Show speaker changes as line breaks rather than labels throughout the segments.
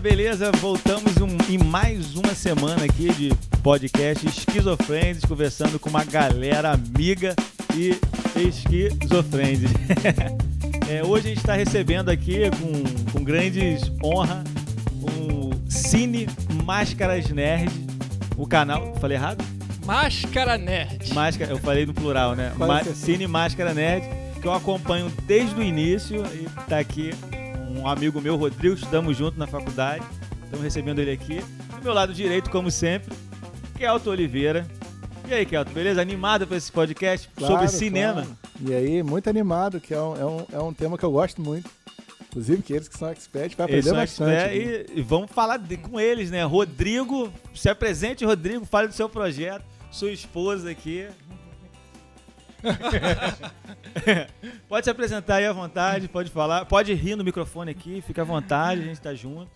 beleza? Voltamos um- em mais uma semana aqui de podcast Esquizofrendes, conversando com uma galera amiga e esquizofrendes. É, hoje a gente está recebendo aqui, com, com grandes honra, o Cine Máscaras Nerd, o canal... Falei errado?
Máscara Nerd.
Máscara, eu falei no plural, né?
Quase
Ma-
que assim.
Cine Máscara Nerd, que eu acompanho desde o início e tá aqui um amigo meu, Rodrigo, estamos juntos na faculdade, estamos recebendo ele aqui. Do meu lado direito, como sempre, Kelto Oliveira. E aí, Kelto, beleza? Animado para esse podcast
Claro,
sobre cinema?
claro. E aí, muito animado, que é um, é, um, é um tema que eu gosto muito. Inclusive, que eles que são experts vai aprender
Esse é o
Tá bastante. né?
Expert e, e vamos falar de- com eles, né? Rodrigo, se apresente, Rodrigo, fale do seu projeto, sua esposa aqui. pode se apresentar aí à vontade, pode falar, pode rir no microfone aqui, fica à vontade, a gente tá junto.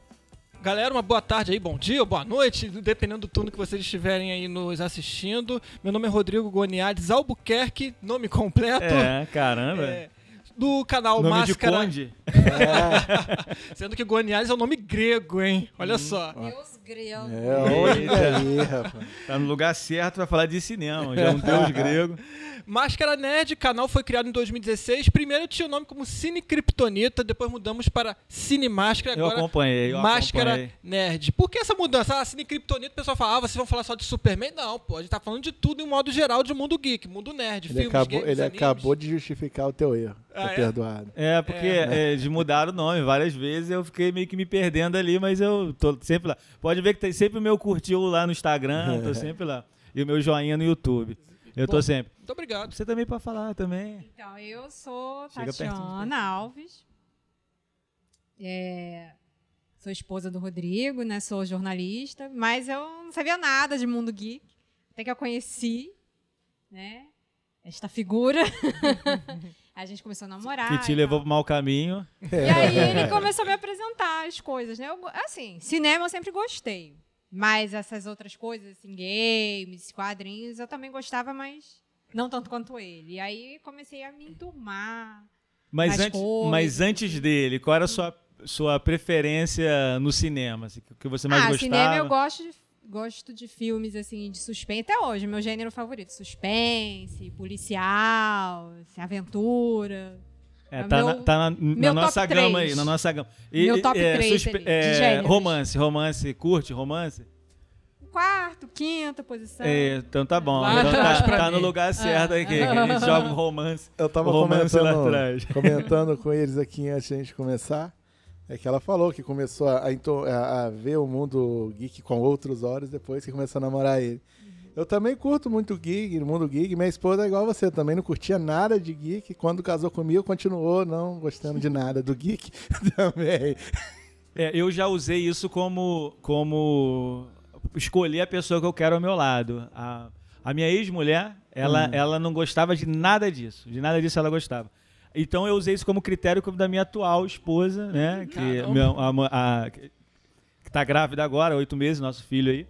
Galera, uma boa tarde aí, bom dia, boa noite, dependendo do turno que vocês estiverem aí nos assistindo. Meu nome é Rodrigo Goniades Albuquerque, nome completo.
É, caramba.
É, do canal
Nome de
Máscara.
Conde.
Sendo que Goniades é um nome grego, hein?
Hum,
Olha só.
Deus grego.
É, olha aí, rapaz.
Tá no lugar certo pra falar de cinema, já é um deus grego.
Máscara Nerd, canal foi criado em 2016. Primeiro tinha o nome como Cine Kryptonita, depois mudamos para Cine Máscara.
Eu
Agora
acompanhei, eu
Máscara
acompanhei.
Nerd. Por que essa mudança? Ah, Cine Kryptonita, o pessoal fala, ah, vocês vão falar só de Superman? Não, pô, a gente tá falando de tudo em modo geral de mundo geek, mundo nerd,
Ele,
filmes,
acabou,
games,
ele
animes.
acabou de justificar o teu erro. tá
Ah, é?
perdoado.
É, porque é, eles mudaram o nome várias vezes, eu fiquei meio que me perdendo ali, mas eu tô sempre lá. Pode ver que tem sempre o meu curtiu lá no Instagram, tô sempre lá. E o meu joinha no YouTube. Eu tô
Bom.
sempre.
Muito obrigado.
Você também pra falar também.
Então, eu sou
Chega perto do
Tatiana Alves. É, sou esposa do Rodrigo, né? Sou jornalista, mas eu não sabia nada de mundo geek. Até que eu conheci, né? Esta figura. a gente começou a namorar.
que te
e
levou
tal.
pro mau caminho.
E aí ele começou a me apresentar as coisas, né? Eu go- assim, cinema eu sempre gostei. Mas essas outras coisas, assim, games, quadrinhos, eu também gostava, mas não tanto quanto ele. E aí comecei a me enturmar.
Mas,
As
antes,
cores.
mas antes dele, qual era a sua, sua preferência no cinema? assim, O que você mais
ah,
gostava?
cinema eu gosto de, gosto de filmes, assim, de suspense. Até hoje, meu gênero favorito. Suspense, policial, assim, aventura.
É,
É
tá,
meu-
na, tá na- na
meu top
nossa gama aí,
três.
na nossa gama. é,
Meu top três
suspe-
ali, de gêneros.
romance, romance, curte romance?
Quarto, quinta posição.
É, então tá bom.
Lá
Então
atrás
tá,
pra
tá no
mim. Ah.
lugar certo aqui. que a gente joga um romance.
Eu tava
O romance
comentando,
lá atrás.
comentando com eles aqui antes de a gente começar. É que ela falou que começou a, a into- a- a ver o mundo geek com outros olhos depois que começou a namorar ele. Eu também curto muito geek, mundo geek. Minha esposa é igual você, também não curtia nada de geek. Quando casou comigo, continuou não gostando de nada do geek também.
É, eu já usei isso como, como escolher a pessoa que eu quero ao meu lado. A, a minha ex-mulher,
Hum.
ela, ela não gostava de nada disso. De nada disso ela gostava. Então eu usei isso como critério como da minha atual esposa, né? Que,
Hum, Caramba.
meu- a- a- que que tá grávida agora, oito meses, nosso filho aí.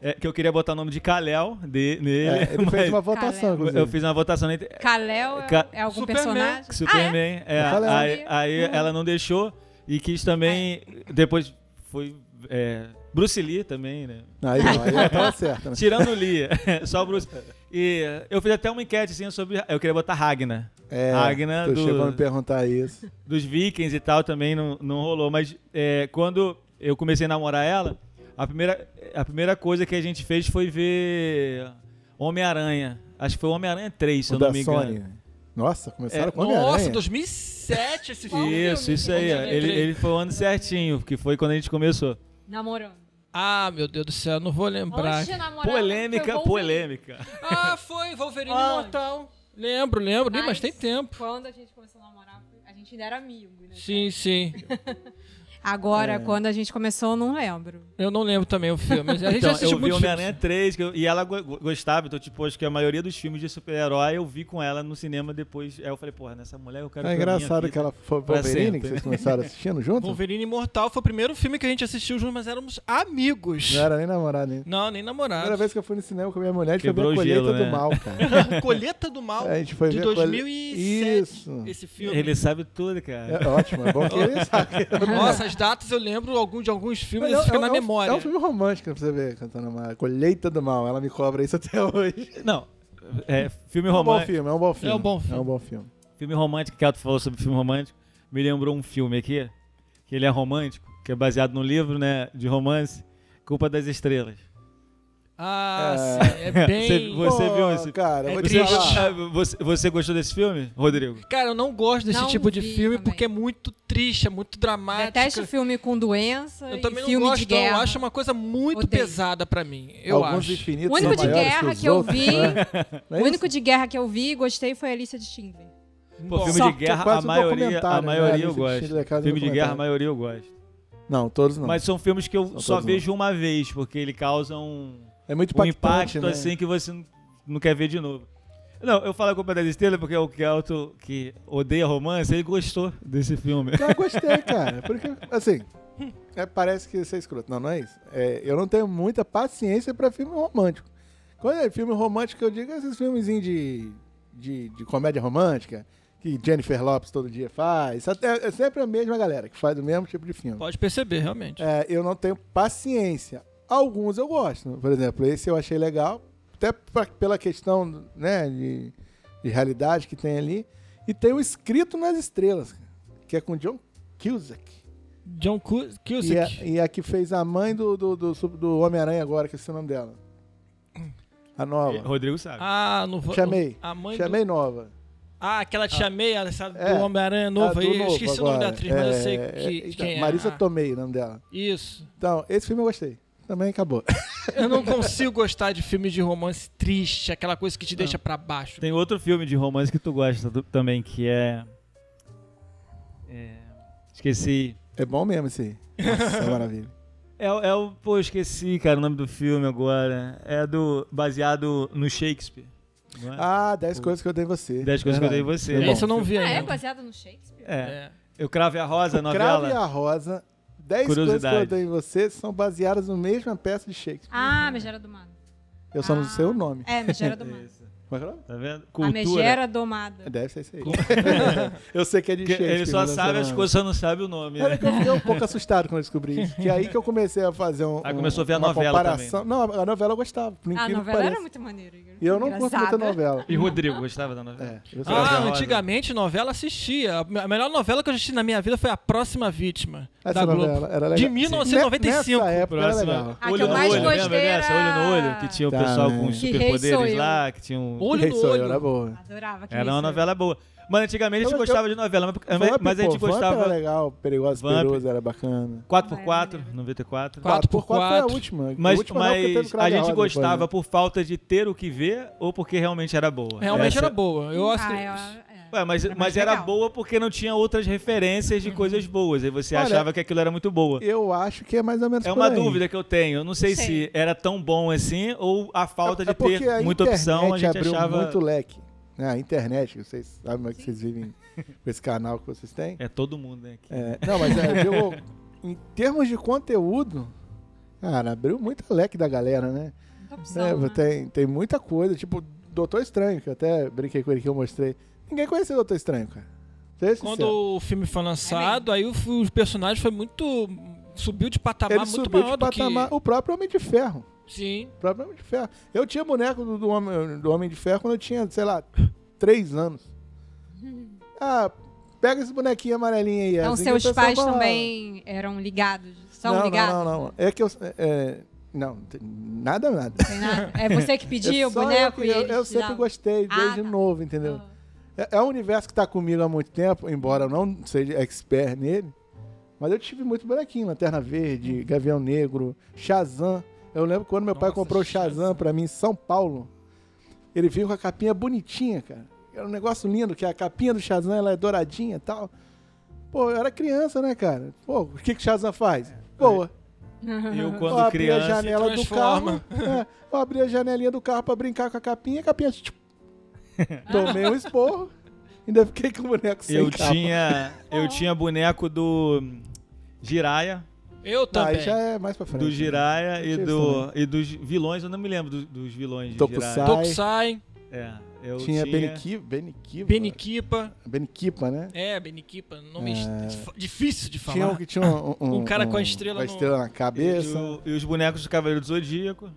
É, que eu queria botar o nome de Kalel de, nele.
É, ele fez
mas
uma votação, inclusive.
eu fiz uma votação na, inter-
Kalel é,
Ka-
é algum
Superman.
personagem?
Que Superman. é,
Ah, Eu falei.
aí aí ela não deixou e quis também. Depois foi. É, Bruce Lee também, né?
Aí não, aí ela tava certa, né?
Tirando o Lee, é, só o Bruce. E eu fiz até uma enquete assim, sobre. Eu queria botar Ragnar.
É,
Ragnar
tô
do-
chegando a me perguntar isso.
Dos Vikings e tal também não, não rolou. Mas é, quando eu comecei a namorar ela, a primeira, a primeira coisa que a gente fez foi ver Homem-Aranha. Acho que foi Homem-Aranha 3, se
O
eu não
da
me engano.
Sony. Nossa, começaram
É,
com a
Nossa,
Homem-Aranha.
2007 esse filme.
Isso, isso aí. ó. Ele, ele foi o ano certinho, que foi quando a gente começou.
Namorando.
Ah, meu Deus do céu, eu não vou lembrar.
Antes de namorar, foi
Polêmica,
Wolverine.
polêmica.
Ah, foi Wolverine
Ah.
Imortal. Lembro, lembro, mas, mas tem tempo.
Quando a gente começou a namorar, a gente ainda era amigo, né?
Sim, É. sim.
Agora, quando a gente começou, eu não lembro.
Eu não lembro também o filme. A gente
Então,
assiste
eu vi
muitos
Homem-Aranha 3 que eu- e ela go- gostava, então, tipo, acho que a maioria dos filmes de super-herói eu vi com ela no cinema depois. Aí eu falei, porra, nessa mulher eu quero
É
pra minha
engraçado
vida.
que ela foi
Pra
Wolverine, que
sempre. né?
vocês começaram assistindo junto?
Wolverine Imortal foi o primeiro filme que a gente assistiu juntos, mas éramos amigos.
Não era nem namorado, hein?
Não, nem
Primeira
namorados.
vez que eu fui no cinema com a minha mulher, a gente
Quebrou
foi ver a
gelo,
colheita
né?
do mal, cara.
Colheita do Mal
A gente foi
de
ver a Colhe-
2007.
Isso.
Esse filme. Então,
Ele sabe tudo, cara.
É ótimo, é bom que ele sabe.
Nossa, a as datas eu lembro algum, de alguns filmes,
Mas
isso
é-
fica
é-
na
é um-
memória.
É um filme romântico pra você ver, cantando uma colheita do mal. Ela me cobra isso até hoje.
Não, é, filme
É um bom
romântico.
filme, é um bom filme.
É um bom filme.
É um bom filme.
Filme romântico, que a Elton falou sobre filme romântico, me lembrou um filme aqui, que ele é romântico, que é baseado num livro, né, de romance, Culpa das Estrelas.
Ah, sim, é
Você-
bem...
Você
Pô,
viu esse-
Cara,
É
eu vou
Você,
te
triste.
falar.
ah, você, você gostou desse filme, Rodrigo?
Cara, eu não gosto desse
Não
tipo de
vi
filme
também.
porque é muito triste, é muito dramático.
Detesto filme com doença
Eu
e
também não
filme de
gosto, não.
guerra.
Eu acho uma coisa muito
Odeio.
pesada pra mim. Eu
Alguns
acho.
infinitos
O único
são
de
maiores
guerra
é os
que eu
outros,
vi,
né? Não é
o único
isso?
de guerra que eu vi e gostei foi a lista de Schindler.
Pô,
Bom,
filme
só
de
que é
guerra, a
quase um
maioria, a
documentário, né?
maioria eu
Esse
gosto.
estilo é quase um
Filme de guerra, a
documentário.
maioria eu gosto.
Não, todos não.
Mas são filmes que eu
São
só
todos
vejo uma vez, porque ele causa um,
é muito
um
impactante,
impacto
né?
assim que você n- não quer ver de novo. Não, eu falo a culpa das estrelas porque o Kelto, que odeia romance, ele gostou desse filme.
Eu gostei, cara. Porque, assim, é, parece que isso é escroto. Não, não é isso. É, eu não tenho muita paciência pra filme romântico. Quando é filme romântico, eu digo esses filmezinhos de, de, de comédia romântica, que Jennifer Lopes todo dia faz. Até- é sempre a mesma galera que faz o mesmo tipo de filme.
Pode perceber, realmente.
É, eu não tenho paciência. Alguns eu gosto. Por exemplo, esse eu achei legal, até pra- pela questão né, de, de realidade que tem ali. E tem o Escrito nas Estrelas, cara, que é com John Cusack.
John Cus-
E a,
Cusack.
e é a que fez a mãe do, do, do, su- do Homem-Aranha agora, que eu esqueci o nome dela. A nova.
Rodrigo sabe.
Ah, não vou.
Chamei.
A mãe do-
Chamei nova.
Ah, aquela te chamei, essa do
É.
Homem-Aranha
A do
novo aí. Eu
novo
esqueci o nome da
agora.
atriz, mas eu
É,
sei
é,
que,
então,
quem é.
Marisa
Ah,
Tomei, o nome dela.
Isso.
Então, esse filme eu gostei. Também acabou.
Eu não consigo gostar de filmes de romance triste, aquela coisa que te deixa pra baixo.
Tem outro filme de romance que tu gosta do- também, que é... é, Esqueci.
É bom mesmo esse aí. Nossa, é maravilha.
É, o- é o... Pô, eu esqueci, cara, o nome do filme agora. É do... Baseado no Shakespeare. não é?
Ah, 10 coisas que eu dei em você.
10 coisas que eu dei em
Verdade.
você.
É bom.
Esse eu não vi
Ah, é
ainda.
baseado no Shakespeare?
É.
É.
Eu cravo a rosa, a
O Cravo e
novela.
a Rosa, 10 coisas que
Curiosidade.
eu dei em você são baseadas na mesma peça de Shakespeare.
Uhum.
Ah, Megera Domada.
Eu só não sei o nome.
É, Megera Domada.
Isso.
Como é que é o nome?
Tá vendo?
a
Cultura.
Megera Domada.
Deve ser isso aí.
Cu-
eu sei que é de
Que
Shakespeare.
ele só
mas eu não sei
sabe
o
as
nome.
coisas, só não sabe o nome.
Olha
Né?
que eu fiquei um pouco assustado quando eu descobri isso. Que é aí que eu comecei a fazer um,
Aí
um-
começou a ver a
uma
novela
comparação. Não, a novela eu gostava. Por
Ah, A
incrível que
novela era
pareça.
muito maneira, Igor.
E eu não curto
Engraçada.
muita novela.
E Rodrigo, gostava da novela?
É, eu sei
Cravo e a
Ah,
Rosa.
antigamente novela assistia. A me- a melhor novela que eu assisti na minha vida foi A Próxima Vítima,
essa
da Globo.
novela era legal.
De 1995.
Nessa época era
Próxima.
legal.
A que eu mais
é olho,
gostei
lembra dessa? Olho no
era-
olho, que tinha o
Tá,
pessoal
né?
com
Que
Rei
superpoderes
Sou
lá, que tinha um...
Olho
Rei
no
Sonho
olho.
Era boa.
Adorava. que
Era uma
isso.
novela boa. Mas antigamente a gente
Eu- eu-
gostava de novela, mas- É, mas,
Vamp,
mas a gente
pô, Vamp Era
gostava...
legal, Perigoso
Vamp.
Perigoso era bacana.
É.
4x4, no VT4.
4x4.
4x4 foi a última.
Mas,
a última não, porque teve
mas
Cravo
a
e
gente
Rosa depois, né?
gostava por falta de ter o que ver ou porque realmente era boa?
é.
Realmente
Essa-
era boa. Eu acho que-
Ah, eu- é.
Ué, mas,
Era mais
mas era
legal. Uhum.
boa porque não tinha outras referências de coisas boas. E você
Olha,
achava que aquilo era muito boa.
Eu acho que é mais ou menos
É
por
uma
aí.
dúvida que eu tenho. Eu não sei,
Sei.
se era tão bom assim ou a falta de
É porque
ter
a
muita
internet
opção a gente
abriu
achava.
muito leque. né? A internet, vocês sabem mas que vocês vivem com esse canal que vocês têm.
É todo mundo, né? que-
É, não, mas é, eu- em termos de conteúdo, cara, abriu muito leque da galera, né? É,
Muita opção, né?
tem, tem muita coisa, tipo, Doutor Estranho, que eu até brinquei com ele que eu mostrei. Ninguém conhecia Doutor Estranho, cara. Seja
Quando
sincero.
o filme foi lançado, aí o f- os personagens foi muito. subiu de patamar
ele
muito
subiu
maior
de patamar,
do
o próprio Homem de Ferro.
que. Sim.
O próprio Homem de Ferro. Eu tinha boneco do, do homem, do Homem de Ferro quando eu tinha, sei lá, três anos. Ah, pega esse bonequinho amarelinho aí.
Então,
assim que o
seus
pessoal
pais
falava.
também eram ligados? São
não,
ligados?
Não, não, não. É que eu. é, não, tem nada, nada.
Tem nada? É você que pediu
É
o
só
boneco
eu,
e
que- eu,
eles
eu
te
sempre
davam?
gostei,
Ah,
desde
tá.
novo, entendeu? É, é um universo que tá comigo há muito tempo, embora eu não seja expert nele. Mas eu tive muito bonequinho, Lanterna Verde, Gavião Negro, Shazam. Eu lembro quando meu pai
Nossa,
comprou o Shazam
Shazam.
pra mim em São Paulo. Ele veio com a capinha bonitinha, cara. Era um negócio lindo, que a capinha do Shazam ela é douradinha e tal. Pô, eu era criança, né, cara? Pô, o que, que o Shazam
É.
faz? Pô,
Eu,
eu
quando
abri a
criança. então
janela do carro.
transforma.
É, eu abri a janelinha do carro pra brincar com a capinha, a capinha. tchup, tomei um esporro. Ainda fiquei com o boneco sem
Eu
capa.
tinha, eu tinha boneco do Jiraya,
Eu
Não,
também.
aí já é mais pra frente.
do Jiraya e,
Tive
do, e dos vilões, eu não me lembro dos, dos vilões de Jiraya.
Tokusatsu.
Tokusai.
É. Eu
tinha Beniquipa. Beniquipa.
Beniquipa.
Beniquipa, né?
É, Beniquipa. Nome dif- difícil de
Tinha um
falar.
que tinha um,
Um cara com a estrela
com a
no-
estrela na
E,
cabeça.
o- e os bonecos do Cavaleiro do Zodíaco.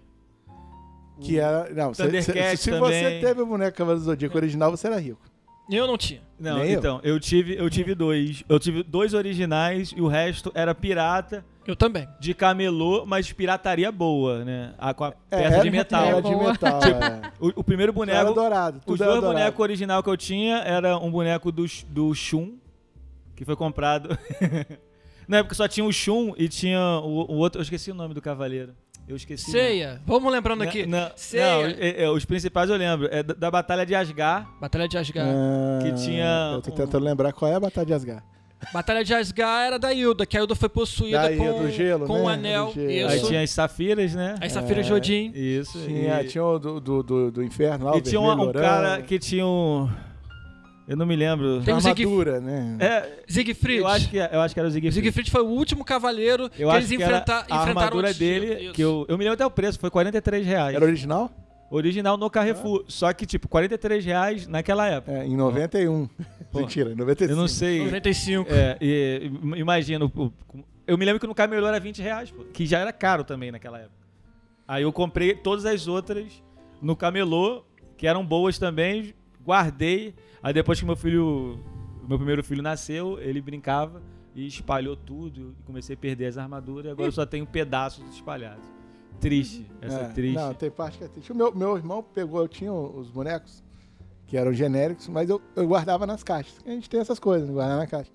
Que era. Não, se, se,
Thundercats
se você
também.
teve o boneco Cavaleiro do Zodíaco original, você era rico.
Eu não tinha.
Não,
Nem eu.
então, eu tive, eu tive dois. Eu tive dois originais e o resto era pirata,
Eu também.
de camelô, mas pirataria boa, né? A, com a peça
É, era
de metal.
Era de
Boa.
metal. é.
O, o primeiro
Era
boneco.
dourado. Tudo
Os
era
dois
dourado.
bonecos original que eu tinha era um boneco do, Sh- do Shun, que foi comprado. Na época só tinha o Shun e tinha o, o outro. Eu esqueci o nome do cavaleiro. Eu esqueci. né?
Ceia. Vamos lembrando
Na-
aqui.
na- não,
Ceia.
é- é, os principais eu lembro. É da, da Batalha de Asgard.
Batalha de
Né.
Asgard.
Ah,
que tinha
Eu tô
um-
tentando lembrar qual é a Batalha de Asgard.
Batalha de Asgard era da Hilda, que a Hilda foi possuída
Da Hilda,
com,
do gelo,
com
né?
o anel.
Do gelo.
Aí
Isso.
tinha as Safiras, né?
Aí Safira de Odin.
Isso.
Tinha,
e
tinha o do, do, do, do inferno lá,
e
o
tinha um,
vermelho,
um
orange,
cara que tinha um. Eu não me lembro.
Tem-
uma
um Zig-
armadura, né?
É,
Siegfried.
eu acho, que, eu acho que era o Ziggy.
Siegfried foi o último cavaleiro
Eu
que
acho
eles
que era
enfrenta-
a
enfrentaram
armadura
antes de
dele,
Hilda.
que eu, eu me lembro até o preço, foi 43 reais.
Era original?
Original no Carrefour. Só que, tipo, 43 reais naquela época.
É, em 91.
Pô.
Mentira, em 95.
Eu não sei.
95.
É, e- im- imagino. o- o- Eu me lembro que no camelô era 20 reais, pô, que já era caro também naquela época. Aí eu comprei todas as outras no camelô, que eram boas também, guardei. Aí depois que meu filho, meu primeiro filho nasceu, ele brincava e espalhou tudo. E comecei a perder as armaduras e agora eu só tenho pedaços espalhados. Triste, essa é,
É,
triste.
Não, tem parte que é triste. O meu, meu irmão pegou, eu tinha os bonecos, que eram genéricos, mas eu, eu guardava nas caixas. A gente tem essas coisas, né, guardar na caixa.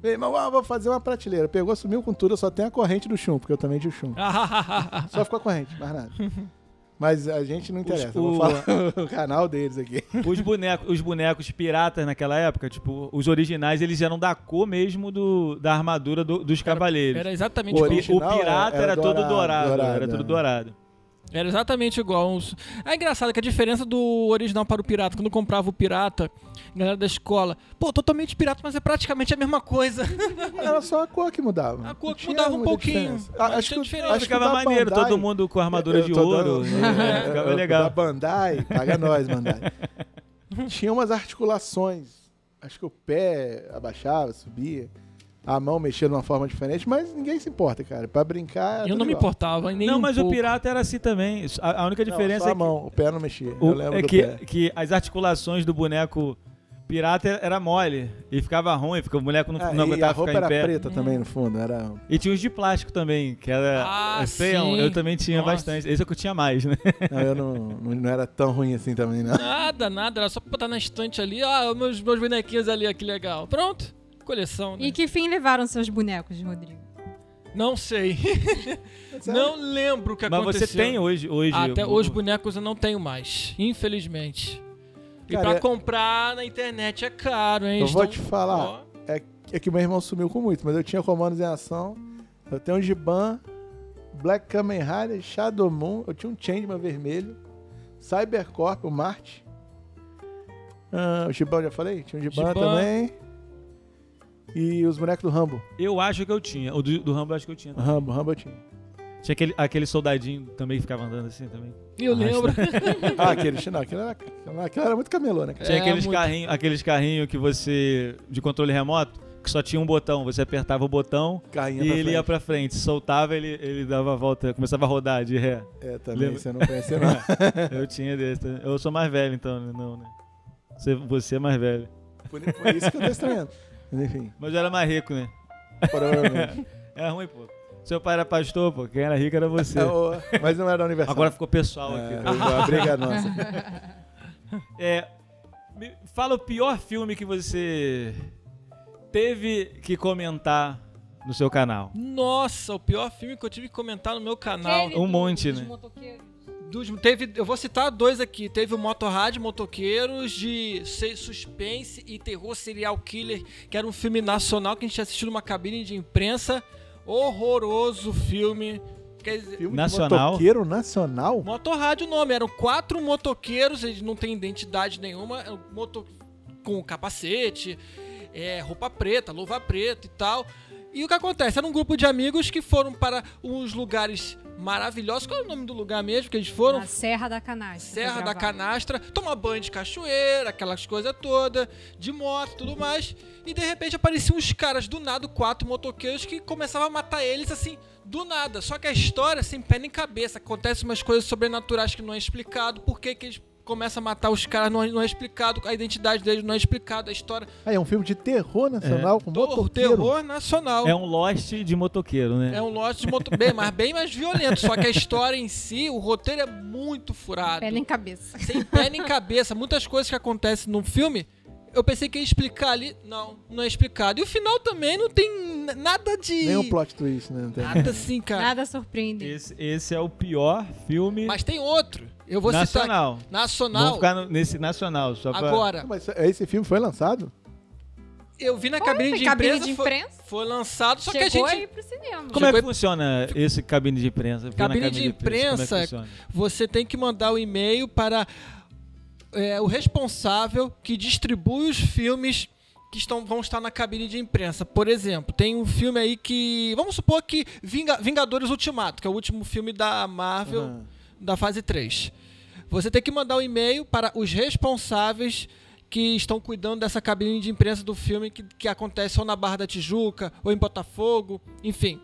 Meu irmão, ah, vou fazer uma prateleira. Pegou, sumiu com tudo, eu só tenho a corrente do chum, porque eu também tinha o chum. Só ficou a corrente, mais nada. Mas a gente não interessa, eu
o-
vou falar o canal deles aqui.
Os bonecos, os bonecos piratas naquela época, tipo, os originais, eles eram da cor mesmo do, da armadura do- dos cavaleiros.
Era exatamente
Tipo, O,
Ori-
igual.
pi- o
original
pirata era,
era- era
todo
dourado,
dourado,
dourado,
era tudo
é.
dourado.
Era exatamente igual. uns- É engraçado que a diferença do original para o pirata, quando eu comprava o pirata, a galera da escola, pô, totalmente pirata, mas é praticamente a mesma coisa.
Era só a cor que mudava.
A cor
Não
que
tinha
mudava um
muita
pouquinho.
diferença.
Não
Ah,
tinha
Acho que, o-
diferença.
acho que
Ficava
o da
maneiro,
Bandai-
todo mundo com armadura
Eu
de
tô
ouro.
dando-
né?
É, Eu-
Ficava
eu- Da
legal.
Bandai, paga nós, Bandai. Tinha umas articulações. Acho que o pé abaixava, subia. A mão mexia de uma forma diferente, mas ninguém se importa, cara. Pra brincar. tá
eu
era tudo
não me
igual.
importava, nem
Não,
um
mas o
pouco.
pirata era assim também. A, a única
Não,
diferença
só
é
a
que,
mão, o pé não mexia.
o-
eu lembro
é
do
que,
pé.
que as articulações do boneco pirata era mole e ficava ruim, fica- o boneco não,
Ah,
não
e a
aguentava
roupa
ficar
era
em pé.
preta também, no fundo. Era...
E tinha os de plástico também, que era
Ah,
feião.
sim.
Eu também tinha
Nossa.
bastante. Esse é o que eu tinha mais, né?
Não, eu não, não, não era tão ruim assim também, não.
Nada, nada, era só pra botar na estante ali, ah, meus, meus bonequinhos ali, ah, que legal. Pronto, coleção, né?
E que fim levaram seus bonecos, Rodrigo?
Não sei, não lembro o que
Mas
aconteceu.
você tem hoje. hoje
Até
o-
os bonecos eu não tenho mais, infelizmente. E
Cara,
pra
é-
comprar na internet é caro, hein?
Eu vou
então
Estão-
te falar.
Ó,
É, é que meu irmão sumiu com muito, mas eu tinha comandos em ação. Eu tenho um Giban, Black Kamen Rider, Shadow Moon, eu tinha um Changeman vermelho, Cybercorp, o Marte. Ah, o Giban eu já falei? Tinha um Giban,
Giban.
também. E os bonecos do Rambo.
Eu acho que eu tinha. O do, do Rambo eu acho que eu tinha.
Rambo, Rambo eu tinha.
Tinha aquele, aquele soldadinho também que ficava andando assim também.
Eu lembro.
Ah, aquele chinelo, aquilo era, aquilo era- aquilo era muito camelô, né, cara?
Tinha
É,
aqueles
muito.
carrinhos aqueles carrinho que você. de controle remoto, que só tinha um botão. Você apertava o botão
Carrinho
e
pra
ele ia
frente.
pra frente. Soltava, ele, ele dava a volta, começava a rodar de ré.
É, também,
Lembra?
você não conhecia não.
eu tinha desse. também. Eu sou mais velho, então, né? não, né? Você, você é mais velho.
Por, por isso que eu tô estranhando. Mas enfim,
Mas eu era mais rico, né?
provavelmente.
É ruim, pô. Seu pai era pastor, pô. Quem era rico era você.
É, o- mas não era universal.
Agora ficou pessoal
É,
aqui. né?
a briga nossa.
É, me fala o pior filme que você teve que comentar no seu canal.
Nossa, o pior filme que eu tive que comentar no meu canal.
um monte, né?
Dos- teve, eu vou citar dois aqui. Teve o Motorrad Motoqueiros de se- suspense e terror serial killer, que era um filme nacional que a gente assistiu numa cabine de imprensa. Horroroso filme. Quer dizer,
Filme
Nacional.
De motoqueiro nacional?
Motorrad o nome, eram quatro motoqueiros, eles não têm identidade nenhuma, é um moto com capacete, é, roupa preta, luva preta e tal. E o que acontece? Era um grupo de amigos que foram para uns lugares maravilhosa. Qual é o nome do lugar mesmo que eles foram?
Na Serra da Canastra.
Serra da
pra gravar.
Canastra, tomar banho de cachoeira, aquelas coisas todas, de moto tudo mais. E de repente apareciam uns caras do nada, quatro motoqueiros, que começavam a matar eles assim, do nada. Só que a história, sem pé nem cabeça, acontece umas coisas sobrenaturais que não é explicado, por que que eles começam a matar os caras, não é, não é explicado, a identidade deles não é explicada, a história.
Aí é um filme de terror nacional com
Terror,
motoqueiro.
terror nacional.
Um É um Lost de motoqueiro, né?
É um lote de moto bem, mas bem mais violento. Só que a história em si, o roteiro é muito furado.
Pé nem cabeça.
Sem pé nem cabeça. Muitas coisas que acontecem num filme, eu pensei que ia explicar ali. Não, não é explicado. E o final também não tem n- nada de.
Nem um plot twist, né? Não tem.
Nada assim, cara.
Nada surpreende.
Esse, esse é o pior filme
Mas tem outro. Eu vou citar.
nacional.
aqui.
Vamos
Nacional.
ficar no- nesse nacional, só pra...
Agora,
Mas é, esse filme foi lançado?
eu vi na cabine
Foi,
de
cabine
imprensa.
de
foi-
imprensa.
Foi, lançado, só que a
Chegou
gente.
aí pro cinema.
Como é que
Chegou
funciona esse cabine de imprensa? Fica na
Cabine de imprensa,
como é que funciona?
você tem que mandar o e-mail para é, o responsável que distribui os filmes que estão, vão estar na cabine de imprensa. Por exemplo, tem um filme aí que. Vamos supor que Vinga- Vingadores Ultimato, que é o último filme da Marvel
Aham.
da fase 3. Você tem que mandar um e-mail para os responsáveis que estão cuidando dessa cabine de imprensa do filme que, que acontece ou na Barra da Tijuca, ou em Botafogo, enfim.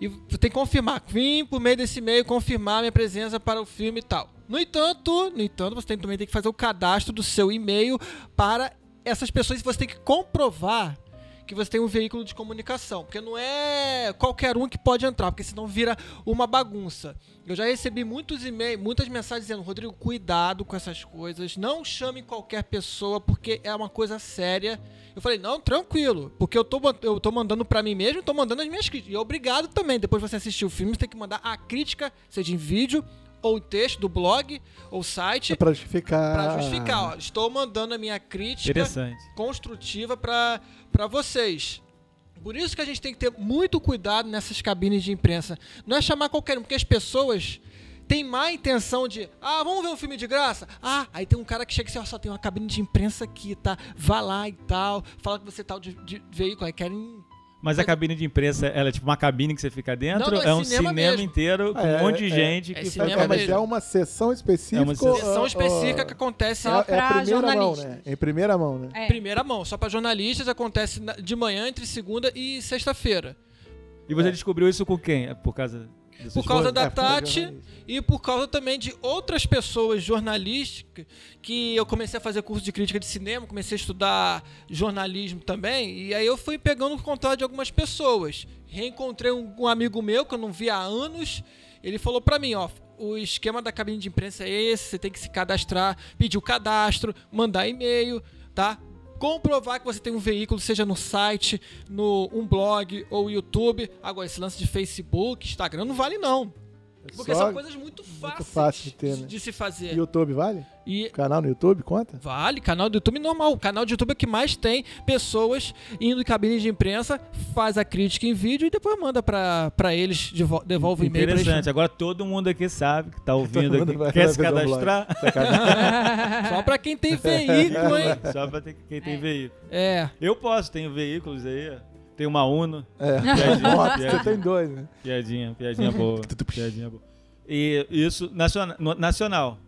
E você tem que confirmar. Vim por meio desse e-mail confirmar minha presença para o filme e tal. No entanto, no entanto, você tem- também tem que fazer o cadastro do seu e-mail para essas pessoas e você tem que comprovar que você tem um veículo de comunicação. Porque não é qualquer um que pode entrar, porque senão vira uma bagunça. Eu já recebi muitos e-mails, muitas mensagens dizendo, Rodrigo, cuidado com essas coisas. Não chame qualquer pessoa, porque é uma coisa séria. Eu falei, não, tranquilo, porque eu tô, man- eu tô mandando pra mim mesmo, tô mandando as minhas críticas. E obrigado também, depois que você assistir o filme, você tem que mandar a crítica, seja em vídeo, ou em texto do blog, ou site,
É pra justificar.
pra justificar. Ó, estou mandando a minha crítica
Interessante.
construtiva pra pra vocês. Por isso que a gente tem que ter muito cuidado nessas cabines de imprensa. Não é chamar qualquer um, porque as pessoas têm má intenção de, ah, vamos ver um filme de graça? Ah, aí tem um cara que chega e diz, ó, só tem uma cabine de imprensa aqui, tá? Vá lá e tal, fala que você é tal de, de veículo, aí querem...
Mas a cabine de imprensa, ela é tipo uma cabine que você fica dentro?
Não, não, é
é um
cinema
cinema,
mesmo.
inteiro com
Ah, é,
um monte de
é.
gente
É
que
É,
faz
cinema
é, mas
mesmo.
é uma sessão específica.
É uma sessão
Sessão
ou-
específica que
ou-
acontece
Só
É, é a
pra
primeira mão,
jornalistas.
né? Em primeira mão, né?
É.
primeira mão, só para jornalistas, acontece na- de manhã entre segunda e sexta-feira.
E você descobriu isso com quem? É Por causa... da sua
Por causa
esposa?
da
É, por causa de
Tati
jornalista.
e por causa também de outras pessoas jornalísticas que eu comecei a fazer curso de crítica de cinema, comecei a estudar jornalismo também, e aí eu fui pegando contato de algumas pessoas. Reencontrei um, um amigo meu que eu não via há anos, ele falou pra mim, ó, o esquema da cabine de imprensa é esse, você tem que se cadastrar, pedir o cadastro, mandar e-mail, tá? Comprovar que você tem um veículo, seja no site, no um blog ou YouTube. Agora, esse lance de Facebook, Instagram, não vale não. Porque
Só
são coisas muito fáceis
fácil de ter, né?
se fazer.
YouTube vale?
E
Canal no YouTube conta?
vale, canal do YouTube normal. O canal do YouTube é que mais tem pessoas indo em cabine de imprensa, faz a crítica em vídeo e depois manda pra, pra eles, devo- devolve o e-mail pra eles.
Interessante. Agora todo mundo aqui sabe que tá ouvindo
Todo mundo
aqui.
vai-
Quer
vai
se
fazer um blog.
cadastrar?
Sacanagem.
Só pra quem tem veículo, hein?
Só pra ter quem tem
É.
veículo.
É.
Eu posso, tenho veículos aí. Tenho uma Uno.
É.
Piadinha,
Nossa,
piadinha.
você tem dois, né?
Piadinha, piadinha boa. piadinha boa. E isso naciona- no- nacional.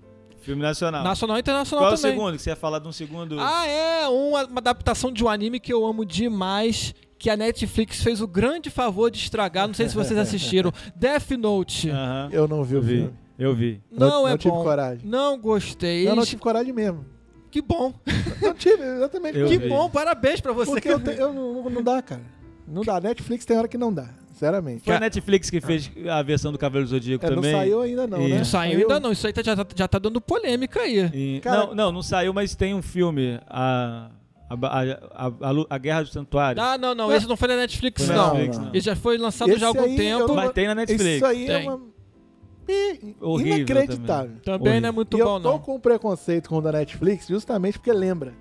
Filme nacional.
Nacional e internacional
Ah. Qual é o
também.
segundo? Que você ia falar de um segundo.
Ah, é uma, uma adaptação de um anime que eu amo demais, que a Netflix fez o grande favor de estragar. Não sei se vocês assistiram. Death Note.
Aham.
Eu não vi o
Eu vi.
filme.
Eu vi.
Não,
Ah. não
é
tive
bom.
coragem.
Não gostei.
Eu não tive coragem mesmo.
Que bom.
Não tive, exatamente.
Eu
que
vi.
bom, parabéns pra você.
Porque eu, te- eu não, não dá, cara. Não dá. Netflix tem hora que não dá, sinceramente.
Foi a Netflix que fez a versão do Cavaleiro Zodíaco
É, não
também.
saiu ainda não,
E-
né?
Não saiu ainda não, isso aí tá- já, tá- já tá dando polêmica aí.
E-
Cara-
Não, não, não saiu, mas tem um filme. A, a, a, a- a Lu- a Guerra do Santuário.
Ah, não, não, esse não foi na Netflix,
Foi na
não.
Netflix, não.
Ele já foi lançado
Esse
já há algum
aí eu
tempo.
não-
Mas tem na Netflix.
é Isso aí
Tem.
é uma... Ih,
Horrível
Inacreditável.
Também
Oi.
não é muito
e
bom,
eu tô
não.
com um preconceito com o da Netflix justamente porque lembra.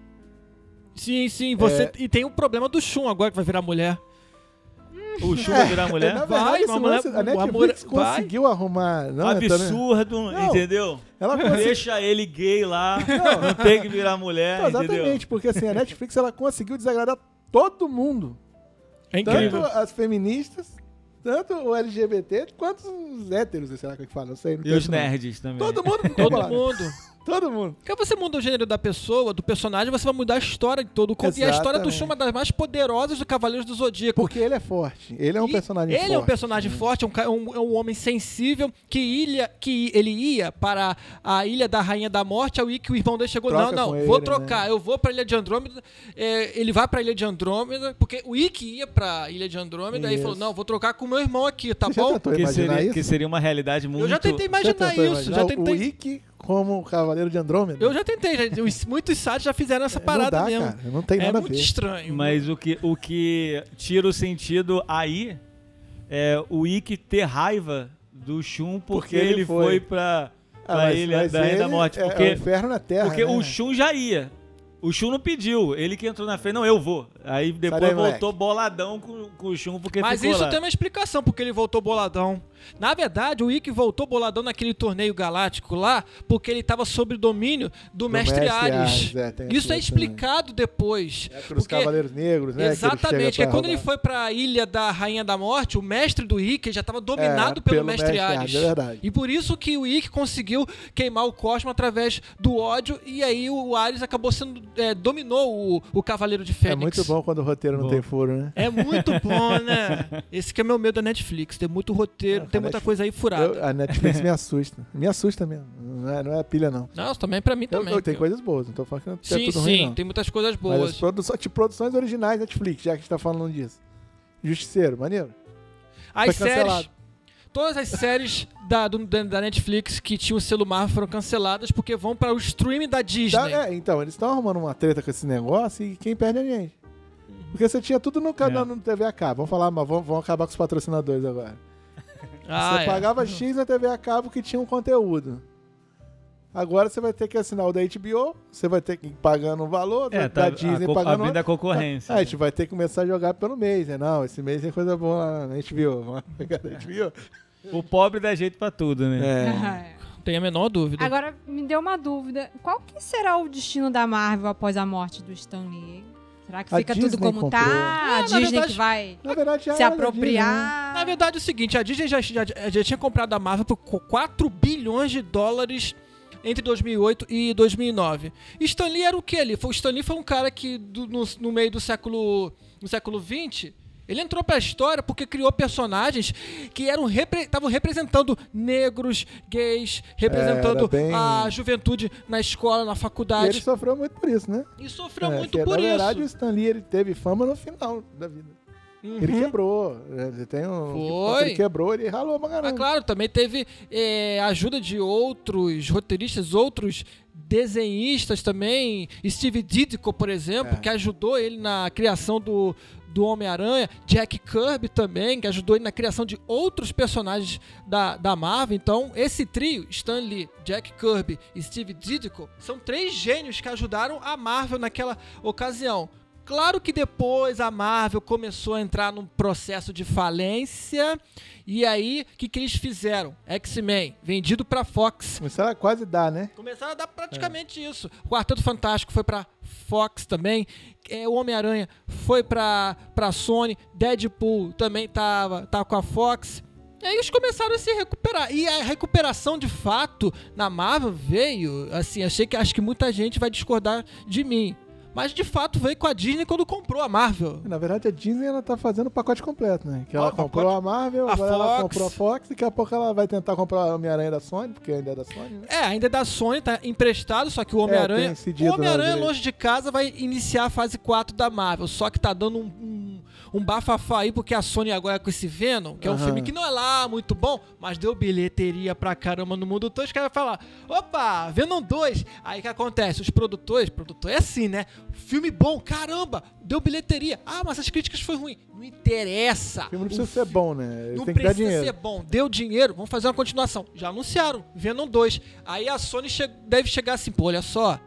Sim, sim, você.
É.
E tem o problema do Shun agora que vai virar mulher.
O
É.
Chuva virar mulher.
Na
Vai,
verdade, esse
uma
lance-
mulher-
a
uma
Netflix
mulher- vai.
conseguiu arrumar... Não, eu tô-
Absurdo,
Não.
entendeu?
É,
Ela conseguiu...
Deixa ele gay lá. Não, tem que virar mulher,
Não,
entendeu?
exatamente, porque assim, a Netflix ela conseguiu desagradar todo mundo.
É
Tanto
incrível.
as feministas, Tanto o LGBT quanto os héteros, sei lá como é que fala, não sei. não
E os
penso não.
nerds também.
Todo mundo ficou
né? Todo
bolado.
mundo.
Todo mundo.
Porque você muda o gênero da pessoa, do personagem, você vai mudar a história de todo o conto. E a história do
Exatamente.
Shun é uma das mais poderosas do Cavaleiros do Zodíaco.
Porque ele é forte. Ele é um
E
personagem
ele
forte.
é um personagem forte, é um, ca- um- é um homem sensível que, ilha, que ele ia para a ilha da Rainha da Morte, ao ir que o irmão dele chegou,
Troca
não,
com
não,
ele, né?"
vou trocar, eu vou para a ilha de Andrômeda, é, ele vai para a ilha de Andrômeda, porque o Ikki ia para a ilha de Andrômeda, aí ele
Isso.
falou, não, vou trocar com o meu irmão aqui, tá
Você já
bom?
tentou
que,
imaginar
seria,
isso?
que seria uma realidade muito.
Eu já tentei
Já
imaginar
tentou
isso, já
imaginar O
tentei.
Ikki como o Cavaleiro de Andrômeda.
Eu já tentei, gente, os- muitos sites já fizeram essa
É, não
parada
dá,
mesmo.
Cara, não tem
É
nada a
muito
ver.
estranho.
né?
Mas o que, o que tira o sentido aí é o Ikki ter raiva do Shun porque,
Porque
ele,
ele
foi,
foi.
pra,
Ah,
pra
mas-
ilha
mas
da Rainha da
ele
Morte.
é-
Porque,
É o inferno na Terra.
porque
né?
o Shun já ia. O Shun não pediu, ele que entrou na frente, não, eu vou. Aí depois
daí, moleque.
voltou boladão com, com o Shun porque
Mas
ficou
isso
lá.
tem uma explicação porque ele voltou boladão. Na verdade, o Ikki voltou boladão naquele torneio galáctico lá, porque ele tava sob o domínio do, mestre,
Mestre
Ares.
Ares, é, tem
isso é
essa também.
explicado depois.
É pros Cavaleiros Negros, né? que ele chega
Exatamente, que
pra
é quando ele
roubar.
foi pra ilha da Rainha da Morte, o mestre do Ikki já tava dominado
É,
pelo,
pelo
mestre,
mestre
Ares.
Ares, é verdade.
E por isso que o Ikki conseguiu queimar o Cosmo através do ódio e aí o Ares acabou sendo é, dominou o, o Cavaleiro de
É
Fênix.
muito bom quando o roteiro não
Bom.
tem furo, né?
É muito bom, né? Esse que é meu medo da Netflix. Tem muito roteiro,
Não,
tem
a
muita
Netflix-
coisa aí furada.
Eu- a Netflix me assusta. Me assusta mesmo. Não é, não é pilha, não.
Nossa, também pra mim
Eu,
também.
eu tenho
cara.
coisas boas, não tô falando que não é
sim,
tudo
sim,
ruim, não.
tem muitas coisas
Mas
boas.
as produções, de produções originais Netflix, já que a gente tá falando disso. Justiceiro, maneiro.
As
foi cancelado.
séries. Todas as séries da, do- da- da Netflix que tinham selo Marvel foram canceladas porque vão para o streaming da Disney.
Tá- é, então, eles estão arrumando uma treta com esse negócio e quem perde é a gente. Porque você tinha tudo no canal
É.
no TV a cabo. Vamos falar, mas vão, vão acabar com os patrocinadores agora.
Ah,
você
é.
pagava X na TV a cabo que tinha um conteúdo. Agora você vai ter que assinar o da HBO, você vai ter que ir pagando o valor,
É,
da-
tá
da Disney
a, co-
pagando
abrindo a concorrência. né?
Ah, a gente vai ter que começar a jogar pelo mês, né? Não, esse mês tem coisa boa lá na HBO. Vamos pegar na HBO.
O pobre dá jeito pra tudo, né?
é.
Não Tenho a menor dúvida.
É. Agora, me deu uma dúvida. Qual que será o destino da Marvel após a morte do Stan Lee? Será que
A
fica tudo
Disney
como
comprou.
tá?
É,
a
na
Disney
verdade-
que vai
Na verdade, já
se
era da né?
apropriar?
Na verdade é o seguinte, a Disney já, já- já tinha comprado a Marvel por 4 bilhões de dólares entre 2008 e 2009. Stan Lee era o que ali? Foi- O Stan Lee foi um cara que do- no, no meio do século no século 20 ele entrou pra história porque criou personagens que eram estavam representando negros, gays, representando
É, Era bem-
a juventude na escola, na
Disney, né? E ele
faculdade.
sofreu muito por isso, né?
E sofreu
É,
muito
que,
por
na verdade, o
isso.
Stan Lee ele teve fama no final da vida. Ele
Uhum.
quebrou. né? Ele tem um.
Foi.
Ele quebrou, ele ralou pra
Mas
caramba.
claro, também teve eh, ajuda de outros roteiristas, outros desenhistas também. Steve Ditko, por exemplo, que ajudou ele na criação do, do Homem-Aranha. Jack Kirby também, que ajudou ele na criação de outros personagens da, da Marvel. Então, esse trio, Stan Lee, Jack Kirby e Steve Ditko, são três gênios que ajudaram a Marvel naquela ocasião. Claro que depois a Marvel começou a entrar num processo de falência. E aí, o que, que eles fizeram? X-Men, vendido pra Fox.
Mas será que quase dá, né?
Começaram a dar praticamente isso. O Quarteto Fantástico foi pra Fox também. É, o Homem-Aranha foi pra, pra Sony. Deadpool também tava, tava com a Fox. E aí eles começaram a se recuperar. E a recuperação de fato na Marvel veio. Assim, achei que acho que muita gente vai discordar de mim. Mas de fato veio com a Disney quando comprou a Marvel.
Na verdade, a Disney ela tá fazendo o pacote completo, né? Que ela
Ah, o
comprou a Marvel,
A
agora ela
Fox.
comprou a Fox, daqui a pouco ela vai tentar comprar o Homem-Aranha da Sony, porque ainda é da Sony, né?
É, ainda é da Sony, tá emprestado, só que o
É, tem
Homem-Aranha.
cedido,
o Homem-Aranha
né,
longe de casa vai iniciar a fase 4 da Marvel. Só que tá dando um, um, um bafafá aí, porque a Sony agora é com esse Venom, que é um
Aham.
filme que não é lá muito bom, mas deu bilheteria pra caramba no mundo todo. Os caras falam: opa, Venom 2. Aí o que acontece? Os produtores, produtor é assim, né? Filme bom, caramba, deu bilheteria. Ah, mas as críticas foi ruim. Não interessa.
O filme não
O
precisa ser bom, né? Ele
não
tem que dar
precisa
dinheiro.
ser bom. Deu dinheiro, vamos fazer uma continuação. Já anunciaram, Venom 2. Aí a Sony che- deve chegar assim, pô, olha só.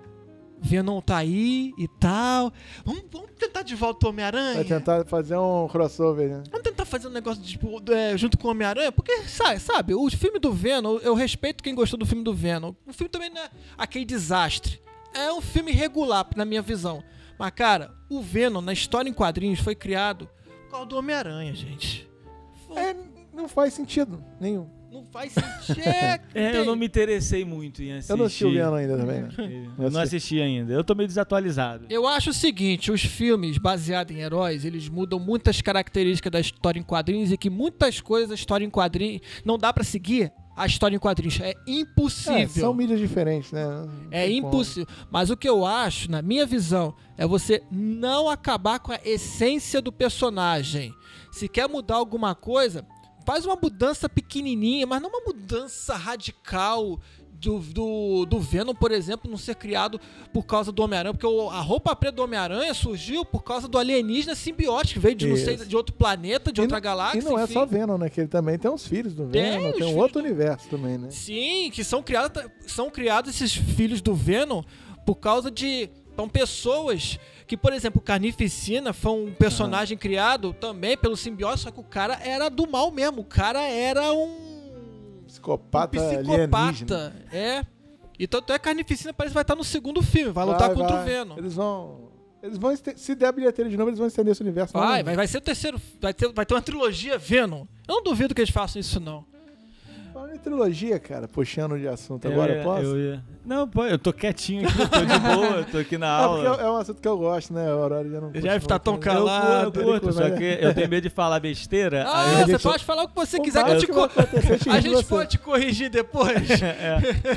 Venom tá aí e tal. Vamos, vamos tentar de volta o Homem-Aranha?
Vai tentar fazer um crossover, né?
Vamos tentar fazer um negócio de, tipo, é, junto com o Homem-Aranha? Porque, sabe, sabe, o filme do Venom, eu respeito quem gostou do filme do Venom. O filme também não é aquele desastre. É um filme regular, na minha visão. Mas, cara, o Venom, na história em quadrinhos, foi criado por causa do Homem-Aranha, gente. Foi-
É, Não faz sentido nenhum.
Não faz sentido. É,
É, eu
tem.
não me interessei muito em assistir.
Eu não assisti o Venom ainda também, né?
Eu não assisti ainda. Eu tô meio desatualizado.
Eu acho o seguinte, os filmes baseados em heróis, eles mudam muitas características da história em quadrinhos e que muitas coisas da história em quadrinhos não dá pra seguir a história em quadrinhos. É
É, são
impossível.
mídias diferentes, né? Não
É,
tem como.
impossível. Mas o que eu acho, na minha visão, é você não acabar com a essência do personagem. Se quer mudar alguma coisa, faz uma mudança pequenininha, mas não uma mudança radical do, do, do Venom, por exemplo, não ser criado por causa do Homem-Aranha. Porque o- a roupa preta do Homem-Aranha surgiu por causa do alienígena simbiótico, que veio de, não sei,
Isso.
de outro planeta, de
E
outra
não-
galáxia.
E não é
enfim.
só Venom, né? Que ele também tem os filhos do
Tem
Venom,
os
tem um
filhos
outro
do- Um
universo também, né?
Sim, que são criados, são criados esses filhos do Venom por causa de. São pessoas que, por exemplo, o Carnificina foi um personagem criado também pelo simbiose, só que o cara era do mal mesmo. O cara era um.
Psicopata,
um
alienígena.
psicopata. É. E tanto é que Carnificina parece que vai estar no segundo filme, vai lutar contra o
vai.
Venom.
Eles vão... Eles vão este- Se der a bilheteira de novo, eles vão estender esse universo.
Vai,
novamente.
vai, vai ser o terceiro. Vai ter, vai ter uma trilogia Venom. Eu não duvido que eles façam isso, não.
Falando em trilogia, cara, puxando de assunto
Eu
Tá, agora,
ia-
posso?
É, eu ia- Não, pô, eu tô quietinho aqui, eu tô de boa, eu tô aqui na
Ah, porque
aula.
é é um assunto que eu gosto, né? A Aurora já não
Já
curte
deve tá
muito,
tão
né?
calado.
eu,
curto,
eu curto, só
mas-
que eu tenho medo de falar
É,
besteira. aí
Ah,
eu-
você
gente-
pode falar o que você
O
quiser que eu
máximo
te
um que
co-
vai acontecer é xingar
A gente
você.
pode te corrigir depois.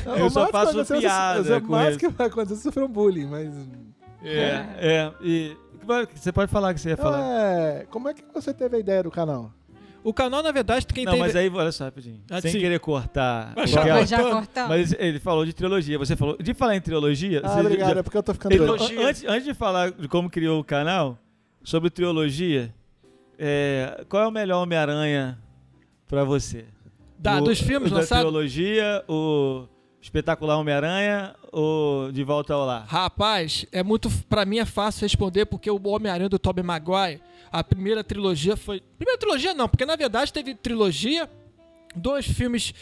Não,
Eu
o
só
máximo
faço
que vai acontecer é você-
piada
O
com
máximo
isso.
que vai acontecer é você sofrer um bullying, mas...
É, é. E... Você pode falar o que você ia
Então,
falar.
é, como é que você teve a ideia do canal?
O canal, na verdade, quem
Não,
teve...
mas é aí, olha só, rapidinho.
Ah,
Sem
sim.
querer cortar.
Mas
o
já
que ela-
Mas já
Cortando.
cortando.
Mas ele falou de trilogia. Você falou. De falar em trilogia.
Ah,
você
obrigado,
já-
é porque eu tô ficando
Ele-
doido.
Trilogia.
an- antes, antes de falar de como criou o canal, sobre trilogia, é, qual é o melhor Homem-Aranha pra você?
Da-
O-
dos filmes
da
lançados?
trilogia, o Espetacular Homem-Aranha ou De Volta ao Lar?
Rapaz, é muito... Pra mim é fácil responder, porque o Homem-Aranha do Tobey Maguire, a primeira trilogia foi... Primeira trilogia não, porque, na verdade, teve trilogia, dois filmes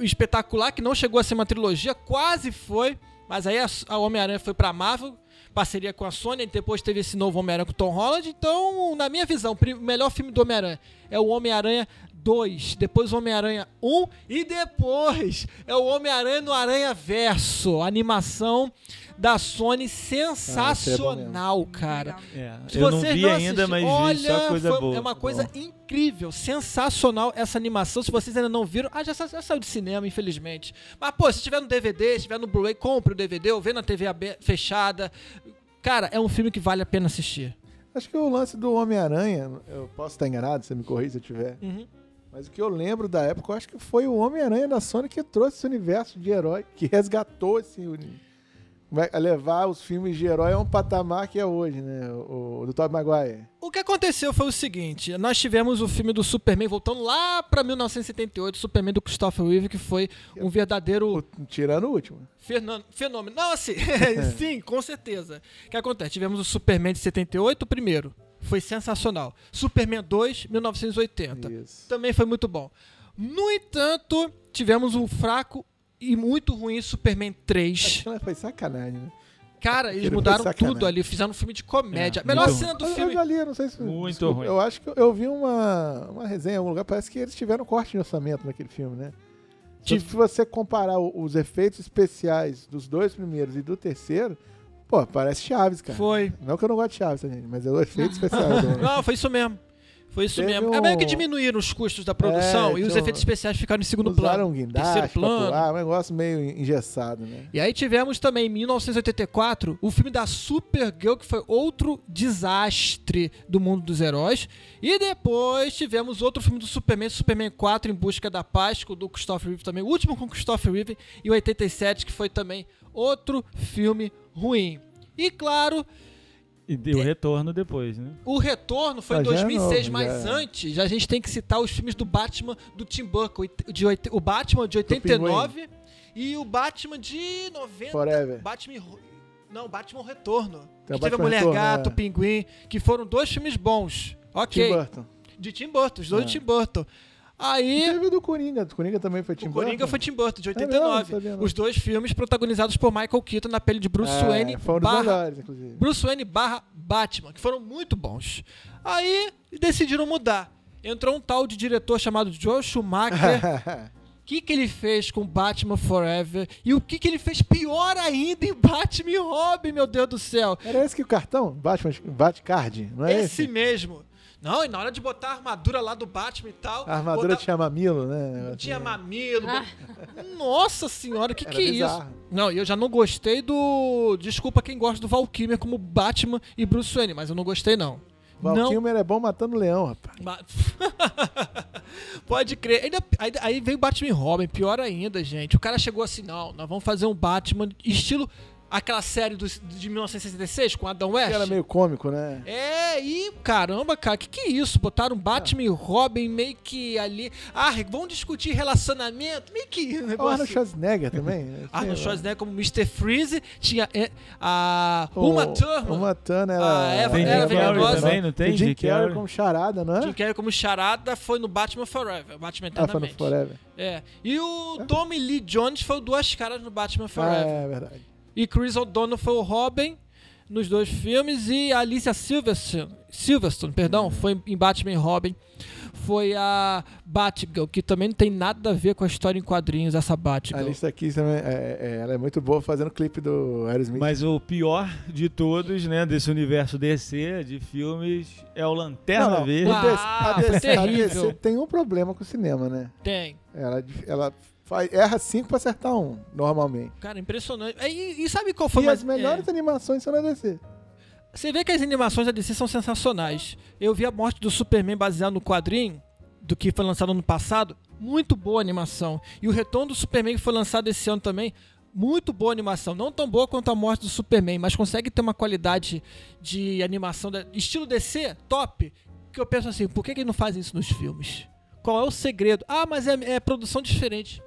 espetacular, que não chegou a ser uma trilogia, quase foi, mas aí a, a Homem-Aranha foi pra Marvel, parceria com a Sony, e depois teve esse novo Homem-Aranha com o Tom Holland, então, na minha visão, o pri- o melhor filme do Homem-Aranha é o Homem-Aranha 2, depois o Homem-Aranha 1 e depois é o Homem-Aranha no Aranha Verso, a animação da Sony sensacional, cara.
É,
Se
eu não
vocês
vi ainda,
assisti-
mas
olha,
vi só coisa
foi-
boa.
É uma coisa incrível, sensacional essa animação. Se vocês ainda não viram, ah, já, sa- já saiu de cinema, infelizmente. Mas, pô, se tiver no DVD, se tiver no Blu-ray, compre o DVD ou vê na TV abe- fechada. Cara, é um filme que vale a pena assistir.
Acho que o lance do Homem-Aranha, eu posso estar enganado, você me corrija se eu tiver.
Uhum.
Mas o que eu lembro da época, eu acho que foi o Homem-Aranha da Sony que trouxe esse universo de herói, que resgatou esse uni- vai levar os filmes de herói a um patamar que é hoje, né? O, o do Tobey Maguire.
O que aconteceu foi o seguinte: nós tivemos o filme do Superman voltando lá pra 1978, Superman do Christopher Reeve, que foi um verdadeiro
Tirando o último.
Fernan- Fenômeno. Não, assim, sim, com certeza. O que acontece? Tivemos o Superman de 78, o primeiro. Foi sensacional. Superman 2, 1980.
Isso.
Também foi muito bom. No entanto, tivemos um fraco e muito ruim Superman 3.
Aquilo Foi sacanagem, né?
Cara, eles
Aquele foi
mudaram
sacanagem. então.
tudo ali, fizeram um filme de comédia.
É,
A melhor
muito
cena do
eu,
filme.
eu já li, eu não sei se.
Muito ruim.
Eu acho que eu, eu vi uma, uma resenha em algum lugar, parece que eles tiveram um corte de orçamento naquele filme, né? Se
Tive.
se você comparar o- os efeitos especiais dos dois primeiros e do terceiro, pô, parece Chaves, cara.
Foi.
Não que eu não gosto de Chaves, tá, gente, mas é o efeito especial. do-
Não, foi isso mesmo. Foi isso
Teve
mesmo. É meio que
um-
diminuíram os custos da produção
É,
e os
tinha um-
efeitos especiais ficaram em segundo
Usaram
plano.
um
terceiro
guindaste,
plano.
popular, um negócio meio engessado, né?
E aí tivemos também, em 1984, o filme da Supergirl, que foi outro desastre do mundo dos heróis. E depois tivemos outro filme do Superman, Superman 4, Em Busca da Paz, com o do Christopher Reeve também. O último com o Christopher Reeve. E o 87, que foi também outro filme ruim. E claro,
E
É.
deu retorno depois, né?
o retorno foi em
Mas já é
2006,
novo,
mas
já é.
antes já a gente tem que citar os filmes do Batman do Tim Burton, oit- de oit- o Batman de
Pinguim.
89 e o Batman de 90.
Forever.
Batman. Ro- Não, Batman Retorno.
É. Tem o
que teve a
Batman
Mulher
Retorno,
Gato,
é.
Pinguim, que foram dois filmes bons. Ok.
Tim Burton.
De Tim Burton, os dois
É.
de Tim Burton.
E
Aí.
teve o do Coringa. O Coringa também foi Tim
o Coringa
Burton. É
foi Tim Burton, de
mesmo?
89.
Sabia não.
Os dois filmes protagonizados por Michael Keaton na pele de Bruce
É,
Wayne
Foi um dos
barra
melhores, inclusive.
Bruce Wayne barra Batman, que foram muito bons. Aí decidiram mudar. Entrou um tal de diretor chamado Joel Schumacher o que, que ele fez com Batman Forever e o que, que ele fez pior ainda em Batman e Robin, meu Deus do céu.
Era esse que o cartão? Batman, Batcard, não é
Esse
esse?
mesmo. Não, e na hora de botar a armadura lá do Batman e tal.
A armadura
botar-
tinha mamilo, né? Negócio
tinha
assim.
mamilo. bot- Nossa senhora, o que,
Era
que é isso?
bizarro.
Não, e eu já não gostei do. Desculpa quem gosta do Valkymer como Batman e Bruce Wayne, mas eu não gostei, não.
Val
não
Kilmer é bom matando leão, rapaz.
Ma- Pode crer. Ainda, aí, aí veio Batman e Robin, pior ainda, gente. O cara chegou assim: não, nós vamos fazer um Batman estilo aquela série dos- de 1966 com Adam West.
Que Era meio cômico, né?
É, e caramba, cara, que que é isso? Botaram Batman
É.
e Robin meio que ali. Ah, vamos discutir relacionamento? Meio que. Um
Ah, O Arnold
negócio.
Schwarzenegger também. né?
Arnold
Sei lá.
Schwarzenegger como Mr. Freeze. Tinha é, a.
O-
Uma turma.
Uma Turner
Ah,
era...
é,
Tem
Era
Jim Carrey
venenosa.
também, não tem?
O Jim
Jim
Carrey
Carrey.
como charada, não é?
Jim Carrey como charada foi no Batman Forever. Batman
Ah, foi no
Eternamente.
Forever.
É. E o Tommy Lee Jones foi o Duas Caras no Batman
Ah,
Forever.
é verdade.
E Chris O'Donnell foi o Robin nos dois filmes. E a Alicia Silverstone, Silverstone perdão, foi em Batman e Robin. Foi a Batgirl, que também não tem nada a ver com a história em quadrinhos, essa
A
Batgirl.
lista aqui também, é, é, ela é muito boa fazendo clipe do Aerosmith.
Mas o pior de todos, né, desse universo DC de filmes é o Lanterna
Não, não.
Verde.
Ah,
a, DC, a
terrível.
DC tem um problema com o cinema, né?
Tem.
Ela, ela faz- erra cinco pra acertar um, normalmente.
Cara, impressionante. E, e sabe qual foi
e
mais-
as melhores
é.
animações são na DC.
Você vê que as animações da DC são sensacionais. Eu vi a morte do Superman baseada no quadrinho do que foi lançado ano passado. Muito boa a animação. E o retorno do Superman que foi lançado esse ano também. Muito boa a animação. Não tão boa quanto a morte do Superman, mas consegue ter uma qualidade de animação. da- Estilo DC, top. Que eu penso assim, por que, que não fazem isso nos filmes? Qual é o segredo? Ah, mas é, é produção diferente.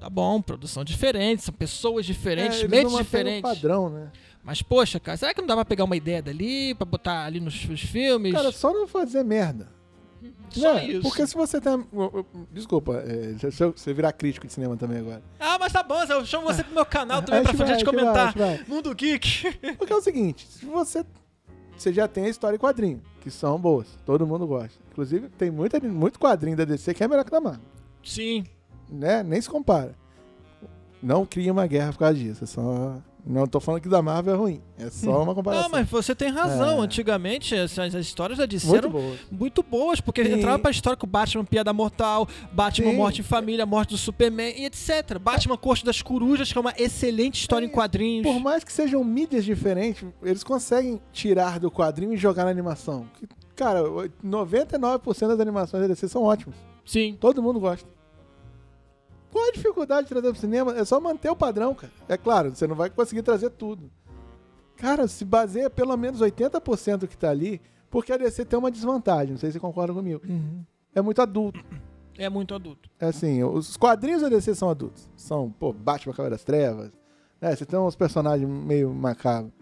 Tá bom, produção diferente, são pessoas diferentes,
É, eles não
mentes
mantêm
diferentes.
Um padrão, né?
Mas, poxa, cara, será que não dá pra pegar uma ideia dali, pra botar ali nos, nos filmes?
Cara, só não fazer merda.
Só
Né?
isso.
Porque se você tem. Desculpa, é, se eu- se você virar crítico de cinema também agora.
Ah, mas tá bom, eu chamo você pro meu canal também
A
pra
gente vai,
gente
a gente
comentar.
vai, a gente
Mundo Geek.
Porque é o seguinte: se você. Você já tem a história e quadrinho, que são boas, todo mundo gosta. Inclusive, tem muita, muito quadrinho da DC que é melhor que da Marvel.
Sim.
né? Nem se compara. Não cria uma guerra por causa disso. É só... Não tô falando que da Marvel é ruim. É só uma comparação.
Hum. Não, mas você tem razão.
É.
Antigamente, as, as histórias já
Muito
disseram.
boa.
Muito boas, porque
Sim.
entrava pra história com Batman Piada Mortal, Batman
Sim.
Morte em Família, Morte do Superman e etc. Batman Corte das Corujas, que é uma excelente história em
É,
quadrinhos.
Por mais que sejam mídias diferentes, eles conseguem tirar do quadrinho e jogar na animação. Que, Cara, 99% das animações da DC são ótimas.
Sim.
Todo mundo gosta. Qual a dificuldade de trazer pro cinema? É só manter o padrão, cara. É claro, você não vai conseguir trazer tudo. Cara, se baseia pelo menos 80% do que tá ali, porque a DC tem uma desvantagem, não sei se você concorda comigo. É muito adulto.
É muito adulto.
É Assim, os quadrinhos da DC são adultos. São, pô, Batman, Cavaleiro das Trevas. né? você tem uns personagens meio macabros.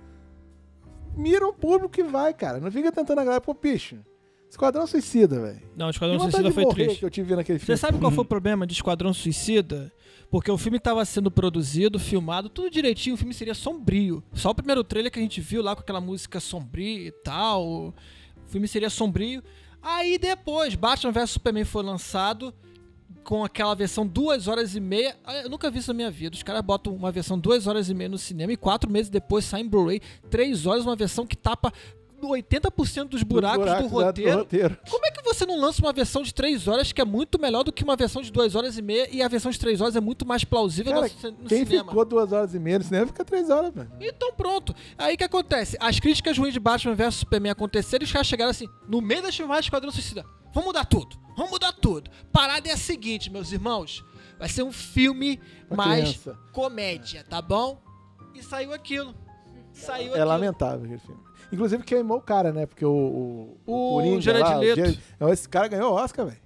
Mira o público que vai, cara. Não fica tentando agradar, pô, bicho. Esquadrão Suicida, velho.
Não, o
Que
Esquadrão
vontade
Suicida
de
foi
morrer
triste.
que eu tive naquele filme.
Você sabe qual foi o problema de Esquadrão Suicida? Porque o filme estava sendo produzido, filmado, tudo direitinho, o filme seria sombrio. Só o primeiro trailer que a gente viu lá com aquela música sombria e tal. O filme seria sombrio. Aí depois, Batman vs Superman foi lançado com aquela versão duas horas e meia. Ah, Eu nunca vi isso na minha vida. Os caras botam uma versão duas horas e meia no cinema e quatro meses depois sai em Blu-ray, três horas, uma versão que tapa 80% dos buracos, né? do
da-
roteiro.
roteiro.
Como é que você não lança uma versão de 3 horas que é muito melhor do que uma versão de 2 horas e meia e a versão de 3 horas é muito mais plausível
Cara,
no, ci- no
Quem
cinema?
ficou duas horas e meia no cinema fica três horas, mano.
Então pronto. Aí o que acontece? As críticas ruins de Batman vs Superman aconteceram e os caras chegaram assim, no meio da filmagem de Esquadrão Suicida. Vamos mudar tudo. Vamos mudar tudo. Parada é a seguinte, meus irmãos. Vai ser um filme
Pra
mais
criança.
comédia, tá bom? E saiu aquilo. Saiu
É
aquilo.
lamentável aquele filme. Inclusive queimou o cara, né? Porque o.
O
Coringa
Jared
lá, o
Leto.
Jared- Não, esse cara ganhou Oscar, velho.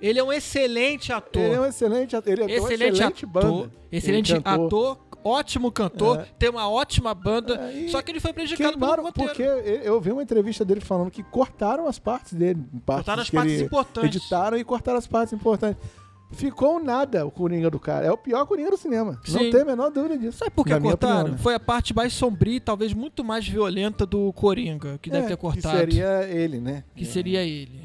Ele é um excelente ator.
Ele é um excelente ator. Ele é um
excelente,
excelente
ator,
banda.
excelente
Ele cantou.
ator, ótimo cantor, tem uma ótima banda,
É, e
só que ele foi prejudicado pelo
Queimaram,
roteiro.
porque ele- eu vi uma entrevista dele falando que cortaram as partes dele. Partes
Cortaram as
que
partes
ele
importantes.
Editaram e cortaram as partes importantes. Ficou um nada o Coringa do cara. É o pior Coringa do cinema.
Sim.
Não tem a menor dúvida disso.
Sabe por que
Na minha
cortaram?
opinião, né?
Foi a parte mais sombria e talvez muito mais violenta do Coringa, que deve
É,
ter cortado.
Que seria ele, né?
que seria ele.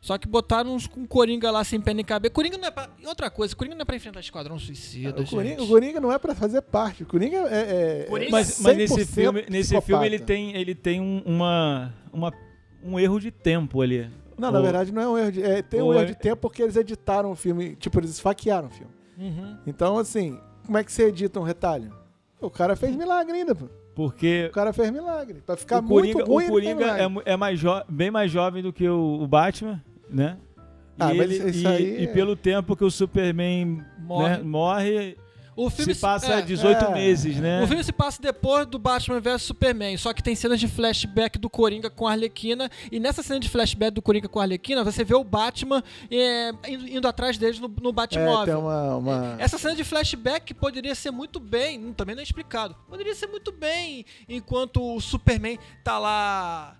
Só que botaram uns com Coringa lá sem pé nem cabeça. Coringa não é pra. E outra coisa, Coringa não é pra enfrentar Esquadrão Suicida.
O Coringa, o
gente.
Coringa não é pra fazer parte. O Coringa é. é-
Coringa-
é
Mas, mas nesse
100%
filme, nesse filme ele
psicopata.
tem, ele tem um, uma, uma- um erro de tempo ali.
Não, na
O-
verdade não é um erro de. é, tem um
Ou
erro
é-
de tempo porque eles editaram o filme. Tipo, eles esfaquearam o filme.
Uhum.
Então, assim, como é que você edita um retalho? O cara fez milagre ainda, pô.
Porque
O cara fez milagre. Pra ficar
o Coringa,
muito ruim,
o
ele fez
Coringa
milagre.
é, mu- é mais jo- bem mais jovem do que o, o Batman, né? E,
Ah, mas
ele-
isso
e-
aí
e
é-
pelo tempo que o Superman né,
Morre.
morre,
O filme
se passa
é,
18
é.
meses, né?
O filme se passa depois do Batman vs Superman, só que tem cenas de flashback do Coringa com a Arlequina, e nessa cena de flashback do Coringa com a Arlequina, você vê o Batman é, indo, indo atrás deles no, no
É, tem
Batmóvel.
uma. uma-
Essa cena de flashback poderia ser muito bem, hum, também não é explicado, poderia ser muito bem enquanto o Superman tá lá.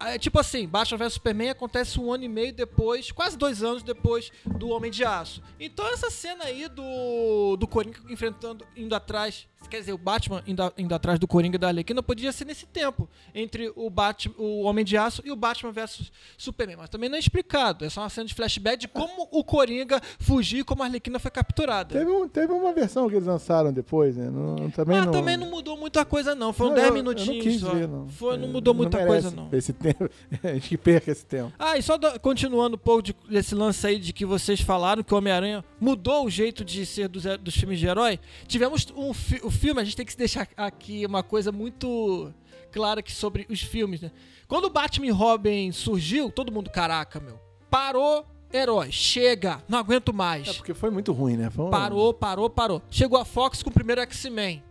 É, é, tipo assim, Batman vs Superman acontece um ano e meio depois, quase dois anos depois do Homem de Aço. Então essa cena aí do, do Coringa enfrentando, indo atrás, quer dizer, o Batman indo, a- indo atrás do Coringa e da Arlequina podia ser nesse tempo, entre o, Bat, o Homem de Aço e o Batman vs Superman. Mas também não é explicado, é só uma cena de flashback de como o Coringa fugiu e como a Arlequina foi capturada.
Teve, um- teve uma versão que eles lançaram depois, né? Não- também
ah,
não...
também não mudou muita coisa, não. Foram
Não,
10
eu- eu não
minutinhos
quis
só.
ver, não.
Foi, não
É,
mudou muita
merece
coisa, não.
Esse tempo. A gente perca esse tempo.
Ah, e só da- continuando um pouco de- desse lance aí de que vocês falaram que o Homem-Aranha mudou o jeito de ser dos, he- dos filmes de herói. Tivemos um fi- o filme, a gente tem que deixar aqui uma coisa muito clara aqui sobre os filmes, né? Quando o Batman e Robin surgiu, todo mundo, caraca, meu, parou herói, chega, não aguento mais.
É porque foi muito ruim, né? Foi um-
Parou, parou, parou. Chegou a Fox com o primeiro X-Men.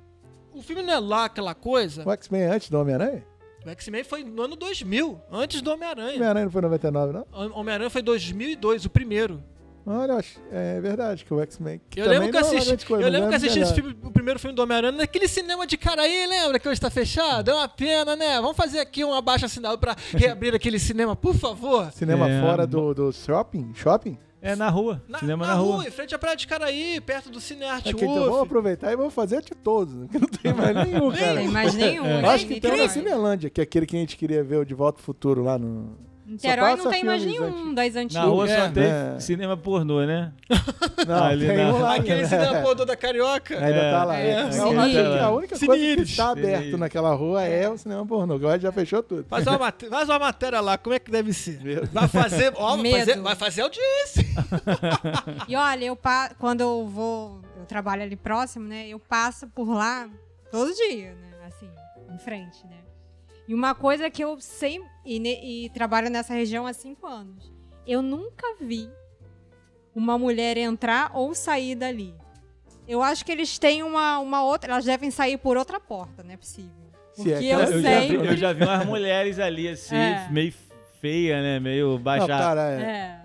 O filme não é lá aquela coisa.
O X-Men é antes do Homem-Aranha?
O X-Men foi no ano 2000, antes do
O
Homem-Aranha.
Homem-Aranha não foi em 99, não?
O Homem-Aranha foi 2002, o primeiro.
Olha, eu acho- é verdade que o X-Men.
Eu
também
lembro que
não é uma
assisti,
grande coisa,
eu
mas
lembro que
é
assisti esse
melhor.
filme, o primeiro filme do Homem-Aranha naquele cinema de Caraí, lembra que hoje tá fechado? É uma pena, né? Vamos fazer aqui um abaixo assinado pra reabrir aquele cinema, por favor.
Cinema
É,
fora
mo-
do, do shopping? Shopping?
É na rua, cinema na, rua.
em frente à praia de Caraí, perto do Cinearte
É
Wolf.
que, então vamos aproveitar e vamos fazer de todos, né? que não tem mais nenhum,
Não
cara.
tem mais nenhum.
É.
né?
Eu acho que
Em
tem o da
Niterói.
Cinelândia, que é aquele que a gente queria ver o De Volta ao Futuro lá no.
Niterói
Só
não
passa
tem mais
filmes
nenhum
antigos.
das
Na
antigas.
rua
É.
só tem
É.
cinema pornô, né?
Não,
ali
tem
na-
um lá.
Aquele
né?
cinema pornô da Carioca.
Ainda
É,
tá lá.
é,
É,
Cine
eu acho
Iris.
que a única
Cine
coisa que
Iris.
está
Cine
aberto
Iris.
naquela rua é o cinema pornô. Agora já fechou tudo.
Faz uma, mate- faz uma matéria lá, como é que deve ser?
Meu
Vai fazer, ó, vai
Medo.
fazer, vai fazer audiência.
E olha, eu pa- quando eu vou, eu trabalho ali próximo, né? Eu passo por lá todo dia, né? Assim, em frente, né? E uma coisa que eu sempre. E, ne- e trabalho nessa região há cinco anos. Eu nunca vi uma mulher entrar ou sair dali. Eu acho que eles têm uma, uma outra. Elas devem sair por outra porta, não é possível.
Se
Porque
é que
eu,
elas-
Eu já, vi,
sempre.
eu já vi umas mulheres ali, assim,
É.
meio feia, né? Meio
Não,
baixada.
cara, é.
É.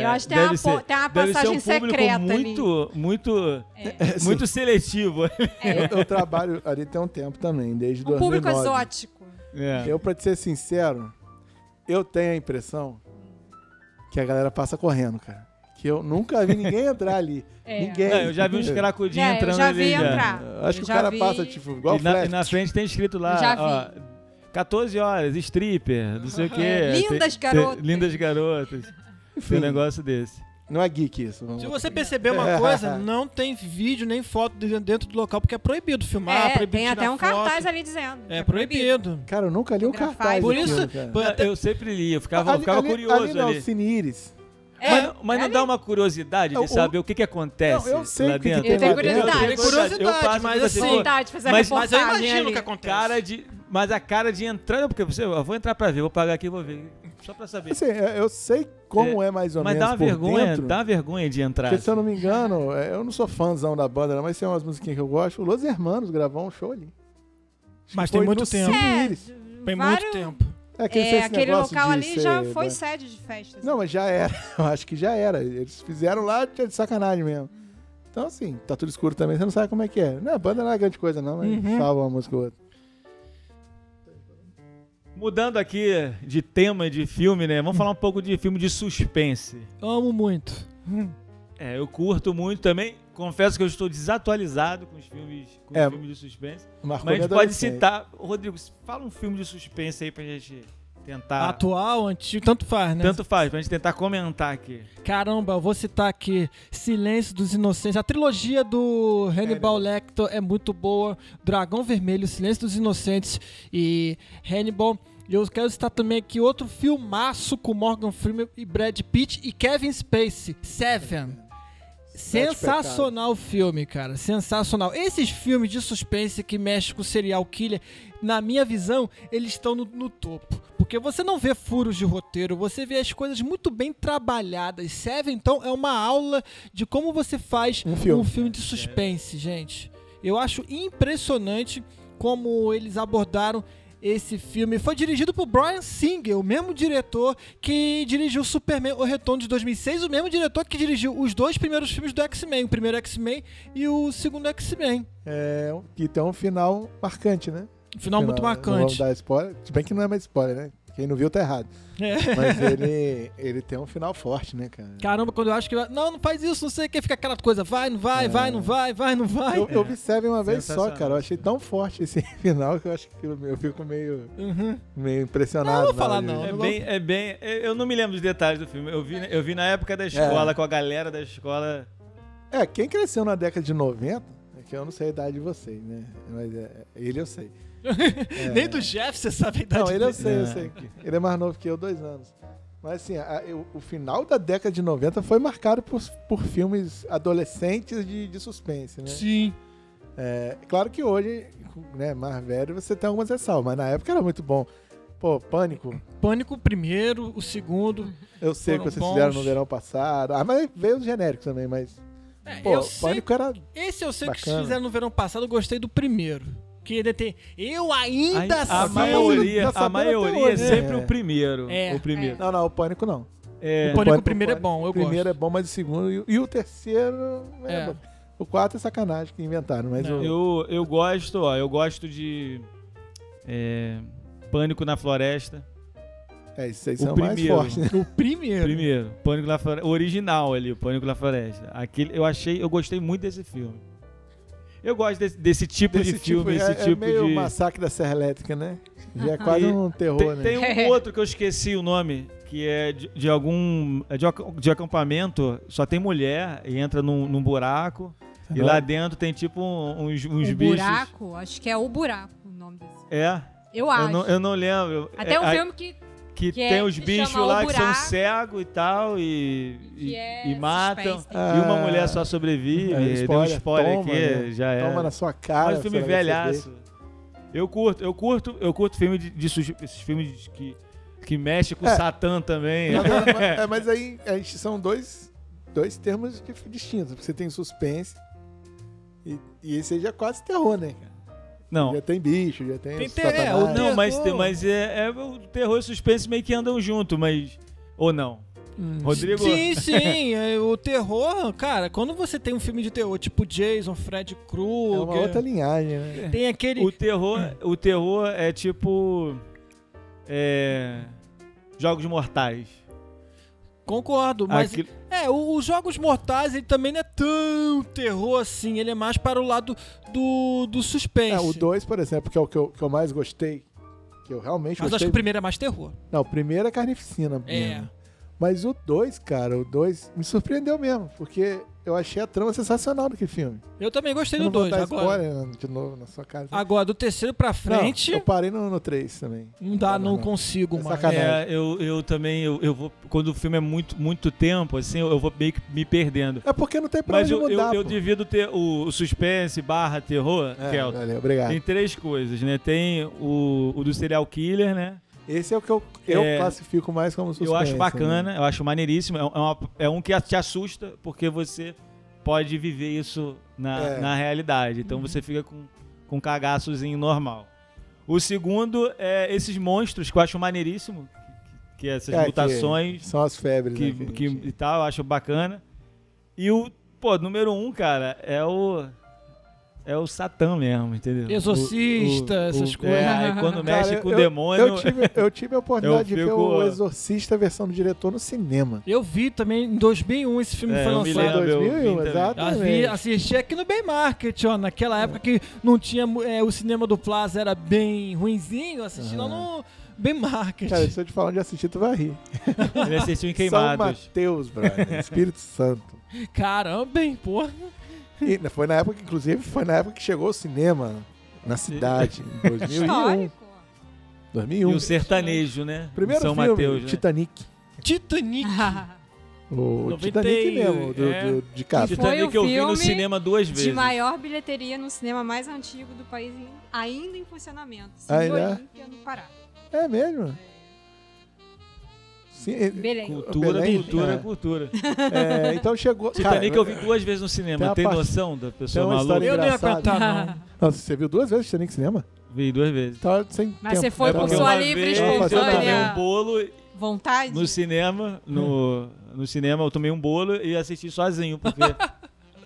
É,
Eu acho que tem
deve
uma po- tem uma
deve ser um
passagem
público
secreta ali.
muito, muito,
Assim,
muito seletivo.
eu, eu trabalho ali tem um tempo também, desde
Um público
2009.
exótico.
É.
Eu, pra te ser sincero, eu tenho a impressão que a galera passa correndo, cara. Que eu nunca vi ninguém entrar ali.
É.
Ninguém.
Não, eu já vi uns cracudinhos
É, eu
entrando
já
ali.
vi
já.
entrar.
Eu acho
Eu
que o
já
cara
vi.
passa, tipo, igual
E na,
flash.
e na frente tem escrito lá,
Já vi.
ó, 14 horas, stripper, não sei o quê.
É, lindas
Tem-
garotas.
tem- lindas garotas. Tem um negócio desse.
Não é geek isso. Vamos
Se você perceber uma coisa, não tem vídeo nem foto de- dentro do local, porque é proibido
ah,
filmar,
é,
proibido
tem
tirar
até um
foto.
cartaz ali dizendo.
É proibido.
Cara, eu nunca li um
Fotografar
cartaz.
e
Por
daquilo,
isso,
cara.
por- até-
Eu sempre li, eu ficava, eu ficava curioso ali.
Ali não, Cine Iris.
É,
mas mas não
ali.
dá uma curiosidade
Não,
de
o-
saber o, que, que acontece
Não, eu sei
lá
o que que
dentro?
tem Eu tenho lá
dentro. curiosidade.
Eu tenho curiosidade, eu
Curiosidade,
passo
mas
por cima,
assim,
vontade de fazer
tipo, Mas-
a
Mas eu
reportagem
imagino o
ali.
que acontece.
Cara de. Mas a cara de entrando, porque você, eu vou entrar pra ver, vou pagar aqui e vou ver. Só pra saber.
Assim, é, eu sei como é, mais ou
Mas
menos
dá uma
por
vergonha,
dentro.
dá uma vergonha de entrar.
Porque se eu não me engano, é, eu não sou fãzão da banda, não, mas tem umas musiquinhas que eu gosto. O Los Hermanos gravou um show ali. Acho
Mas
que
tem
foi
muito
no
tempo.
Cine
É,
Iris.
Tem
vários-
muito tempo.
É,
É,
esse
aquele
negócio
local
de
ali
ser
já
ban-
foi sede de festas.
Não, mas já era. Eu acho que já era. Eles fizeram lá de sacanagem mesmo. Então, assim, tá tudo escuro também, você não sabe como é que é. Não, a banda não é grande coisa, não, mas
Uhum.
salva uma música ou outra.
Mudando aqui de tema de filme, né? Vamos falar um pouco de filme de suspense.
Amo muito.
É, eu curto muito também. Confesso que eu estou desatualizado com os filmes, com os
É.
filmes de suspense.
Marcou
Mas a
minha
gente pode
adolescência.
citar. Rodrigo, fala um filme de suspense aí pra gente
Ah.
tentar.
Atual, antigo, tanto faz, né?
Tanto faz, pra gente tentar comentar aqui.
Caramba, eu vou citar aqui Silêncio dos Inocentes. A trilogia do Hannibal Lecter é muito boa. Dragão Vermelho, Silêncio dos Inocentes e Hannibal. E eu quero citar também aqui outro filmaço com Morgan Freeman e Brad Pitt e Kevin Spacey, Seven. Sensacional o filme, cara. Sensacional. Esses filmes de suspense que mexem com serial killer, na minha visão, eles estão no, no topo. Porque você não vê furos de roteiro, você vê as coisas muito bem trabalhadas. Serve, então, é uma aula de como você faz
Um filme.
de suspense, gente. Eu acho impressionante como eles abordaram esse filme. Foi dirigido por Brian Singer, o mesmo diretor que dirigiu Superman O Retorno de 2006, o mesmo diretor que dirigiu os dois primeiros filmes do X-Men, o primeiro X-Men e o segundo X-Men.
É, um- que tem um final marcante, né?
Um Final muito
né? Não vamos
marcante.
dar spoiler. Se bem que não é mais spoiler, né? Quem não viu tá errado.
É.
Mas ele, ele tem um final forte, né, cara?
Caramba, quando eu acho que. vai- Não, não faz isso, não sei o que, fica aquela coisa, vai, não vai,
É.
vai, não vai, vai, não vai.
Eu, eu vi Seven uma vez só,
Sensacional.
cara. Eu achei tão forte esse final que eu acho que eu, eu fico meio,
Uhum.
meio impressionado.
Não, eu vou
na
falar
hora de
não.
ver.
É
Eu
bem, é bem. é- Eu não me lembro dos detalhes do filme. Eu vi, né, eu vi na época da escola, com a galera da escola.
É, quem cresceu na década de 90, é que eu não sei a idade de vocês, né? Mas é, ele eu sei.
Nem do Jeff você sabe a idade
É. Não, ele assim, eu
dele.
sei, eu
É.
sei. Ele é mais novo que eu, dois anos. Mas assim, a- eu- o final da década de 90 foi marcado por, por filmes adolescentes de, de suspense, né?
Sim.
É, claro que hoje, né, mais velho, você tem algumas ressalvas, mas na época era muito bom. Pô, Pânico,
Pânico o primeiro, o segundo.
eu sei
Foram
que vocês
bons.
fizeram no verão passado. Ah, mas veio os genéricos também, mas...
É,
Pô,
eu sei,
Pânico era...
esse eu sei que
Bacana.
vocês fizeram no verão passado, eu gostei do primeiro. Que ele tem. Eu
Então,
ainda
a,
sei.
maioria,
tá sabendo
a maioria
até
é
hoje,
sempre
né?
o primeiro.
É.
O primeiro.
Não, não, o Pânico não.
É.
O Pânico
Pânico-
primeiro é bom, eu
O primeiro
gosto.
é bom, mas o segundo... E, o- e o terceiro... é
É.
bom. O quatro é sacanagem que inventaram, mas
Não.
o...
Eu, eu gosto, ó, eu gosto de. é, Pânico na Floresta.
É, isso aí
O
são mais
primeiro.
fortes, né?
O primeiro.
Primeiro. Pânico na Floresta. O original ali, o Pânico na Floresta. Aquele, eu achei, eu gostei muito desse filme. Eu gosto desse, desse tipo de filme,
é,
esse
é
tipo
meio
de.
massacre da Serra Elétrica, né? Já é quase
E
um terror,
Tem,
né?
tem um outro que eu esqueci o nome, que é de, de algum. é de, ac- de acampamento, só tem mulher e entra num, num buraco. E lá dentro tem tipo um- uns, uns
assim. o
bichos.
é? buraco, acho que é o buraco o nome desse.
É.
Eu
Eu
acho.
não, eu não lembro.
Até
é,
um
a-
filme que,
que,
que é-
tem os
se
bichos
chama O
lá que são
Buraco,
cegos e tal, e,
que
e,
é
e matam.
suspense.
Ah,
E uma mulher só sobrevive.
é,
Deu um spoiler
toma,
aqui,
né?
já é.
Toma na sua cara.
Mas filme
você vai
velhaço. Eu curto, eu curto, eu curto filme de, de sus- esses filmes que, que mexe com o
É.
Satã também.
perceber. Mas, mas- é, mas aí a gente- são dois, dois termos dif- distintos. Porque você tem suspense e, e esse aí já é quase terror, né? cara?
Não.
Já tem bicho, já tem,
Tem
os
ter- é,
satanás.
o
Não, mas,
Terror.
mas é, é o terror e o suspense meio que andam junto, mas. Ou não. Rodrigo.
Hum. Sim, sim. é, o terror, cara, quando você tem um filme de terror, tipo Jason, Fred
É uma outra
Krueger,
linhagem, né?
tem aquele.
O terror, o terror é tipo. É, jogos mortais.
Concordo, mas.
Aquilo-
É, o- os Jogos Mortais, ele também não é tão terror assim. Ele é mais para o lado do, do suspense.
É, o 2, por exemplo, que é o que eu, que eu mais gostei. Que eu
Mas
realmente
eu acho
gostei.
que o primeiro é mais terror.
Não, o primeiro é carnificina.
É.
mesmo. Mas o 2, cara, o 2 me surpreendeu mesmo, porque eu achei a trama sensacional do que filme.
Eu também gostei do
Eu não vou
dois
dar
agora.
spoiler né, de novo na sua cara.
Agora, do terceiro pra
Não,
frente,
eu parei no 3 também.
não, dá, não,
não.
consigo
É
mais.
sacanagem.
É, eu, eu também, eu, eu vou. Quando o filme é muito, muito tempo, assim, eu, eu vou meio que me perdendo.
É porque não tem pra
Mas
onde
eu, eu,
mudar,
eu
pô.
divido ter o, o suspense barra terror,
É,
que é o-
valeu, obrigado.
Tem três coisas, né? Tem o, o do serial killer, né?
Esse é o que eu, eu
É,
classifico mais como suspense.
eu acho
né?
bacana, eu acho maneiríssimo. É, um- é uma- é um que te assusta, porque você pode viver isso na,
É.
na realidade. Então você fica com, com um cagaçozinho normal. O segundo é esses monstros, que eu acho maneiríssimo, que, que essas
É, que-
mutações
São as febres,
que,
né?
que-
a gente-
e tal, eu acho bacana. E o, pô, número um, cara, é o. É o Satã mesmo, entendeu?
Exorcista, essas coisas.
É, aí quando
Cara,
mexe com o
eu-
demônio.
Eu tive, eu tive a oportunidade
é Eu
de ver
fico-
o Exorcista, a versão do diretor, no cinema.
É, Eu vi também em 2001 esse filme
É,
foi
eu me
lançado.
lembro. eu
2001,
vi também.
Eu
exatamente.
vi- assisti aqui no Bay Market, ó, naquela época que não tinha mu- é, o cinema do Plaza era bem ruinzinho, eu assisti lá no, bem marketing.
Cara, se eu te falar onde assistir, tu vai rir.
Ele assistiu em
São
Queimados.
Mateus, brother. Espírito Santo.
Caramba, hein, porra.
E né, foi na época, que, inclusive, foi na época que chegou o cinema na cidade, em 2001.
Histórico.
E
2001.
o sertanejo, né?
Primeiro
São
filme,
Mateus, né?
Titanic.
Titanic.
O
90
Titanic mesmo, do,
é.
do- de casa.
Foi o
Titanic eu vi no
filme
cinema duas vezes.
de maior bilheteria no cinema mais antigo do país, em- ainda em funcionamento.
Ah, é?
Cine Olímpia, no Pará.
É mesmo? Sim, é-
Belém.
Cultura,
Belém,
cultura,
é.
cultura.
é, então chegou.
Titanic
cara,
eu vi duas vezes no cinema.
uma
Tem,
parte-
noção da
tem
pessoa
uma história
maluca?
Eu não ia
engraçada.
aguentar, não.
Nossa, você viu duas vezes Titanic no cinema?
Vi duas vezes. É
Tá sem
Mas
tempo.
você foi
Tá
por
bom.
sua
uma
livre
vez Eu
espontânea
tomei um bolo
Vontade?
no cinema, no, no cinema eu tomei um bolo e assisti sozinho, porque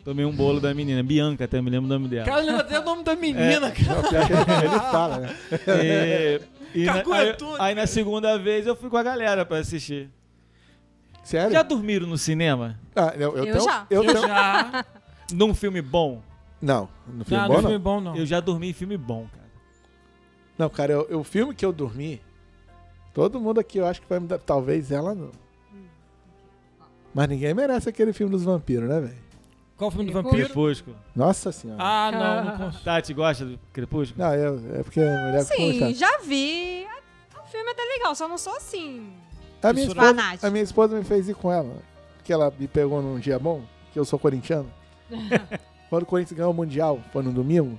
tomei um bolo da menina, Bianca, até me lembro o nome dela.
Cara, lembra até o nome da menina, cara.
Não, pior que ele, ele fala, né?
E- e na-
é
aí,
Caguetou,
aí na segunda vez eu fui com a galera pra assistir.
Sério?
Já dormiram no cinema?
Ah, eu, eu
Eu
tenho-
já.
eu
Eu
tenho- um-
já.
Num filme bom?
Não, no filme
Ah, Não,
bom,
não
não.
foi bom, não.
Eu já dormi em filme bom, cara.
Não, cara, eu- eu- o filme que eu dormi, todo mundo aqui eu acho que vai me dar. Talvez ela não. Mas ninguém merece aquele filme dos vampiros, né, velho?
Qual o filme do
Crepúsculo.
vampiro?
Crepúsculo.
Nossa senhora.
Ah, não, não posso.
Tati, gosta do Crepúsculo?
Não, eu- é porque a mulher
Sim,
cara.
já vi. O fissurada. filme é até legal, só não sou assim.
A Tá, minha, esposa,
Fanático.
a minha esposa me fez ir com ela. Porque ela me pegou num dia bom, que eu sou corintiano. Quando o Corinthians ganhou o Mundial, foi no domingo,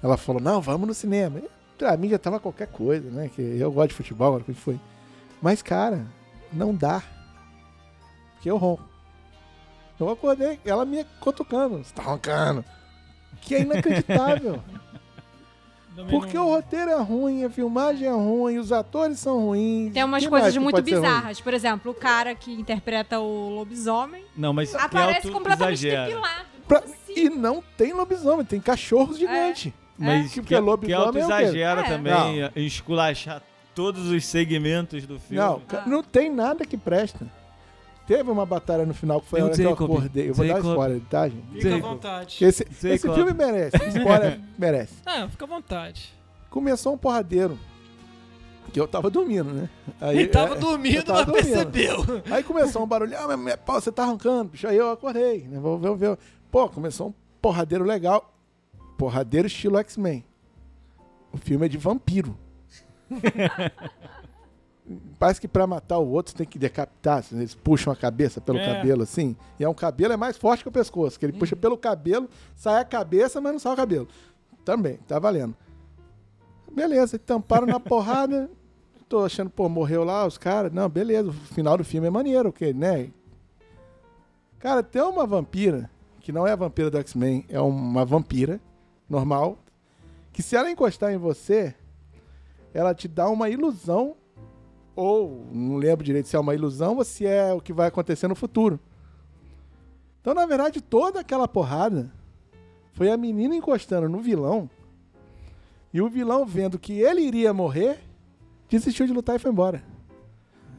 ela falou, não, vamos no cinema. E pra mim já tava qualquer coisa, né? Que eu gosto de futebol, agora que foi. Mas, cara, não dá. Porque eu ronco. Eu acordei, ela me cutucando. Você tá roncando. Que é inacreditável.
Também
Porque
não-
o roteiro é ruim, a filmagem é ruim, os atores são ruins.
Tem umas
Que mais
coisas
que
muito
pode ser ruim?
bizarras. Por exemplo, o cara que interpreta o lobisomem
Não, mas
é
aparece
Kelto
completamente
exagera.
depilado.
Pra-
Como assim?
E não tem lobisomem, tem cachorros
É.
gigantes.
Mas
Que-
que,
que é lobisomem
Kelto
é o quê?
exagera
É.
também em esculachar todos os segmentos do filme.
Não,
Ah.
ca- não tem nada que presta. Teve uma batalha no final que foi a
Eu
hora que eu
Jacob,
acordei. Eu vou dar
Jacob.
spoiler, tá, gente?
Fica à
Jacob.
Porque
vontade.
Esse,
Jacob.
esse filme merece. Spoiler merece.
Ah, fica à vontade.
Começou um porradeiro. Que eu tava dormindo, né? Aí,
Ele tava
é, eu
dormindo,
tava
mas
dormindo.
percebeu.
Aí começou um barulho, ah, mas minha- pô, você tá arrancando, bicho. Aí eu acordei, né? Vou ver, vou ver. Pô, começou um porradeiro legal. Porradeiro estilo X-Men. O filme é de vampiro. Parece que pra matar o outro você tem que decapitar. assim, Eles puxam a cabeça pelo
É.
cabelo assim. E é um cabelo é mais forte que o pescoço. Que ele puxa pelo cabelo, sai a cabeça, mas não sai o cabelo. Também, tá valendo. Beleza, tamparam na porrada. Tô achando, pô, morreu lá os caras. Não, beleza, o final do filme é maneiro, que, né? Cara, tem uma vampira, que não é a vampira do X-Men, é uma vampira normal, que se ela encostar em você, ela te dá uma ilusão, ou não lembro direito se é uma ilusão ou se é o que vai acontecer no futuro. Então, na verdade, toda aquela porrada foi a menina encostando no vilão, e o vilão, vendo que ele iria morrer, desistiu de lutar e foi embora.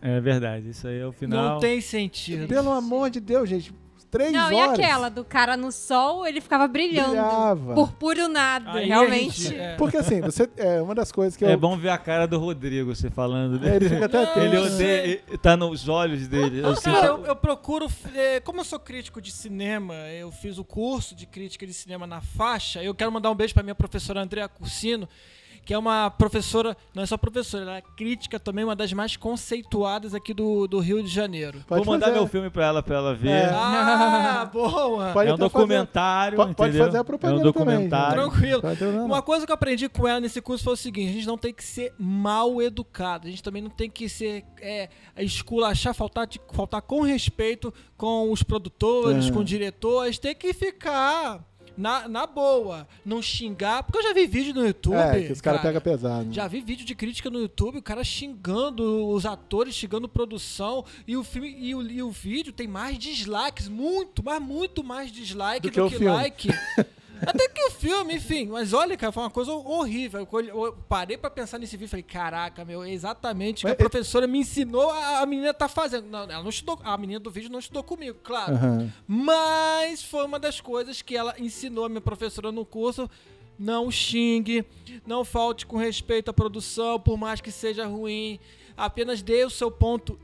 É verdade, isso aí é o final.
Não tem sentido.
Pelo amor de Deus, gente. Três
Não,
horas.
e aquela do cara no sol, ele ficava brilhando.
Brilhava.
Por puro nada,
Aí a
realmente.
gente- é.
Porque assim, você. É uma das coisas que
É
eu.
bom ver a cara do Rodrigo, você falando.
É,
Né?
ele fica até
Ele
triste.
odeia, e- tá nos olhos dele. Eu sinto-
Cara, eu, eu procuro. eh, Como eu sou crítico de cinema, eu fiz o curso de crítica de cinema na faixa. Eu quero mandar um beijo pra minha professora Andrea Cursino, que é uma professora, não é só professora, ela é crítica também, uma das mais conceituadas aqui do, do Rio de Janeiro.
Pode
Vou mandar
fazer.
meu filme pra ela, pra ela ver.
É.
Ah, boa!
É,
Pode
um
até fazer.
documentário,
Po- pode
entendeu?
fazer a propaganda
É um
também,
documentário.
Tranquilo.
Pode fazer, não.
Uma coisa que eu aprendi com ela nesse curso foi o seguinte: a gente não tem que ser mal educado, a gente também não tem que ser é, esculachar, faltar, de- faltar com respeito com os produtores,
É.
com o diretor, a gente tem que ficar na, na boa, não xingar, porque eu já vi vídeo no YouTube.
É, que os caras
cara.
pegam pesado.
Já vi vídeo de crítica no YouTube, o cara xingando os atores, xingando produção, e o filme e o, e o vídeo tem mais dislikes, muito, mas muito mais dislike
Do
do,
que o
que,
filme.
like. Até que o filme, enfim, mas olha, cara, foi uma coisa horrível. Eu- Eu parei pra pensar nesse vídeo e falei, caraca, meu, é exatamente o que
Mas
a professora me ensinou, a, a menina tá fazendo. Não, ela não estudou, a menina do vídeo não estudou comigo, claro.
Aham.
Mas foi uma das coisas que ela ensinou a minha professora no curso. Não xingue, não falte com respeito à produção, por mais que seja ruim. Apenas dê o seu ponto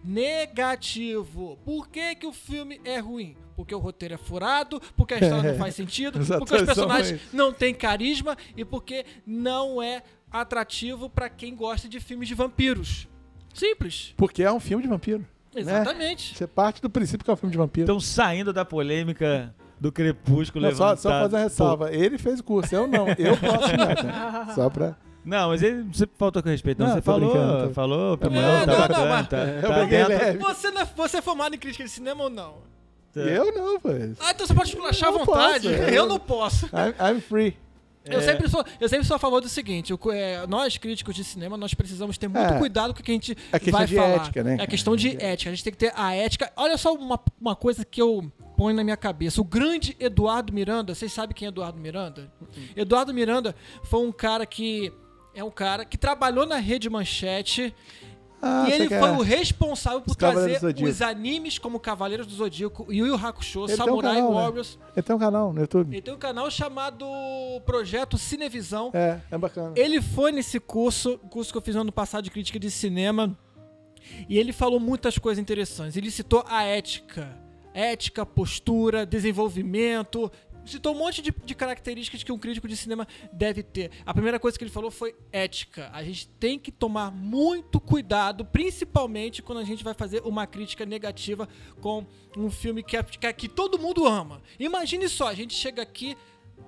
negativo. Por que, que o filme é ruim? Porque o roteiro é furado, porque a história não faz sentido, porque os
Exatamente.
personagens não têm carisma e porque não é atrativo pra quem gosta de filmes de vampiros. Simples.
Porque é um filme de vampiro. né?
Exatamente.
Você parte do princípio que é um filme de vampiro.
Então, saindo da polêmica do crepúsculo
Não, só,
levantado...
só fazer a ressalva. Ele fez o curso, eu não. Eu posso nada. Só pra.
Pô, Não, mas ele você faltou com respeito. Não,
Não,
você
tô
falou,
brincando, tô-
falou, opinião,
É,
tá
não, não,
bacana,
mas-
tá,
Eu
tá
peguei
dentro.
leve.
Você, não é- você é formado em crítica de cinema ou não?
Tá.
é, Eu não, pô.
Ah, então você pode esculachar à
Eu não
vontade.
posso, É.
eu não posso.
I'm, I'm free.
Eu, sempre sou, eu sempre sou a favor do seguinte: o co- é, nós, críticos de cinema, nós precisamos ter muito
É.
cuidado com o que a gente
É questão
vai
de
falar.
ética, né,
É
cara?
questão de ética. A gente tem que ter a ética. Olha só uma, uma coisa que eu ponho na minha cabeça. O grande Eduardo Miranda, vocês sabem quem é Eduardo Miranda?
Uhum.
Eduardo Miranda foi um cara que. É um cara que trabalhou na Rede Manchete
Ah,
e
você
ele
quer-
foi o responsável por
Os Cavaleiros
trazer
do Zodíaco.
os animes como Cavaleiros do Zodíaco, Yu Yu Hakusho,
Ele tem um
Samurai
canal, né?
Warriors.
Ele tem um canal no YouTube.
Ele tem um canal chamado Projeto Cinevisão.
É, é bacana.
Ele foi nesse curso, curso que eu fiz no ano passado de crítica de cinema, e ele falou muitas coisas interessantes. Ele citou a ética. Ética, postura, desenvolvimento. Citou um monte de, de características que um crítico de cinema deve ter. A primeira coisa que ele falou foi ética. A gente tem que tomar muito cuidado, principalmente quando a gente vai fazer uma crítica negativa com um filme que, é- que, que todo mundo ama. Imagine só, a gente chega aqui,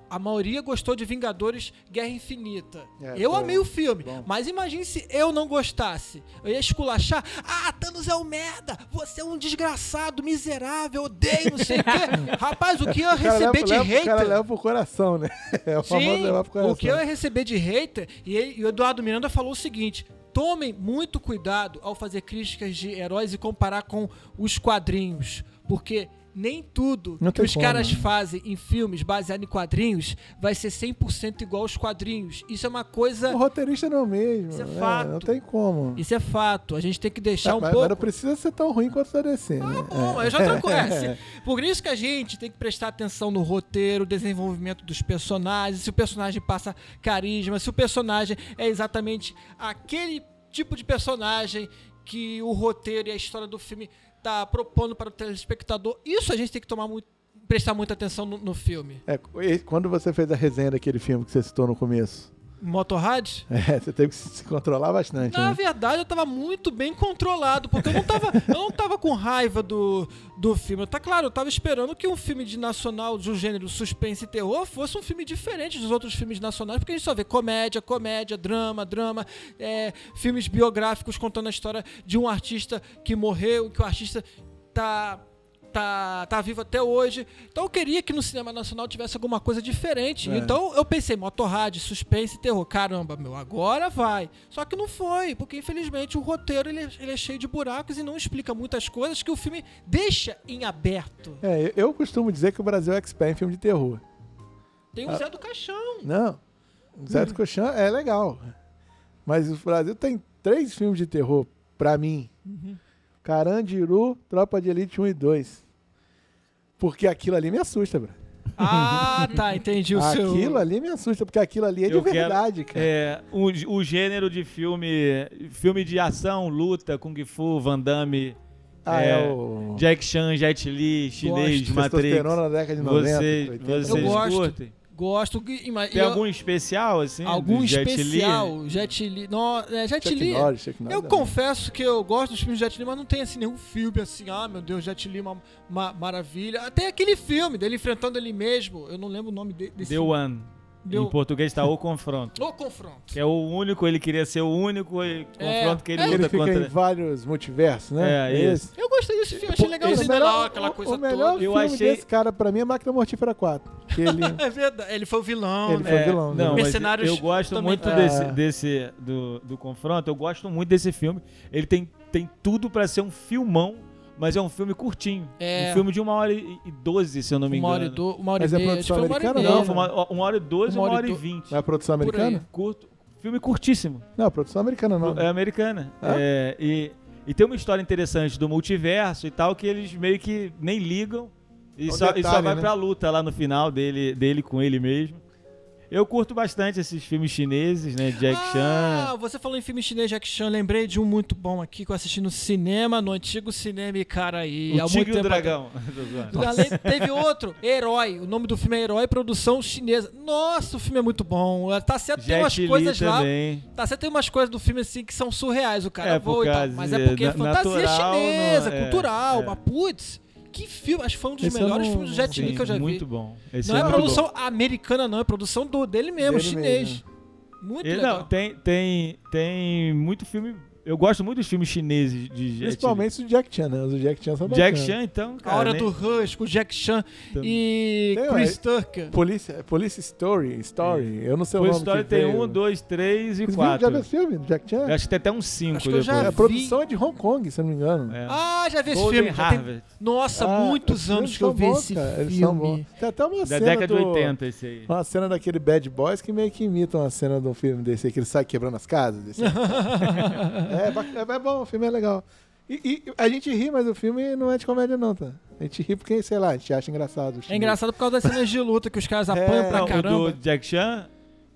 a maioria gostou de Vingadores Guerra Infinita.
É,
eu
foi.
amei o filme,
Bom.
mas imagine se eu não gostasse. Eu ia esculachar. Ah, Thanos é um merda! Você é um desgraçado, miserável, odeio, não sei o quê. Rapaz, o que eu ia
O cara
receber de
leva- leva- O cara
é um hater?
leva pro coração, né? É o famoso
Sim,
levar pro coração.
o que eu ia receber de hater, e, ele- e o Eduardo Miranda falou o seguinte: tomem muito cuidado ao fazer críticas de heróis e comparar com os quadrinhos, porque nem tudo
Não
que
tem
os
como,
caras
né?
fazem em filmes baseados em quadrinhos vai ser 100% igual aos quadrinhos. Isso é uma
O
coisa.
roteirista não é o mesmo.
Isso é
né?
fato.
Não tem como.
Isso é fato. A gente tem que deixar
Ah,
um
mas,
pouco. Ah,
mas não precisa ser tão ruim quanto a DC, né?
Bom, eu já tô com essa. Por isso que a gente tem que prestar atenção no roteiro, desenvolvimento dos personagens, se o personagem passa carisma, se o personagem é exatamente aquele tipo de personagem que o roteiro e a história do filme tá propondo para o telespectador. Isso a gente tem que tomar muito, prestar muita atenção no, no filme.
É, e quando você fez a resenha daquele filme que você citou no começo,
Motorrad?
é, você teve que se controlar bastante,
Na
né?
verdade, eu tava muito bem controlado, porque eu não tava, eu não tava com raiva do, do filme. Tá claro, eu tava esperando que um filme de nacional do gênero suspense e terror fosse um filme diferente dos outros filmes nacionais, porque a gente só vê comédia, comédia, drama, drama, é, filmes biográficos contando a história de um artista que morreu, que o artista tá. Tá, tá vivo até hoje. Então eu queria que no cinema nacional tivesse alguma coisa diferente.
É.
Então então eu pensei, motorrad, suspense e terror. Caramba, meu, agora vai. Só que não foi, porque infelizmente o roteiro ele, é- ele é cheio de buracos e não explica muitas coisas que o filme deixa em aberto.
É, eu, eu costumo dizer que o Brasil é expert em filme de terror.
Tem o Zé do Caixão.
Não, o Zé do Coxão é legal. Mas o Brasil tem três filmes de terror, pra mim.
Uhum.
Carandiru, Tropa de Elite 1 e 2. Porque aquilo ali me assusta, bro.
Ah, tá, entendi o seu.
Aquilo é- ali me assusta, porque aquilo ali é de
Eu quero-
verdade, cara.
É, o, gê- o gênero de filme, filme de ação, luta, Kung Fu, Van Damme,
Ah, é,
é,
o...
Jack Chan, Jet Li, chinês,
Gosto.
Matrix.
Testosterona da década de 90.
Vocês,
80.
vocês
Eu gosto.
curtem?
Gosto. e- ima- e
Tem
eu-
algum especial, assim? do
algum
Jet Li?
especial. Jet Li. No, é, Jet
Chuck
Li.
Norris, Chuck Norris
Eu
é
confesso que eu gosto dos filmes de Jet Li, mas não tem assim nenhum filme assim, ah meu Deus, Jet Li uma, uma maravilha. Até aquele filme dele enfrentando ele mesmo, eu não lembro o nome de- desse
The
filme.
One.
Deu-
Em português tá O Confronto.
No confronto.
Que é o único, ele queria ser o único e- confronto que ele
é.
Ele
luta
fica em
contra.
vários multiversos, né?
É, isso.
Eu gostei desse filme, achei legalzinho
é O melhor-
lá, aquela
o-
coisa
O melhor
toda.
Eu
filme
achei-
desse cara, pra mim, é Máquina Mortífera 4. Que ele...
É verdade, ele foi o vilão,
Ele
né?
foi-
É,
vilão, né?
não, mas
Mercenários
eu gosto
também
muito
tá.
desse, desse do, do confronto. Eu gosto muito desse filme. Ele tem, tem tudo pra ser um filmão, mas é um filme curtinho.
É.
Um filme de uma hora e e doze, se eu não me
Uma
engano.
hora e do, uma hora
Mas
e
é
meia.
produção
acho que foi uma hora e
americana,
Não,
meia.
foi uma, uma hora e doze, uma, hora e vinte.
Não é produção
Por aí.
americana?
Curto, filme curtíssimo.
Não, produção americana não.
É americana.
Ah.
É, e, e tem uma história interessante do multiverso e tal, que eles meio que nem ligam. E,
É um
só, e só
detalhe,
vai
né?
pra luta lá no final dele, dele com ele mesmo. Eu curto bastante esses filmes chineses, né? Jack
Ah, você falou em filme chinês, Jack Chan. Lembrei de um muito bom aqui que eu assisti no cinema, no antigo cinema Icaraí.
Chan,
há
O
muito
Tigre e o
tempo atrás.
Dragão. Tô zoando.
Além, teve outro, Herói. O nome do filme é Herói, produção chinesa. Nossa, o filme é muito bom. Tá certo, tem umas
Jet Li
coisas
também.
lá. Tá certo, tem umas coisas do filme assim que são surreais. O cara
É, por
voa e tal.
causa
Mas é
de-
porque é
na-
fantasia
natural,
chinesa,
não- é,
cultural.
é.
Mas putz, que filme. Acho que foi um dos
Esse eu
melhores
não-
filmes do Jet Li
Sim,
que eu já vi.
muito bom. Esse
não é,
muito bom.
produção americana, não. É produção do, dele mesmo,
Dele
chinês.
mesmo.
Muito
E,
legal.
não, tem, tem, tem muito filme. Eu gosto muito dos filmes chineses de Jet Li.
Principalmente os do Jack Chan, né? Os do Jack Chan são
Jack
bacanas.
Chan, então, cara. Então,
A Hora
nem-
do Rush, com Jack Chan
Também.
e
Tem,
Chris
ué.
Tucker.
Police, Police Story, Story. Eu não sei o,
Toy
nome
é Story
que
tem
veio.
um, dois, três e
Vocês viram
quatro.
Já viu esse filme do Jack Chan?
Eu acho que tem até um cinco
Acho que eu já
depois.
É, a
vi.
produção é de Hong Kong, se eu não me engano.
É.
Ah, já vi esse
Golden
filme. já tem-
Harvest.
Nossa,
Ah, os
muitos anos
filmes
que eu
são
vi
bons,
esse
cara, eles são
filme.
bons. Tem até uma
Da
cena
década de
do- Ah,
80, esse aí.
Uma cena daquele Bad Boys que meio que imitam a cena de um filme desse aí, que ele sai quebrando as casas. desse. é, bac- é, é bom, o filme é legal. E, e a gente ri, mas o filme não é de comédia, não, tá? A gente ri porque, sei lá, a gente acha engraçado.
É engraçado por causa das cenas de luta que os caras
É,
apanham
Não,
pra
o do
caramba.
Jack Chan?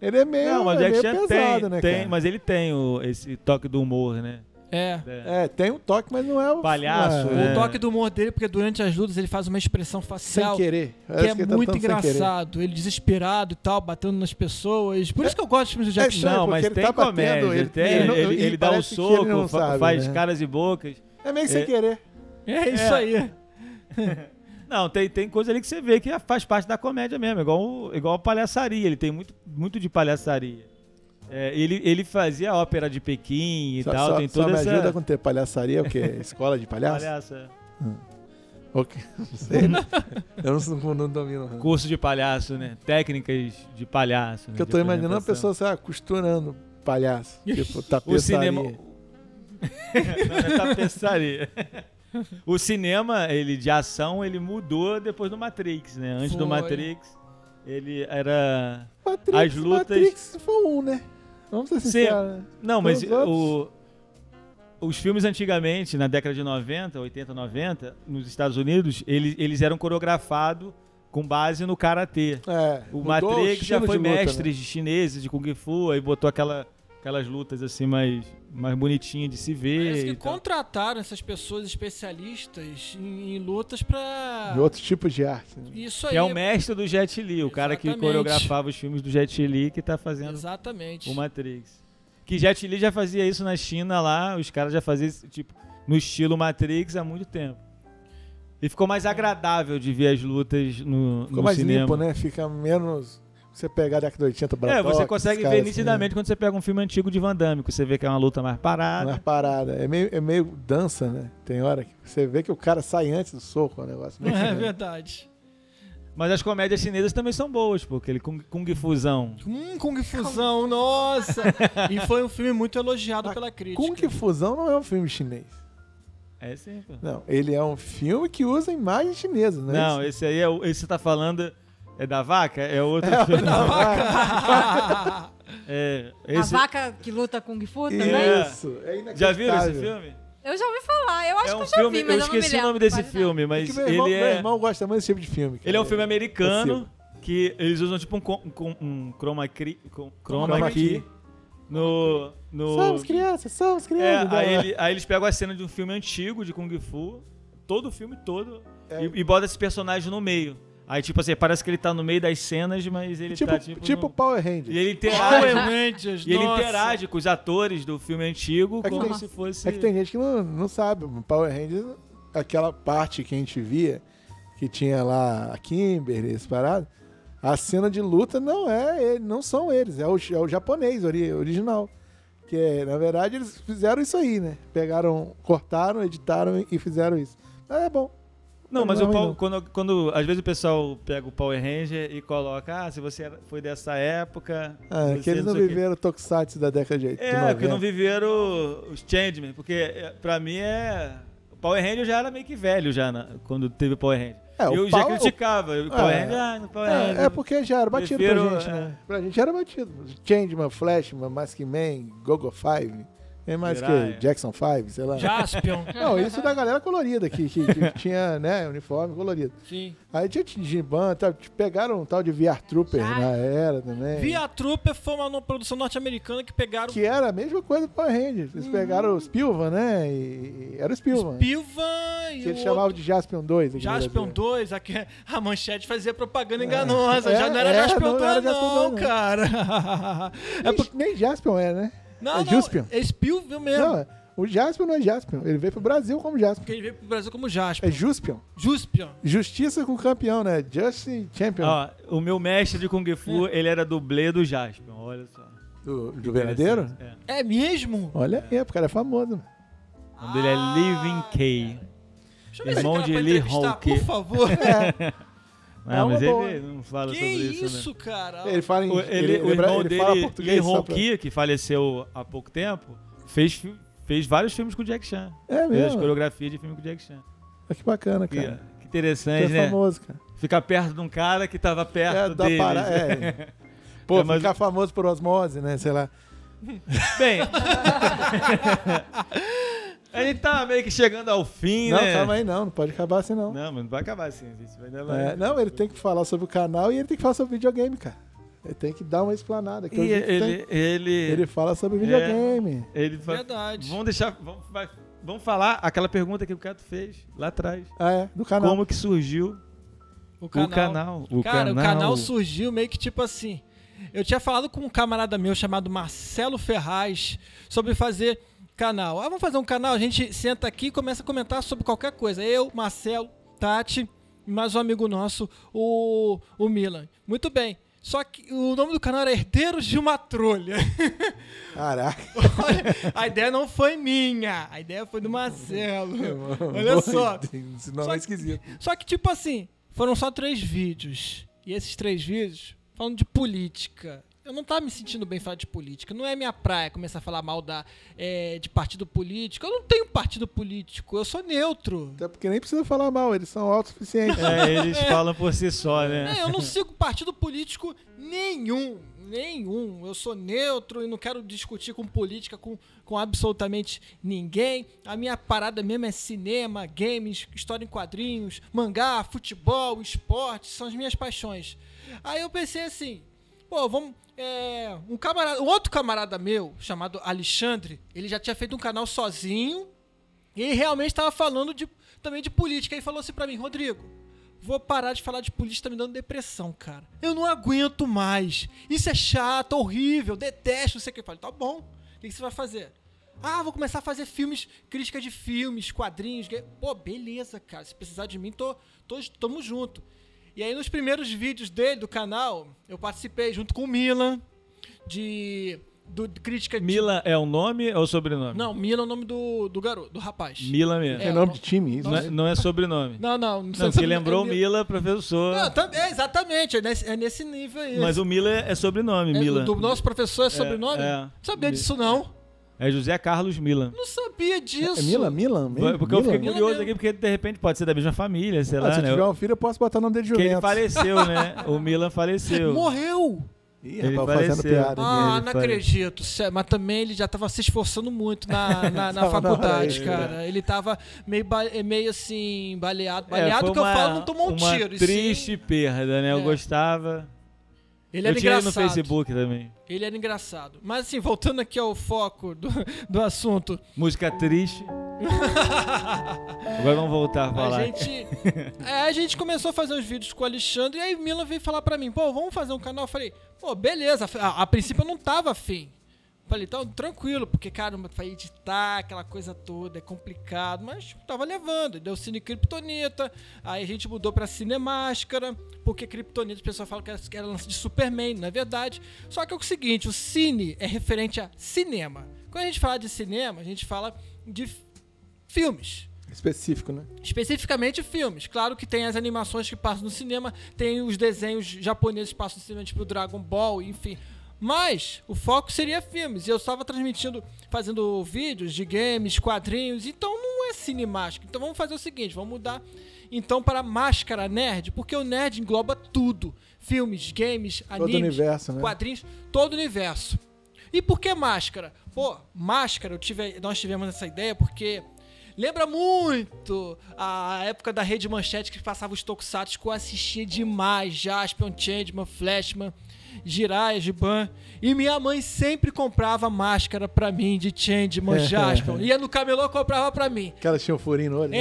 Ele é meio,
não, mas o
é
Jack
meio
Chan
pesado,
tem,
né,
tem
cara?
mas ele tem o, esse toque do humor, né?
É.
É.
É, tem um toque, mas não é o...
Palhaço,
é,
né?
O toque do humor dele, porque durante as lutas ele faz uma expressão
Sem
facial que
querer. Parece
é
ele tá
muito
lutando sem querer.
engraçado. Ele desesperado e tal, batendo nas pessoas. Por isso que eu gosto dos filmes do
É
Jack Chan.
estranho,
Não,
porque
mas
ele
tem
tá batendo,
comédia.
ele-
tem,
ele
ele,
não-
ele,
e
dá o
parece que ele
soco,
não
fa-
sabe,
faz
né?
caras e bocas.
É meio que sem
É.
querer.
É isso
É.
aí.
Não, tem, tem coisa ali que você vê que é, faz parte da comédia mesmo, igual, o- igual a palhaçaria. Ele tem muito, muito de palhaçaria. É, ele, ele fazia ópera de Pequim e
Só,
tal,
só-
tem
só
toda
me
essa.
ajuda com ter palhaçaria, o quê? Escola de palhaço?
palhaça.
Ok, não sei. né? Eu não, não, não domino. não.
Curso de palhaço, né? Técnicas de palhaço. Né?
Porque eu
De
tô imaginando a
apresentação.
pessoa, sei lá, costurando um palhaço. Tipo,
O
tapeçaria.
cinema. Não, não é tapeçaria. O cinema, ele de ação, ele mudou depois do Matrix, né? Antes do
Foi.
Matrix, ele era.
Matrix,
As lutas-
Matrix foi um, né? Vamos ser
Sim.
sinceros. né?
Não, mas
Os outros?
o- os filmes antigamente, na década de 90, 80, 90, nos Estados Unidos, eles, eles eram coreografados com base no karatê.
É,
O
mudou
Matrix já
estilo
foi
de luta, né?
mestre de chineses, de Kung Fu, aí botou aquela- aquelas lutas assim mais, mais bonitinhas de se ver.
Parece que
e tal.
contrataram essas pessoas especialistas em, em lutas pra.
De outro tipo de arte. né?
Isso aí.
Que é o mestre do Jet Li, o cara que
Exatamente.
coreografava os filmes do Jet Li que tá
né?
fazendo
Exatamente.
o Matrix. Que Jet Li já fazia isso na China lá, os caras já faziam isso, tipo, no estilo Matrix há muito tempo. E ficou mais agradável de ver as lutas no,
Ficou
no
mais
cinema.
limpo, né? Fica menos... Você pegar a década de 80,
É,
Bartok,
você
esses
consegue
caras
ver
assim,
nitidamente quando você pega um filme antigo de Van Damme, que você vê que é uma luta mais
né? Não é
parada.
parada. É meio, é meio dança, né? Tem hora que você vê que o cara sai antes do soco, é um negócio. meio
É
que-
verdade.
Mas as comédias chinesas também são boas, pô, aquele Kung, Kung Fusão.
Hum, Kung Fusão, nossa! e foi um filme muito elogiado
Ah,
pela crítica.
Kung Fusão não é um filme chinês.
É sim, pô.
Não, ele é um filme que usa imagens chinesas, né?
Não, esse aí é o. Esse que você tá falando. É da vaca? É outro filme.
Vaca!
É,
A
esse,
vaca que luta com Kung Fu também?
Isso, é inacreditável.
já viram esse filme?
Eu já ouvi falar, eu acho
é
que
um
eu já
filme,
vi, mas eu, não me
esqueci
lembro.
o nome desse
quase nada.
filme,
É que
mas
meu, irmão,
ele
meu
é.
irmão gosta muito desse tipo de filme. cara.
Ele é um filme americano
Consigo.
que eles usam tipo um, com- um, com- um chroma, cri, com- chroma,
Chroma
key,
key.
no. no
Somos crianças, somos
é,
crianças. né?
aí, ele- aí eles pegam a cena de um filme antigo de Kung Fu, todo o filme todo,
É.
e, e botam esse personagem no meio. Aí, tipo assim, parece que ele tá no meio das cenas, mas ele
Tipo,
tá
tipo,
tipo. no-
Power Rangers.
E ele
Power
interage.
Rangers,
E ele
nossa.
interage com os atores do filme antigo
É que
como
tem-
se fosse.
É que tem gente que não, não sabe. Power Rangers, aquela parte que a gente via, que tinha lá a Kimberly, esse parado, a cena de luta não é ele- não são eles, é o, é o japonês ori- original. Que é, na verdade, eles fizeram isso aí, né? Pegaram, cortaram, editaram e fizeram isso. Mas é bom.
Não, mas
Não,
o Power-
não.
quando, quando. Às vezes o pessoal pega o Power Ranger e coloca, ah, se você era- foi dessa época.
Ah,
você
que eles não
sei o quê."
viveram o Tokusatsu da década de 80.
É, porque não viveram os Changemen, porque é, pra mim é. O Power Ranger eu já era meio que velho já na- quando teve o Power Ranger.
É, o
eu já
Power-
criticava. O Power
É.
Ranger, ah, no Power Ranger.
É, é porque já era batido
Prefiro,
pra gente,
é.
né? Pra gente já era batido. Changeman, Flashman, Maskman, Gogo Five, Tem mais o
Jiraiya.
que Jackson 5, sei lá.
Jaspion.
Não, isso da galera colorida aqui, que, que tinha, né, uniforme colorido.
Sim.
Aí tinha Jinban, tá, te pegaram um tal de VR Trooper
Já.
na era também.
Via Trooper foi uma no- produção norte-americana que pegaram
Que era a mesma coisa do Power Rangers.
Uhum.
Eles pegaram o Spilvan, né? E, e- era o Spilvan.
Piva e
que eles
o
chamavam
outro-
de Jaspion 2. aqui no
Jaspion
Brasil.
2, a, que- a manchete fazia propaganda enganosa.
É,
já não era
é,
Jaspion
não
2,
era
não,
Jaspion 2, não.
cara. é
Nem,
porque.
nem Jaspion é, né?
Não,
é
não,
Jaspion.
É Spilvio mesmo.
Não, o Jaspion não é Jaspion. Ele veio pro Brasil como Jaspion.
Porque ele veio pro Brasil como Jaspion.
É Juspion.
Juspion.
Justiça com o campeão, né? Justin Champion.
Ó, o meu mestre de Kung Fu,
É.
ele era dublê do Jaspion, olha só.
do do verdadeiro?
É.
É mesmo?
Olha aí, o cara é famoso.
O nome dele é Living K.
Chama esse
Irmão
cara
de
pra
Lee
entrevistar,
Hawke.
Por favor.
Ah,
É uma
mas
boa.
ele não fala
que
sobre
isso,
isso, né?
cara?
Ele fala em
O, ele, o
lembra-
irmão
ele fala
dele, Lee
só pra-
Honki, que faleceu há pouco tempo, fez, fi- fez vários filmes com o Jack Chan.
É
Fez as
mesmo?
coreografias de filme com o Jack Chan.
Olha Que bacana,
Que,
cara.
que
Ele
interessante,
é
né?
famoso, cara.
Ficar perto de um cara que tava perto
É, da
deles. né?
para- é. Pô,
É, mas-
ficar famoso por osmose, né? Sei lá.
Bem... a gente tá meio que chegando ao fim,
não,
né?
calma aí, não. Não pode acabar assim, não.
Não, mas não vai acabar assim, gente. Vai ainda vai-
É, não, ele tem que falar sobre o canal e ele tem que falar sobre videogame, cara. Ele tem que dar uma explanada. Que
E
hoje a gente tem-
ele, é. ele,
ele
ele,
fala sobre videogame.
fa-
Verdade.
Vamos deixar. Vamos, vai- vamos falar aquela pergunta que o Cato fez lá atrás.
Ah, é, do canal.
Como que surgiu
O
o canal? O
Cara, o canal surgiu meio que tipo assim. Eu tinha falado com um camarada meu chamado Marcelo Ferraz sobre fazer canal. Ah, vamos fazer um canal? A gente senta aqui e começa a comentar sobre qualquer coisa. Eu, Marcelo, Tati, e mais um amigo nosso, o, o Milan. Muito bem. Só que o nome do canal era Herdeiros de uma Trolha.
Caraca.
Olha, a ideia não foi minha, a ideia foi do Marcelo. Olha só.
Esse nome
Só
é
que-
esquisito.
Só que, tipo assim, foram só três vídeos. E esses três vídeos falando de política. Eu não tava me sentindo bem falar de política. Não é minha praia começar a falar mal da, eh, de partido político. Eu não tenho partido político, eu sou neutro.
Até porque nem precisa falar mal, eles são autossuficientes.
É, eles falam por si só, né?
É, eu não sigo partido político nenhum. Nenhum. Eu sou neutro e não quero discutir com política com, com absolutamente ninguém. A minha parada mesmo é cinema, games, história em quadrinhos, mangá, futebol, esporte, são as minhas paixões. Aí eu pensei assim, pô, vamos. é, um camarada, um outro camarada meu, chamado Alexandre, ele já tinha feito um canal sozinho e ele realmente estava falando de, também de política. Ele falou assim pra mim, Rodrigo, vou parar de falar de política, tá me dando depressão, cara. Eu não aguento mais. Isso é chato, horrível, detesto, não sei o que. Eu falei, tá bom, o que que você vai fazer? Ah, vou começar a fazer filmes, crítica de filmes, quadrinhos. ga- Pô, beleza, cara. Se precisar de mim, tô, tô, tamo junto. E aí, nos primeiros vídeos dele, do canal, eu participei junto com o Milan, de, do, de crítica de-
Mila é o nome ou o sobrenome?
Não, Milan é o nome do, do garoto, do rapaz.
Mila mesmo.
É, nome de time, isso.
Não, é,
né?
não é sobrenome.
Não, não. Não,
Não,
sei se
porque lembrou
é
o
Mila.
Mila, professor.
Não, tá- é, exatamente, é nesse, é nesse nível aí.
Mas o Mila é sobrenome,
É,
Mila.
Do nosso professor é sobrenome?
é.
Não sabia disso, não.
É José Carlos Mila.
Não sabia disso.
É Milan? Milan? mesmo?
Porque eu fiquei
Milan?
curioso
mesmo.
aqui, porque de repente pode ser da mesma família, sei
Ah,
lá,
se eu
né?
tiver um filho, eu posso botar o nome dele de
Porque ele
Juventus.
faleceu, né? O Mila faleceu.
Morreu.
Ih,
Ele
rapaz, fazendo
faleceu.
piada.
Ah,
ele
não
faleceu.
acredito. sé- Mas também ele já tava se esforçando muito na, na, na
Tava na né?
faculdade,
hora aí,
cara. Ele tava meio, ba- é meio assim, baleado.
É,
Baleado
foi
que eu
uma-
falo, não tomou um
uma
tiro. e sim,
Triste perda, né? Eu
É.
gostava.
Ele
eu
era
tirei
engraçado.
no Facebook também.
Ele era engraçado. Mas assim, voltando aqui ao foco do, do assunto.
Música triste. Agora vamos voltar a falar.
A gente, é, a gente começou a fazer uns vídeos com o Alexandre e aí Milan veio falar pra mim, pô, vamos fazer um canal? Eu falei, pô, beleza. A, a princípio eu não tava afim. Falei, então, tranquilo, porque, caramba, vai editar aquela coisa toda, é complicado, mas tava levando. Deu Cine Kryptonita, aí a gente mudou pra Cinemáscara, porque Kryptonita, o pessoal fala que era, que era lance de Superman, não é verdade. Só que é o seguinte, o cine é referente a cinema. Quando a gente fala de cinema, a gente fala de f- filmes
Específico, né?
especificamente filmes. Claro que tem as animações que passam no cinema, tem os desenhos japoneses que passam no cinema, tipo Dragon Ball, enfim. Mas o foco seria filmes. E eu estava transmitindo, fazendo vídeos de games, quadrinhos, então não é cinemático. Então vamos fazer o seguinte, vamos mudar então para máscara nerd, porque o nerd engloba tudo. Filmes, games,
Todo
animes,
universo, né?
quadrinhos, todo o universo. E por que máscara? Pô, máscara, eu tive, nós tivemos essa ideia porque lembra muito a época da Rede Manchete que passava os tokusatsu que eu assistia demais, Jaspion, Changeman, Flashman, Jiraiya, Giban. E minha mãe sempre comprava máscara pra mim de Changeman, Jaspion. Ia no camelô, comprava pra mim.
Que elas tinham um furinho no olho, né?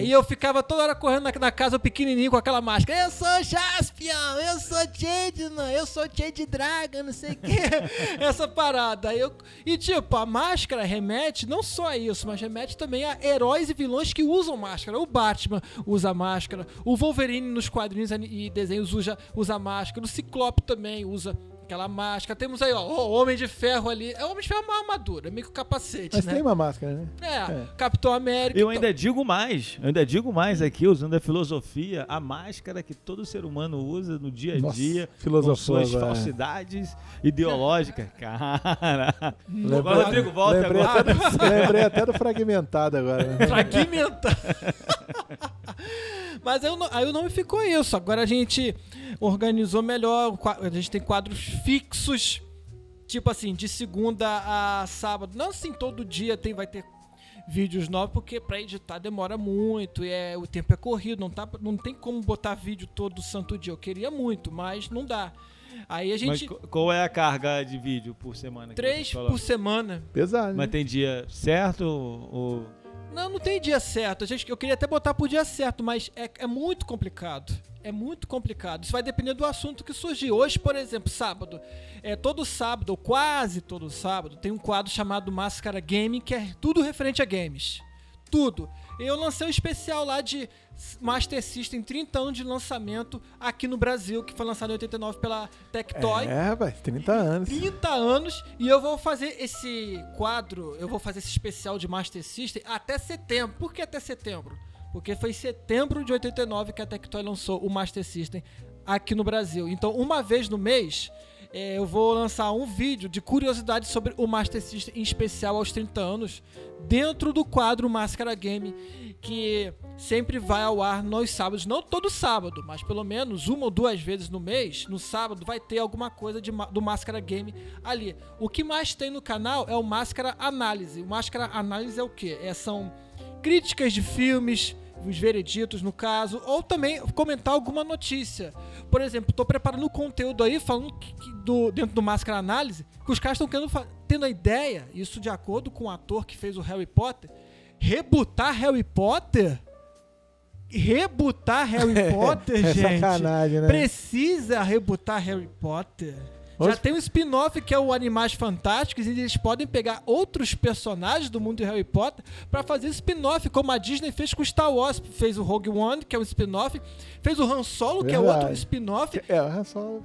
É, e eu ficava toda hora correndo na, na casa, eu pequenininho, com aquela máscara. Eu sou Jaspion, eu sou Jadna, eu sou Jade Dragon, não sei o quê. Essa parada. Aí Eu, e tipo, a máscara remete não só a isso, mas remete também a heróis e vilões que usam máscara. O Batman usa máscara, o Wolverine nos quadrinhos e desenhos usa, usa máscara, o Ciclope também usa... Aquela máscara. Temos aí, ó, o Homem de Ferro ali. É o Homem de Ferro é uma armadura, meio que um capacete,
Mas
né?
tem uma máscara, né?
É, Capitão América.
Eu
então-
ainda digo mais, eu ainda digo mais aqui, usando a filosofia, a máscara que todo ser humano usa no dia a
Nossa,
dia, com
filosofou
suas
agora.
falsidades ideológicas. Cara.
Hum.
Lembrei-
Agora, Rodrigo, volta
lembrei,
agora.
Até do, lembrei até do fragmentado agora. né?
Fragmentar. Mas aí o, no- aí o nome ficou isso. Agora a gente organizou melhor. o qua- A gente tem quadros fixos. Tipo assim, de segunda a sábado. Não assim, todo dia tem, vai ter vídeos novos, porque pra editar demora muito, e é, o tempo é corrido, não, tá, não tem como botar vídeo todo santo dia. Eu queria muito, mas não dá. Aí a
Mas
gente.
qu- qual é a carga de vídeo por semana? que
três
você coloca?
por semana.
Pesado. né?
Mas tem dia certo ou...
Não, não tem dia certo. A gente, eu queria até botar pro dia certo, mas é, é muito complicado. É muito complicado. Isso vai depender do assunto que surgir. Hoje, por exemplo, sábado. É, todo sábado, ou quase todo sábado, tem um quadro chamado Máscara Gaming, que é tudo referente a games. Tudo. Eu lancei um especial lá de Master System, 30 anos de lançamento aqui no Brasil, que foi lançado em 89 pela Tectoy.
É, rapaz, 30 anos.
30 anos e eu vou fazer esse quadro, eu vou fazer esse especial de Master System até setembro. Por que até setembro? Porque foi em setembro de 89 que a Tectoy lançou o Master System aqui no Brasil. Então, uma vez no mês, eh, eu vou lançar um vídeo de curiosidade sobre o Master System em especial aos 30 anos, dentro do quadro Máscara Game, que sempre vai ao ar nos sábados, não todo sábado, mas pelo menos uma ou duas vezes no mês, no sábado vai ter alguma coisa de ma- do Máscara Game ali. O que mais tem no canal é o Máscara Análise. O Máscara Análise é o quê? É, são críticas de filmes, os vereditos no caso, ou também comentar alguma notícia. Por exemplo, tô preparando um conteúdo aí falando que, que do, dentro do Máscara Análise que os caras estão querendo fa- tendo a ideia, isso de acordo com o ator que fez o Harry Potter, rebutar Harry Potter? Rebutar Harry Potter,
é
gente?
sacanagem, né?
Precisa rebutar Harry Potter? Já
Hoje-
tem um spin-off que é o Animais Fantásticos e eles podem pegar outros personagens do mundo de Harry Potter pra fazer spin-off, como a Disney fez com Star Wars, fez o Rogue One, que é um spin-off, fez o Han Solo, que é
Verdade.
outro spin-off.
É, o Han Solo,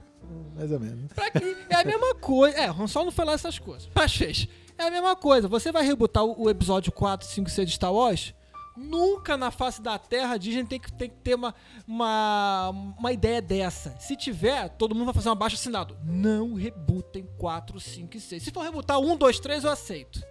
mais ou menos.
Pra que- É a mesma coisa. É, Han Solo não foi lá essas coisas. Mas fez. É a mesma coisa. Você vai rebutar o, o episódio 4, 5, 6 de Star Wars? Nunca na face da Terra a Disney tem que, tem que ter uma, uma, uma ideia dessa. Se tiver, todo mundo vai fazer um abaixo assinado. Não rebutem 4, 5 e 6. Se for rebutar 1, 2, 3, eu aceito.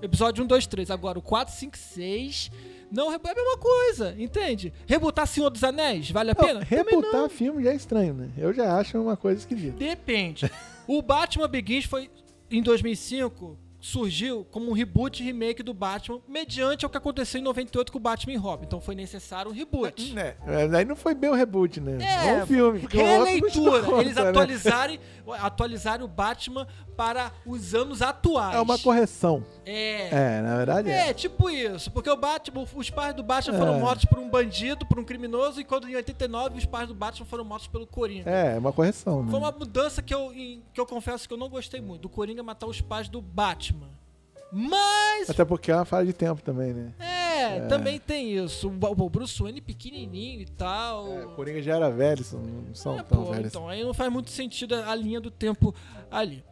Episódio 1, 2, 3. Agora, o 4, 5, 6. Não, rebu- é a mesma coisa, entende? Rebutar Senhor dos Anéis, vale a
Não,
pena? Também não.
reputar filme já é estranho, né? Eu já acho uma coisa esquisita.
Depende. O Batman Begins foi em 2005 surgiu como um reboot e remake do Batman mediante ao que aconteceu em 98 com o Batman e Robin. Então foi necessário um reboot.
Né? Aí não foi bem o reboot, né?
É,
um filme. porque o outro não
Releitura.
conta,
Eles
né?
atualizarem, atualizarem o Batman para os anos atuais.
É uma correção.
É.
É, na verdade é.
É, tipo isso, porque o Batman, os pais do Batman foram
É.
mortos por um bandido, por um criminoso, enquanto em 89 os pais do Batman foram mortos pelo Coringa.
É, é uma correção, né?
Foi uma mudança que eu, em- que eu confesso que eu não gostei muito. Do Coringa matar os pais do Batman. Mas.
Até porque é uma falha de tempo também, né?
É, também tem isso. O, Ba- o Bruce Wayne pequenininho e tal.
É, o Coringa já era velho, são- não são
É,
tão
pô,
velhos.
então, aí não faz muito sentido a a linha do tempo ali.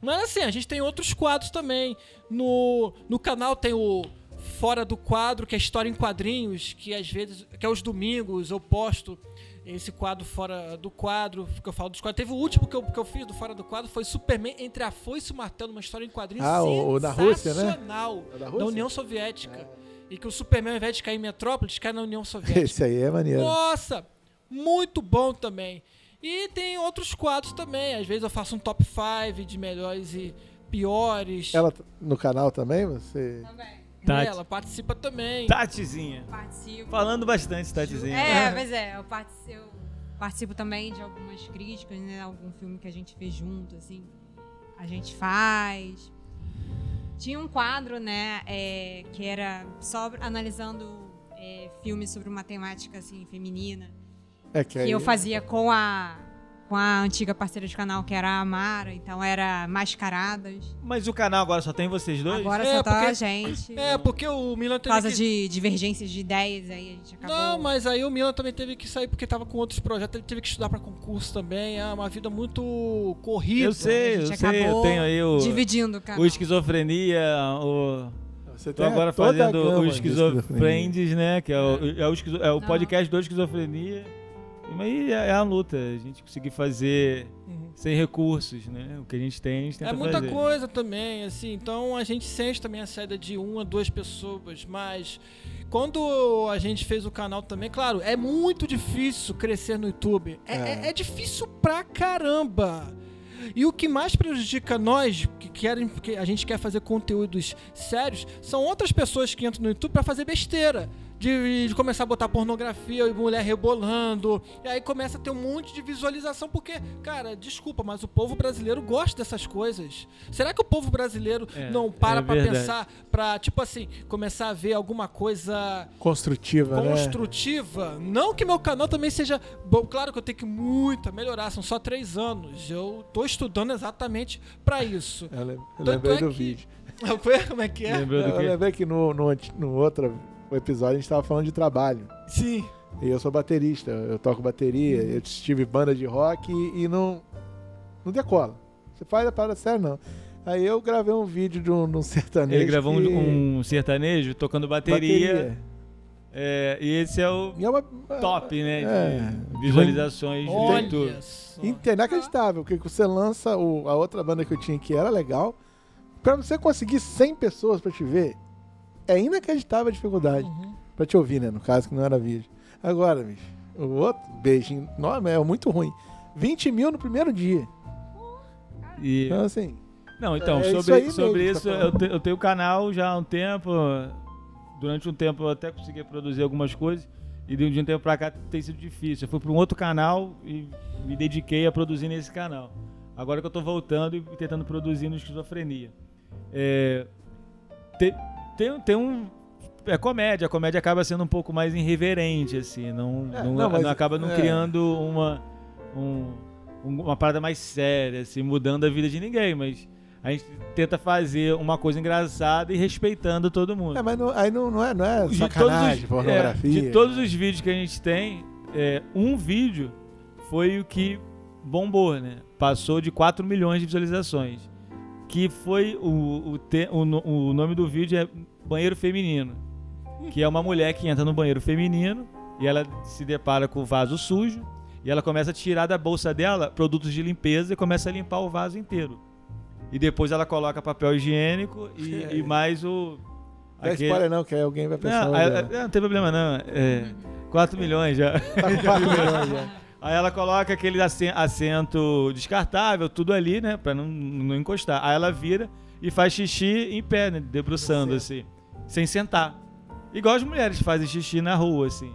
Mas assim, a gente tem outros quadros também. No, no canal tem o Fora do Quadro, que é história em quadrinhos, que às vezes, que aos domingos eu posto esse quadro fora do quadro, que eu falo dos quadros. Teve o último que eu, que eu fiz do Fora do Quadro, foi Superman entre a foice e o martelo, uma história em quadrinhos
Ah, o- o da Rússia, né?
sensacional,
É da
da,
Rússia? É.
União Soviética. E que o Superman, ao invés de cair em Metrópolis, cai na União Soviética.
Esse aí é maneiro.
Nossa, muito bom também. E tem outros quadros também. Às vezes eu faço um top 5 de melhores e piores.
Ela t- no canal também, você.
Também.
Né,
Tati.
Ela participa também.
Tatizinha.
Participo.
Falando bastante,
Tá
Tatizinha.
É, pois é, eu partici- eu participo, também de algumas críticas, né? Algum filme que a gente fez junto, assim. A gente faz. Tinha um quadro, né, é, que era só analisando é, filmes sobre uma temática assim, feminina.
É que, aí-
que eu fazia com a com a antiga parceira de canal, que era a Amara, então era Mascaradas.
Mas o canal agora só tem vocês dois?
Agora
É,
só tá
porque-
a gente.
É, porque o Milan
por
teve
causa
que...
de divergências de ideias aí, a gente acabou.
Não, mas aí o Milan também teve que sair porque tava com outros projetos, ele teve que estudar pra concurso também, é uma vida muito corrida.
eu sei,
a
eu
gente
sei, eu
acabou
tenho aí o,
Dividindo, cara.
o esquizofrenia, o...
Você
Tô
tem
agora
a- É, toda a
fazendo
gama
o
de
Esquizofrendes, né? Que é o, é o, esquizo- é o
Não.
podcast do Esquizofrenia. Mas é a luta, a gente conseguir fazer
Uhum.
sem recursos, né? O que a gente tem, a gente tenta
É muita
fazer.
coisa também, assim, então a gente sente também a saída de uma, duas pessoas, mas quando a gente fez o canal também, claro, é muito difícil crescer no YouTube. É,
É.
é- é difícil pra caramba. E o que mais prejudica nós, que querem, porque a gente quer fazer conteúdos sérios, são outras pessoas que entram no YouTube pra fazer besteira. De, de começar a botar pornografia e mulher rebolando. E aí começa a ter um monte de visualização, porque, cara, desculpa, mas o povo brasileiro gosta dessas coisas. Será que o povo brasileiro
É,
não para
é
pra
verdade.
pensar, pra, tipo assim, começar a ver alguma coisa
Construtiva, né?
construtiva. Não que meu canal também seja bom, claro que eu tenho que muito melhorar, são só três anos. Eu tô estudando exatamente pra isso.
Eu lem- eu
Tanto
lembrei
é
do
que-
vídeo.
Como é que é?
Lembrou do
eu
quê?
lembrei que no, no, anti- no outro episódio a gente tava falando de trabalho.
Sim.
E eu sou baterista, eu toco bateria, eu estive em banda de rock e, e não, não decola. Você faz a parada séria, não. Aí eu gravei um vídeo de um, de um sertanejo.
Ele gravou
que-
um, um sertanejo tocando bateria. é, e esse é o
E é uma.
top, né? de
É.
visualizações do YouTube.
Olha só.
Inacreditável, porque você lança o- a outra banda que eu tinha que era legal. Pra você conseguir 100 pessoas pra te ver, é inacreditável a dificuldade.
Uhum.
Pra te ouvir, né? No caso, que não era vídeo. Agora, bicho, o outro beijinho. Nossa, é muito ruim. 20 mil no primeiro dia.
E-
Então, assim.
Não, então,
É isso
sobre,
aí
isso,
mesmo
sobre
que tá
isso, eu,
falando.
te- eu tenho canal já há um tempo. Durante um tempo eu até consegui produzir algumas coisas. E de um de um tempo pra cá tem sido difícil. Eu fui pra um outro canal e me dediquei a produzir nesse canal. Agora que eu tô voltando e tentando produzir no Esquizofrenia. É, te- tem, tem um. É comédia, a comédia acaba sendo um pouco mais irreverente, assim. Não,
É,
não,
não, mas-
não acaba não
é.
criando uma. um- um- uma parada mais séria, assim, mudando a vida de ninguém, mas a gente tenta fazer uma coisa engraçada e respeitando todo mundo.
É, mas não- aí não, não é, não é
De
sacanagem,
todos os-
pornografia.
é, de todos os vídeos que a gente tem, é, um vídeo foi o que bombou, né? Passou de 4 milhões de visualizações. Que foi o, o, te- o no- o nome do vídeo é Banheiro Feminino. Que é uma mulher que entra no banheiro feminino e ela se depara com o vaso sujo. E ela começa a tirar da bolsa dela produtos de limpeza e começa a limpar o vaso inteiro. E depois ela coloca papel higiênico e, e mais o.
Não é spoiler não, que aí alguém vai pensar.
Não, é,
"Olha,
aí- aí- não, tem problema não. É, 4 milhões já.
tá com quatro milhões né?" já."
Aí ela coloca aquele acen- assento descartável, tudo ali, né? Pra não, não encostar. Aí ela vira e faz xixi em pé, né? Debruçando, assim. Sem sentar. Igual as mulheres fazem xixi na rua, assim.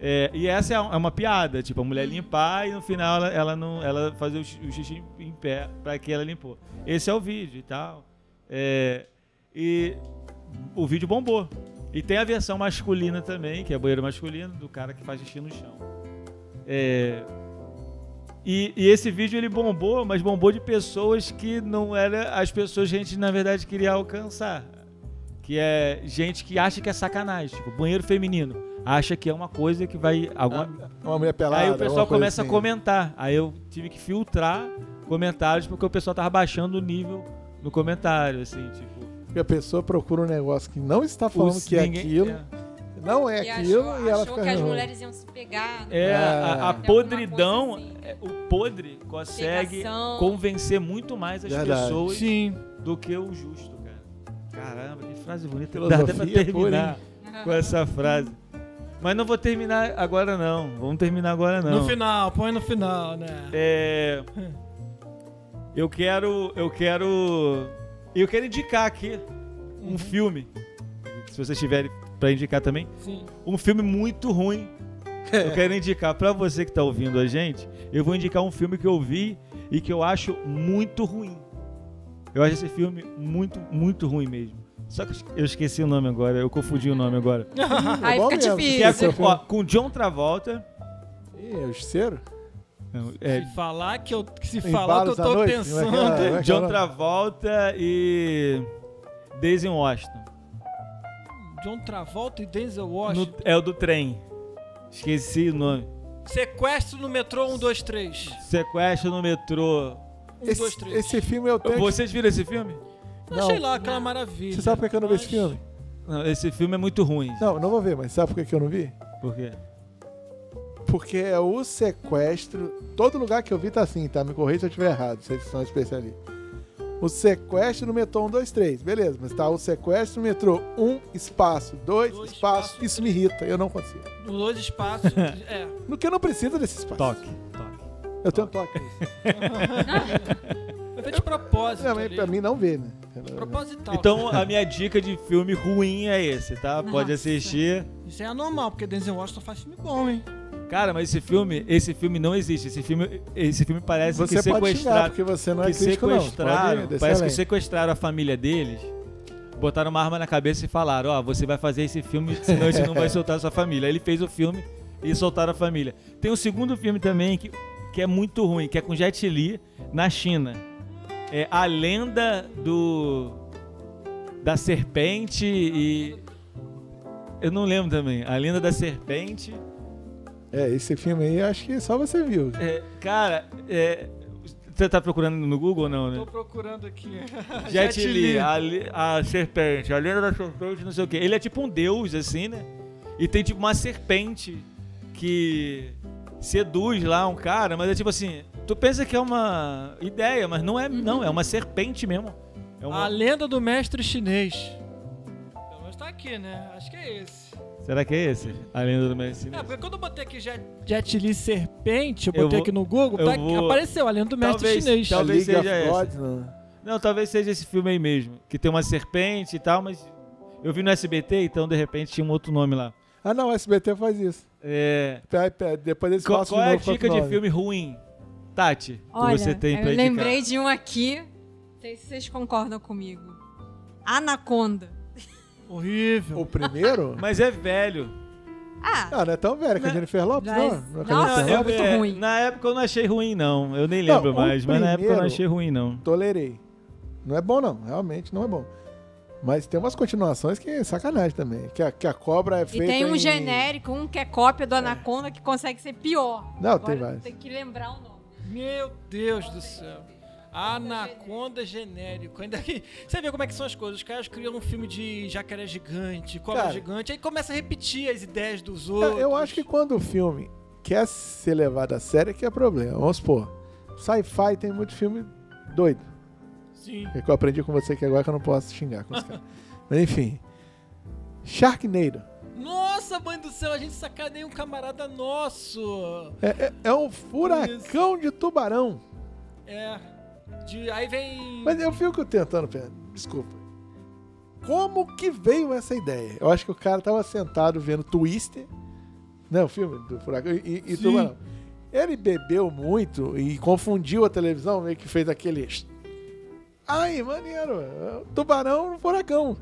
É, e essa é um- é uma piada, tipo, a mulher limpar e no final ela, ela não, ela fazer o xi- o xixi em pé pra que ela limpou. Esse é o vídeo e tal. É, e o vídeo bombou. E tem a versão masculina também, que é banheiro masculino, do cara que faz xixi no chão. É, e, e esse vídeo ele bombou, mas bombou de pessoas que não eram as pessoas que a gente, na verdade, queria alcançar. Que é gente que acha que é sacanagem, tipo, banheiro feminino. Acha que é uma coisa que vai. Alguma...
Uma mulher pelada.
Aí o
alguma
pessoal
coisa
começa
assim.
a comentar. Aí eu tive que filtrar comentários porque o pessoal tava baixando o nível no comentário, assim, tipo.
E a pessoa procura um negócio que não está falando
os-
que é
ninguém-
aquilo,
é.
não é
E
aquilo,
achou,
e ela
achou
fica.
que as
"Não".
mulheres iam se pegar. né?
É, a, a
Tem alguma
podridão,
coisa assim.
é, o podre consegue
Pegação.
convencer muito mais as
Verdade.
pessoas
Sim.
do que o justo, cara. Caramba, que frase bonita. Dá até pra
Filosofia pura,
terminar com essa frase. Mas não vou terminar agora, não. Vamos terminar agora, não.
No final, põe no final, né?
É, Eu quero. Eu quero E eu quero indicar aqui um filme, se vocês tiverem pra indicar também,
É.
Sim.
um filme muito ruim. Eu quero indicar pra você que tá ouvindo a gente, eu vou indicar um filme que eu vi e que eu acho muito ruim. Eu acho esse filme muito, muito ruim mesmo. Só que eu esque- eu esqueci o nome agora, eu confundi o nome agora.
Aí
Ah, bom mesmo.
fica
Que é
difícil.
Esse é o
com,
filme.
ó, com John Travolta.
Ih, é o Justiceiro?
Não, é,
Se falar que eu, se
Em
falar que eu
Balas à
tô
Noite,
pensando.
como é que é? Como é que é o
John
nome?
Travolta e Daisy Washington.
John Travolta e Denzel
No-
Washington.
é o do trem. Esqueci o nome.
Sequestro no metrô 123.
Sequestro no metrô.
1,
Esse,
2, 3.
esse filme é eu tenho.
Vocês viram esse filme?
não.
Achei lá aquela maravilha.
Você sabe por que eu não vi esse
Mas-
filme?
Não, esse filme é muito ruim.
Não, não vou ver, mas sabe por que que eu não vi?
Por quê?
Porque é o sequestro. Todo lugar que eu vi tá assim, tá? Me corrija se eu estiver errado, vocês são especialistas. O sequestro no metrô 1, 2, 3, beleza, mas tá o sequestro no metrô 1, espaço, 2,
Dois,
espaço,
espaço,
isso me irrita, eu não consigo.
Os dois espaços. é.
No que eu não preciso desse espaço.
Toque. Toque.
Eu tenho um toque. nisso.
Foi feito de propósito.
Não, mas
ali.
pra mim não vê, né?
Proposital.
Então, a minha dica de filme ruim é esse, tá? Pode
Nossa.
assistir.
Isso é anormal, porque Denzel Washington faz filme bom, hein?
Cara, mas esse filme, esse filme não existe. Esse filme, esse filme parece
Você
que
pode xingar,
sequestraram.
porque você não é
que
crítico, não.
sequestraram,
Pode descer
parece que
além.
sequestraram a família deles, botaram uma arma na cabeça e falaram, ó, você vai fazer esse filme, senão você não vai soltar a sua família. Aí ele fez o filme e soltaram a família. Tem um segundo filme também que, que é muito ruim, que é com Jet Li, na China. É A Lenda do... da Serpente e... Eu não lembro também. A Lenda da Serpente...
É, esse filme aí acho que só você viu.
É, cara, é... Você tá procurando no Google ou não, né?
Tô procurando aqui.
Jet Li, ah, a,
Li.
li- a serpente, a lenda da serpente, não sei o quê. Ele é tipo um deus, assim, né? E tem tipo uma serpente que seduz lá um cara, mas é tipo assim, tu pensa que é uma ideia, mas não é, não, é uma serpente mesmo. É uma-
A lenda do mestre chinês. Pelo menos tá aqui, né? Acho que é esse.
Será que é esse? A lenda do mestre
É,
chinês?
porque quando eu botei aqui Jet, Jet Li serpente, eu
Eu
botei
vou-
aqui no Google,
eu
tá-
vou-
apareceu a lenda do mestre
Talvez-
chinês.
tal- talvez
League
seja
of Gods, não.
Não, talvez seja esse filme aí mesmo, que tem uma serpente e tal, mas eu vi no SBT, então de repente tinha um outro nome lá.
Ah, não, o SBT faz isso.
É,
Pera, pera, Depois eles
qual,
passam
qual é a
novo com
dica
outro
de
nome.
filme ruim? Tati, que
Olha,
você tem pra
eu
indicar?
lembrei de um aqui. Não sei se vocês concordam comigo. Anaconda.
Horrível.
O primeiro?
Mas é velho.
Ah,
Ah, não é tão velho que a
Mas-
Jennifer Lopes,
mas-
não? Não é que a
nossa.
Jennifer
eu-
Lopes?
muito
é,
ruim.
Na época eu não achei ruim, não. Eu nem lembro
Não, o
mais, mas na época eu não
primeiro-
achei ruim, não.
Tolerei. Não é bom, não. Realmente não é bom. Mas tem umas continuações que é sacanagem também. Que a, que a cobra é
e
feita.
tem um
em-
genérico, um que é cópia do Anaconda, que consegue ser pior.
Não,
Agora
tem vários.
Tem que lembrar o nome.
Meu Deus do céu. Anaconda genérico. Ainda que... Você vê como é que são as coisas. Os caras criam um filme de jacaré gigante, cobra
Cara.
gigante, aí começa a repetir as ideias
É,
dos
Eu,
outros.
eu acho que quando o filme quer ser levado a sério, é que é problema. Vamos supor. Sci-fi tem muito filme doido.
Sim.
É que eu aprendi com você que agora que eu não posso xingar com os caras. Mas enfim. Sharknado.
Nossa, mãe do céu, a gente sacaneia um camarada nosso.
É, é- é um furacão de tubarão.
É. De, aí vem.
Mas eu fico tentando, Pedro. Desculpa. Como que veio essa ideia? Eu acho que o cara tava sentado vendo Twister, né? O filme do Furacão e, e
Sim.
Tubarão. Ele bebeu muito e confundiu a televisão, meio que fez aquele. Ai, maneiro! é o Tubarão no Furacão.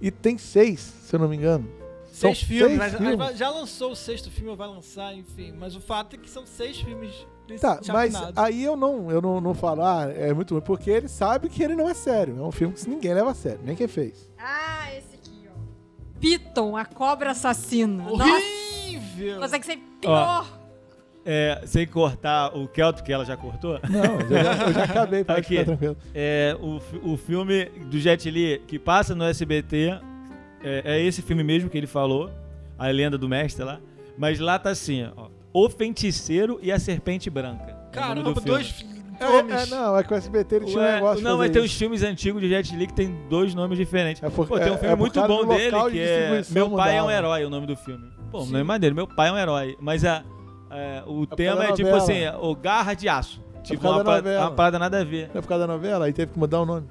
E tem seis, se eu não me engano.
seis
são
filmes.
seis
mas-
filmes.
mas já lançou o sexto filme, ou vai lançar, enfim. Mas o fato é que são seis filmes. desse
Tá, mas
chapinados.
aí eu não, eu não, não falo, ah, é muito ruim, porque ele sabe que ele não é sério. É um filme que ninguém leva a sério, nem quem fez.
Ah, esse aqui, ó. Piton, a cobra assassina. Nossa,
Horrível!
consegue ser pior.
É, sem cortar o Kelto, que ela já cortou,
Não, eu já, eu já acabei, pode
Aqui.
ficar tranquilo.
é, o, fi- o filme do Jet Li que passa no SBT é, é esse filme mesmo que ele falou, A Lenda do Mestre lá. Mas lá tá assim, ó. O Feiticeiro e a Serpente Branca. é o nome
Caramba,
do filme.
dois
É,
filmes.
é, não, é que o SBT ele tinha um
Ué,
negócio. de
não,
fazer
mas tem
isso.
uns filmes antigos de Jet Li que tem dois nomes diferentes.
É por-
Pô, tem um
é-
filme
é por
muito
causa
bom
do local
dele,
de
que é
distribuição
Meu Pai é um
mudava.
Herói, o nome do filme. Pô,
Sim.
não é maneiro, Meu Pai é um Herói. Mas a, é, o tema é
da
tipo
novela. É
assim, o Garra de Aço. Tipo,
causa
uma,
da
pa-
novela.
uma parada nada a ver.
É por causa da novela, aí teve que mudar o nome.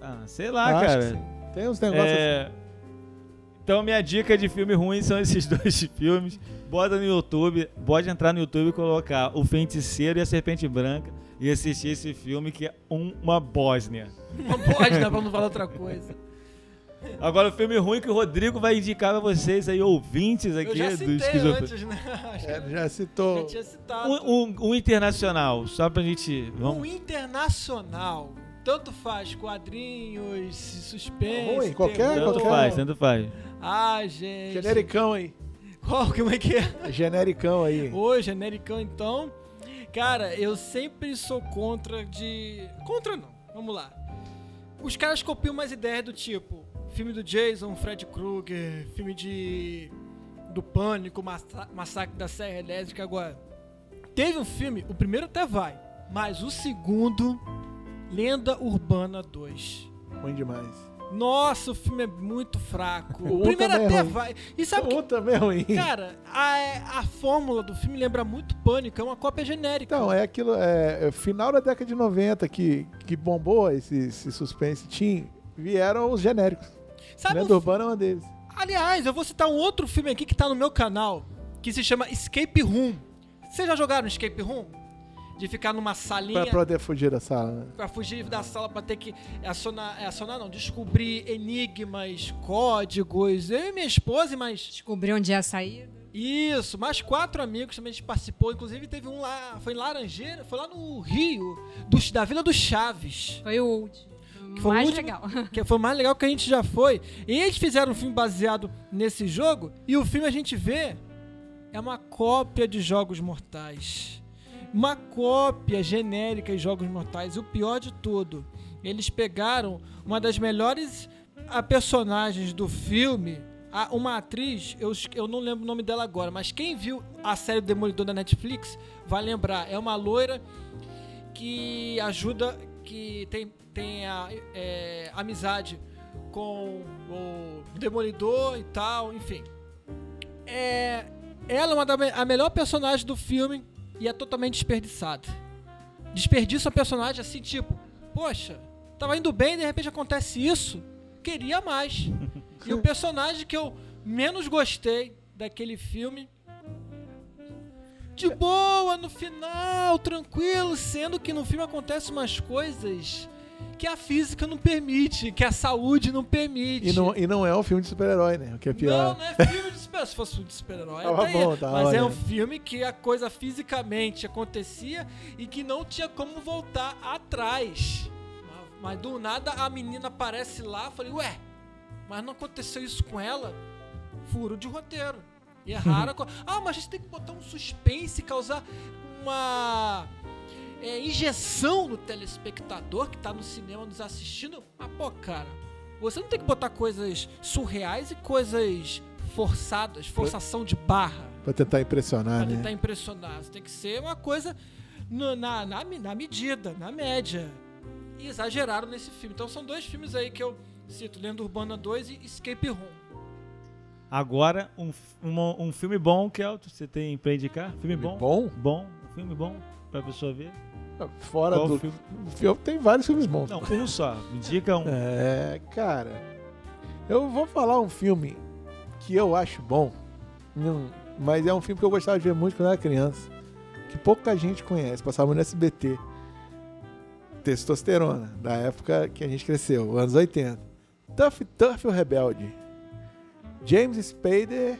Ah, sei lá,
Acho que
cara.
sim. Tem uns negócios assim.
É, Então, minha dica de filme ruim são esses dois filmes. Bota no YouTube, pode entrar no YouTube e colocar O Feiticeiro e a Serpente Branca e assistir esse filme que é um- uma Bósnia.
Não pode, né? Pra não falar outra coisa.
Agora, o filme ruim que o Rodrigo vai indicar pra vocês aí, ouvintes
Eu
aqui
já
É do
citei
Esquizofrenia.
antes, né? Acho que
É, já
eu já
citou.
tinha citado.
Um, um- um internacional, só pra gente.
Um
Vamos.
internacional. Tanto faz quadrinhos, suspense.
Ruim, qualquer-
terror.
Tanto
Um qualquer-
faz, tanto faz.
Ah, gente.
Genericão, hein?
Qual como é que é?
Genericão aí.
Ô, genericão, então. Cara, eu sempre sou contra de. Contra não, vamos lá. Os caras copiam umas ideias do tipo: filme do Jason, Fred Krueger, filme de. do Pânico, Massa- Massacre da Serra Elétrica. Agora, teve um filme, o primeiro até vai, mas o segundo, Lenda Urbana 2.
Ruim demais.
Nossa, o filme é muito fraco.
O
O
um
primeiro
também é
até
ruim.
vai. E sabe o que
Um também é ruim.
Cara, a, a fórmula do filme lembra muito Pânico, é uma cópia genérica.
Então, é aquilo, é, é final da década de 90 que, que bombou esse, esse suspense teen, vieram os genéricos.
Sabe
Lenda
um,
Urbana é uma deles.
aliás, eu vou citar um outro filme aqui que tá no meu canal, que se chama Escape Room. Vocês já jogaram Escape Room? De ficar numa salinha
Pra poder fugir da sala, né?
pra fugir da sala, pra ter que acionar, é, acionar não, descobrir enigmas, códigos. Eu e minha esposa, e mais
Descobri onde é a saída.
Isso, mais quatro amigos também a gente participou. Inclusive teve um lá, foi em Laranjeira, foi lá no Rio, do- da Vila do Chaves.
Foi o último.
Que
Que
foi o
mais
último?
legal.
Que foi o mais legal que a gente já foi. E eles fizeram um filme baseado nesse jogo. E o filme a gente vê é uma cópia de Jogos Mortais. Uma cópia genérica de Jogos Mortais. E o pior de tudo, eles pegaram uma das melhores ah, personagens do filme. a- Uma atriz, eu, es- eu não lembro o nome dela agora, mas quem viu a série Demolidor da Netflix vai lembrar. É uma loira que ajuda, que tem, tem a, é, amizade com o Demolidor e tal, enfim. É, ela é uma da, me- a melhor personagem do filme e é totalmente desperdiçada. Desperdiça a personagem assim, tipo, poxa, tava indo bem de repente acontece isso, queria mais. e o personagem que eu menos gostei daquele filme de boa no final, tranquilo, sendo que no filme acontecem umas coisas que a física não permite, que a saúde não permite.
E não, e não é um filme de super-herói, né? O que é
Não,
pior.
não é filme de super Se fosse filme de super-herói,
Tava
até
bom,
ia.
tava
Mas é um
ótimo.
filme que a coisa fisicamente acontecia e que não tinha como voltar atrás. Mas- Mas do nada a menina aparece lá, falei, ué, mas não aconteceu isso com ela? Furo de roteiro. E erraram. a co- ah, mas a gente tem que botar um suspense, causar uma é, injeção no telespectador que tá no cinema nos assistindo. Ah, pô, cara, você não tem que botar coisas surreais e coisas forçadas, forçação de barra
Pra tentar
pra
impressionar, né?
tentar impressionar. Você tem que ser uma coisa na, na, na, me- na medida, na média. E exageraram nesse filme. Então são dois filmes aí que eu cito: Lenda Urbana 2 e Escape Room.
Agora, um, f- uma- um filme bom, Kelto, você tem pra indicar? Filme bom?
Bom?
Bom, um filme bom pra pessoa ver.
Fora
Qual
do
filme?
filme. Tem vários filmes bons.
Não, um só. Indica um.
É, cara. Eu vou falar um filme que eu acho bom, não, mas é um filme que eu gostava de ver muito quando era criança, que pouca gente conhece, passava no SBT. Testosterona, da época que a gente cresceu, anos 80. Tough Tough o Rebelde. James Spader.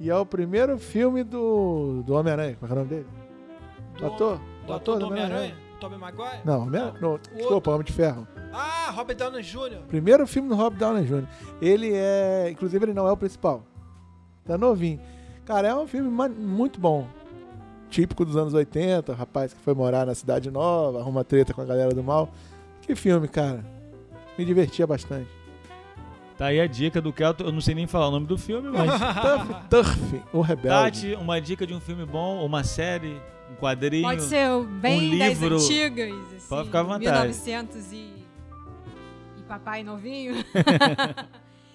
E é o primeiro filme do, do Homem-Aranha. Como é que é o nome dele? Do ator?
Do ator do Homem-Aranha?
Homem-Aranha?
Tobey Maguire?
Não, Homem-Aranha- não, desculpa, Homem de Ferro.
Ah, Robert Downey Jr.
Primeiro filme do Rob Downey Jr. Ele é. Inclusive, ele não é o principal. Tá novinho. Cara, é um filme ma- muito bom. Típico dos anos 80, o rapaz que foi morar na cidade nova, arruma treta com a galera do mal. Que filme, cara. Me divertia bastante.
Tá aí a dica do Kelto. Eu não sei nem falar o nome do filme, mas.
Ah. Turf, Turf, o Rebelde.
Tati, uma dica de um filme bom, uma série, um quadrinho.
Pode ser o bem
um
das
livro.
antigas. Assim,
Pode ficar à vontade.
1900 e, e Papai Novinho.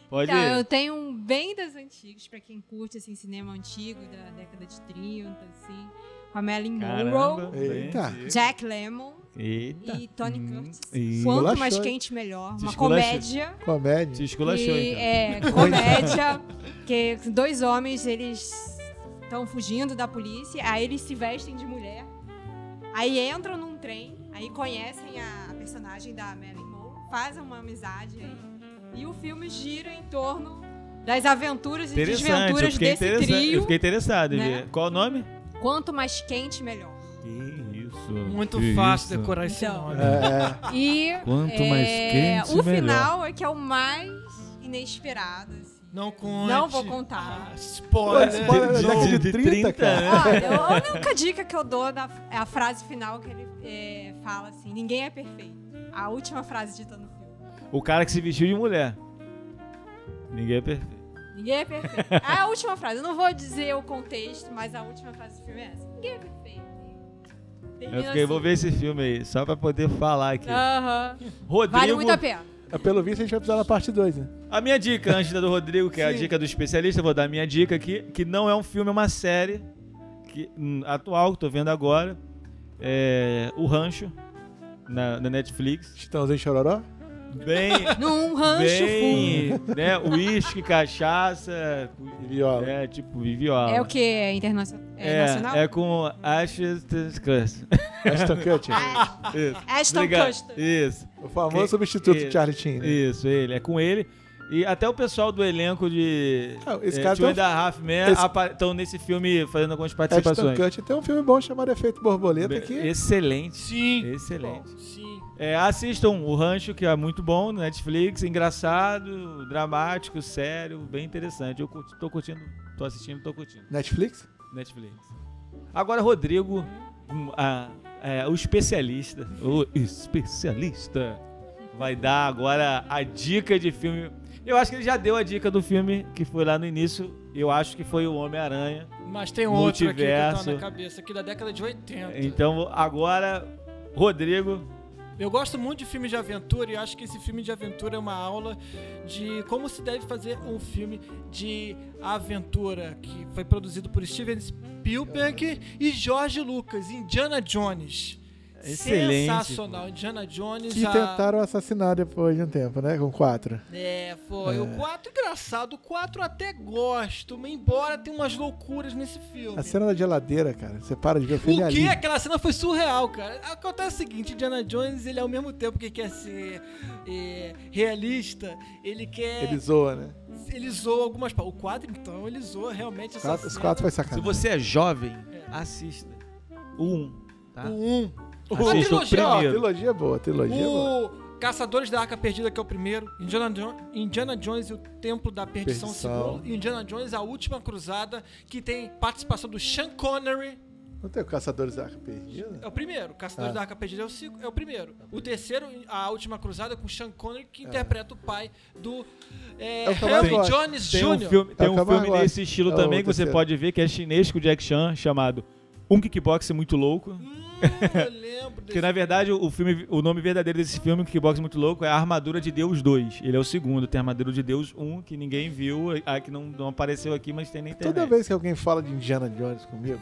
Pode
Então,
ir.
eu tenho um bem das antigas, pra quem curte assim, cinema antigo da década de 30, assim, com a Marilyn
Caramba.
Monroe,
bem
Eita.
antigo.
Jack Lemmon
Eita.
e Tony
Hum,
Curtis.
e-
Quanto mais
Esculachou, hein?
quente, melhor. Uma
Esculachou.
comédia.
Comédia.
Se esculachou,
E,
então.
é, comédia, que dois homens, eles estão fugindo da polícia, aí eles se vestem de mulher, aí entram num trem, aí conhecem a, a personagem da Marilyn Monroe, fazem uma amizade aí, e o filme gira em torno das aventuras e
Interessante, eu
desventuras
fiquei,
desse
interessa- eu
trio.
fiquei interessado em
né?
ver. Qual o nome?
Quanto mais quente, melhor.
Que isso.
Muito fácil decorar esse
Então.
nome.
É,
E
Quanto
é,
mais quente,
o
melhor.
final é que é o mais inesperado. assim.
Não conte.
Não vou
Ah,
contar.
Pô,
spoiler.
spoiler. da década de 30, cara.
Olha, a única dica que eu dou da- é a frase final que ele é, fala assim: ninguém é perfeito. A última frase dita no filme.
O cara que se vestiu de mulher. Ninguém é perfeito.
Ninguém é perfeito. É a última frase. Eu não vou dizer o contexto, mas a última frase do filme é essa. Ninguém é perfeito. Termina
Eu fiquei, vou
assim.
ver esse filme aí, só pra poder falar aqui.
Aham.
Rodrigo,
Vale muito a pena.
é. Pelo visto, a gente vai precisar da parte 2, né?
A minha dica, antes da do Rodrigo, que é a dica do especialista, eu vou dar a minha dica aqui, que não é um filme, é uma série que, hum, atual, que tô vendo agora. É O Rancho, na, na Netflix.
Chitãozinho Chororó?
Bem.
Num rancho fundo.
bem, né? Uísque, cachaça,
E viola.
é, tipo, e viola.
É o que? É internacional? É, nacional?
é com Ashton Kutcher.
Ashton Kutcher.
Ah,
Isso.
Ashton
Obrigado.
Kutcher.
Isso.
O famoso
Que-
substituto
que-
de Charlie Chin. né?
Isso, ele. É com ele. E até o pessoal do elenco de
Ah, esse
é,
cara
Two
tem
and a Half Men
esse- Tá
estão nesse filme fazendo algumas
Ashton
participações.
Kutcher tem um filme bom chamado Efeito Borboleta
Be-
aqui.
Excelente.
Sim.
Excelente.
Sim.
É, assistam O Rancho, que é muito bom no Netflix. Engraçado, dramático, sério, bem interessante. Eu curti, tô curtindo, tô assistindo, tô curtindo.
Netflix?
Netflix. Agora, Rodrigo, um, a- é, o especialista, o especialista, vai dar agora a dica de filme. Eu acho que ele já deu a dica do filme que foi lá no início. Eu acho que foi o Homem-Aranha.
Mas tem outro aqui que
Multiverso.
tá na cabeça, aqui da década de 80.
Então, agora, Rodrigo.
Eu gosto muito de filmes de aventura e acho que esse filme de aventura é uma aula de como se deve fazer um filme de aventura que foi produzido por Steven Spielberg e George Lucas, Indiana Jones.
Excelente,
Sensacional, Indiana Jones.
Que
a-
tentaram assassinar depois de um tempo, né? Com quatro.
É, foi. O 4, engraçado, o 4 até gosto, mas embora tem umas loucuras nesse filme.
A cena da geladeira, cara. Você para de ver o filme
O
ali.
que? Aquela cena foi surreal, cara. Acontece o seguinte, Indiana Jones, ele ao mesmo tempo que quer ser é, realista, ele quer...
Ele
Ele,
zoa, né?
zoa algumas... pa- O quadro, então, ele zoa realmente essa
Quatro- os
cena.
quatro foi
Se
sacanagem.
você é jovem, assista. O 1, tá?
O 1.
Assista
Uma
o
trilogia,
Ó,
primeiro.
trilogia é boa, trilogia boa.
O Caçadores da Arca Perdida, que é o primeiro. Indiana, Jo- Indiana Jones e o Templo da Perdição,
Perdição.
segundo. E Indiana Jones, a Última Cruzada, que tem participação do Sean Connery.
Não tem o Caçadores da Arca Perdida?
É o primeiro. Caçadores
Ah.
da Arca Perdida é o, seg- é o primeiro. O terceiro, a Última Cruzada, é com Sean Connery, que interpreta o pai do é,
É o que eu mais
Harry
gosto.
Jones
Tem um
Jr.
filme, tem
É o
um
que eu mais
filme
gosto.
nesse estilo
É o
também que você
terceiro.
pode ver, que é chinês com Jack Chan, chamado Um Kickbox Muito Louco.
Hum, eu lembro
Que
desse
na verdade o filme, o nome verdadeiro desse filme, Kickbox Muito Louco, é Armadura de Deus 2. Ele é o segundo, tem Armadura de Deus 1, que ninguém viu, a que não, não apareceu aqui, mas tem na internet.
Toda vez que alguém fala de Indiana Jones comigo,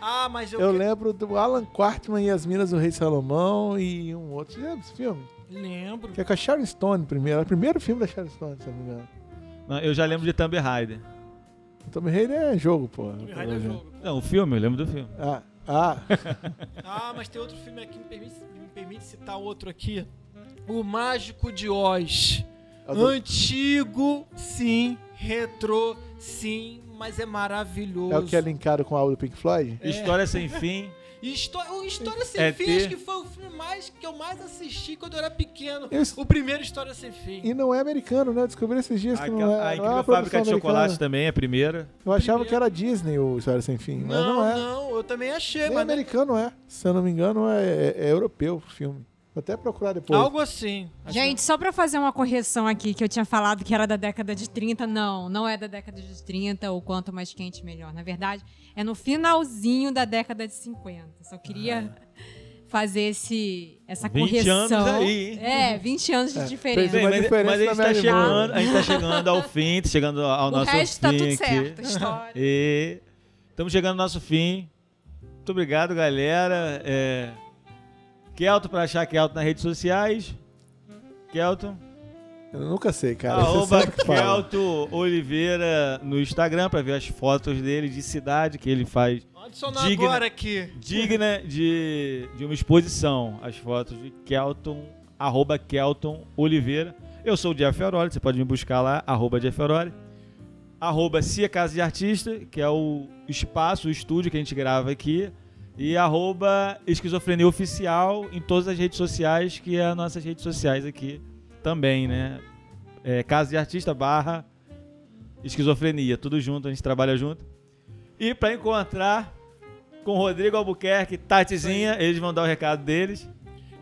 Ah, mas eu,
eu
que-
lembro do Alan Quartman e as Minas do Rei Salomão e um outro. Você lembra esse filme?
lembro.
Que é com a Sharon Stone primeiro. É o primeiro filme da Sharon Stone, se eu não me engano.
Não, Eu já lembro de Tomb Raider.
O Tommy Raider é jogo, pô.
Tomb Raider é jogo.
Não, o um filme, eu lembro do filme.
Ah, ah.
Ah, mas tem outro filme aqui, me permite, me permite citar outro aqui. O Mágico de Oz.
é o do-
Antigo, sim. Retrô, sim. Mas é maravilhoso.
é o que é linkado com o álbum do Pink Floyd?
História Sem Fim.
Histó o História Sem
É
Fim
ter-
acho que foi o filme mais, que eu mais assisti quando eu era pequeno.
Eu-
O primeiro História Sem Fim.
E não é americano, né? Eu descobri esses dias
A,
que não é.
a
não é
Incrível
uma
Fábrica
produção
de
americana.
Chocolate também é a primeira.
Eu achava que era Disney o História Sem Fim, mas não,
não,
é.
não, eu também achei,
Nem
mas né,
americano é. Se eu não me engano, é, é- é europeu o filme. Vou até procurar depois.
algo assim.
Gente, só pra fazer uma correção aqui, que eu tinha falado que era da década de 30. Não, não é da década de 30, o quanto mais quente, melhor. Na verdade, é no finalzinho da década de 50. Só queria fazer esse, essa
20
correção.
Ah, anos aí, hein?
É, 20 anos de
É,
diferença.
fez
Bem,
uma
mas,
diferença
mas a, gente
na
tá
minha
chegando, a gente tá chegando ao fim, tá chegando ao
O
nosso
resto
fim
tá tudo
aqui.
certo, a história.
E estamos chegando ao nosso fim. Muito obrigado, galera. É... Kelton pra achar Kelton nas redes sociais. Kelton.
Eu nunca sei, cara. Você
Arroba
sempre que fala.
Kelton Oliveira no Instagram pra ver as fotos dele de cidade que ele faz.
Vou adicionar
Digna.
agora aqui.
Digna de, de uma exposição. As fotos de Kelton, arroba Kelton Oliveira. Eu sou o Jeff Aroli, você pode me buscar lá, arroba Jeff Aroli. Arroba Cia Casa de Artista, que é o espaço, o estúdio que a gente grava aqui. E arroba Esquizofrenia Oficial em todas as redes sociais, que é as nossas redes sociais aqui também, né? É, Casa de Artista barra Esquizofrenia, tudo junto, a gente trabalha junto. E para encontrar com Rodrigo Albuquerque, Tatizinha, eles vão dar o recado deles.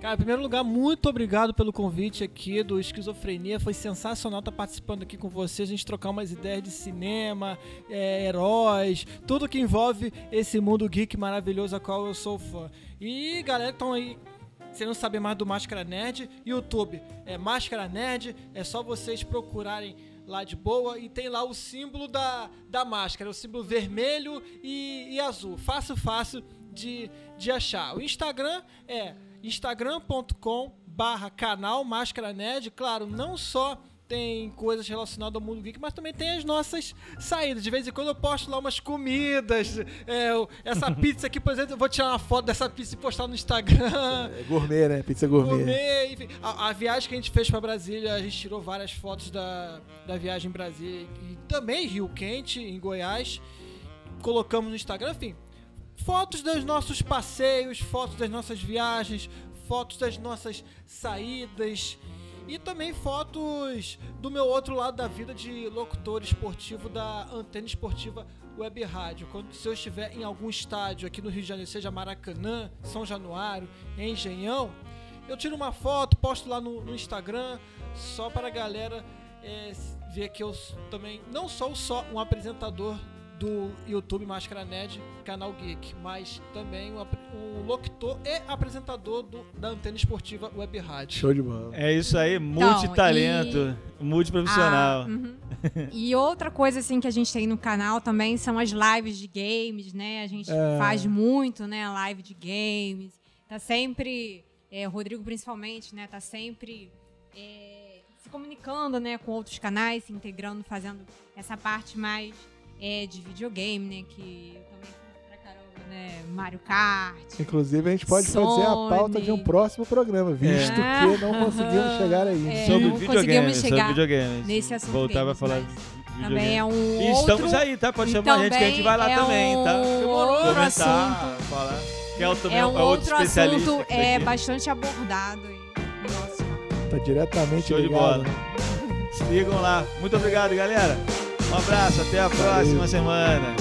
Cara, em primeiro lugar, muito obrigado pelo convite aqui do Esquizofrenia. Foi sensacional estar participando aqui com vocês, a gente trocar umas ideias de cinema, é, heróis, tudo que envolve esse mundo geek maravilhoso a qual eu sou fã. E galera, estão aí. Se não saber mais do Máscara Nerd, YouTube é Máscara Nerd, é só vocês procurarem lá de boa e tem lá o símbolo da, da máscara, o símbolo vermelho e, e azul. Fácil, fácil de, de achar. O Instagram é instagram.com barra canal Máscara Nerd. Claro, não só tem coisas relacionadas ao mundo geek, mas também tem as nossas saídas. De vez em quando eu posto lá umas comidas. é, o- essa pizza aqui, por exemplo, eu vou tirar uma foto dessa pizza e postar no Instagram
É gourmet, né? Pizza gourmet.
comer, enfim. A, a viagem que a gente fez pra Brasília, a gente tirou várias fotos da, da viagem em Brasília e também Rio Quente, em Goiás. Colocamos no Instagram, enfim. Fotos dos nossos passeios, fotos das nossas viagens, fotos das nossas saídas. E também fotos do meu outro lado da vida de locutor esportivo da Antena Esportiva Web Rádio. Quando se eu estiver em algum estádio aqui no Rio de Janeiro, seja Maracanã, São Januário, em Engenhão, eu tiro uma foto, posto lá no, no Instagram, só para a galera é, s- ver que eu s- também não sou só um apresentador do YouTube Máscara Nerd, canal Geek, mas também um, apre- um locutor e apresentador do- da Antena Esportiva Web Rádio.
Show de bola.
É isso aí, multitalento, multiprofissional.
Então, Ah, uhum. E outra coisa assim que a gente tem no canal também são as lives de games, né? A gente
É.
faz muito, né? Live de games. Tá sempre, é, o Rodrigo principalmente, né? Tá sempre é, se comunicando, né? Com outros canais, se integrando, fazendo essa parte mais é, de videogame, né? Que eu também curto pra caramba, né? Mario Kart.
Inclusive, a gente pode fazer a
Sony.
pauta de um próximo programa, visto
É.
que não conseguimos chegar aí.
É.
Sobre
não
videogame,
conseguimos
sobre
chegar
videogames.
nesse assunto
Voltar pra
games,
falar
mas
de
Também
videogame.
é um
E
outro...
estamos aí, tá? Pode chamar a gente que a gente vai lá
é
também, tá?
um outro
Comentar,
assunto.
falar. Que é, o- também
É
é
um
outro
outro
especialista.
assunto
que tá
é
aqui.
bastante abordado aí no nosso canal.
Tá diretamente
Show de
ligado. né?
bola. Sigam lá. Muito obrigado, galera. Um abraço, até a próxima semana.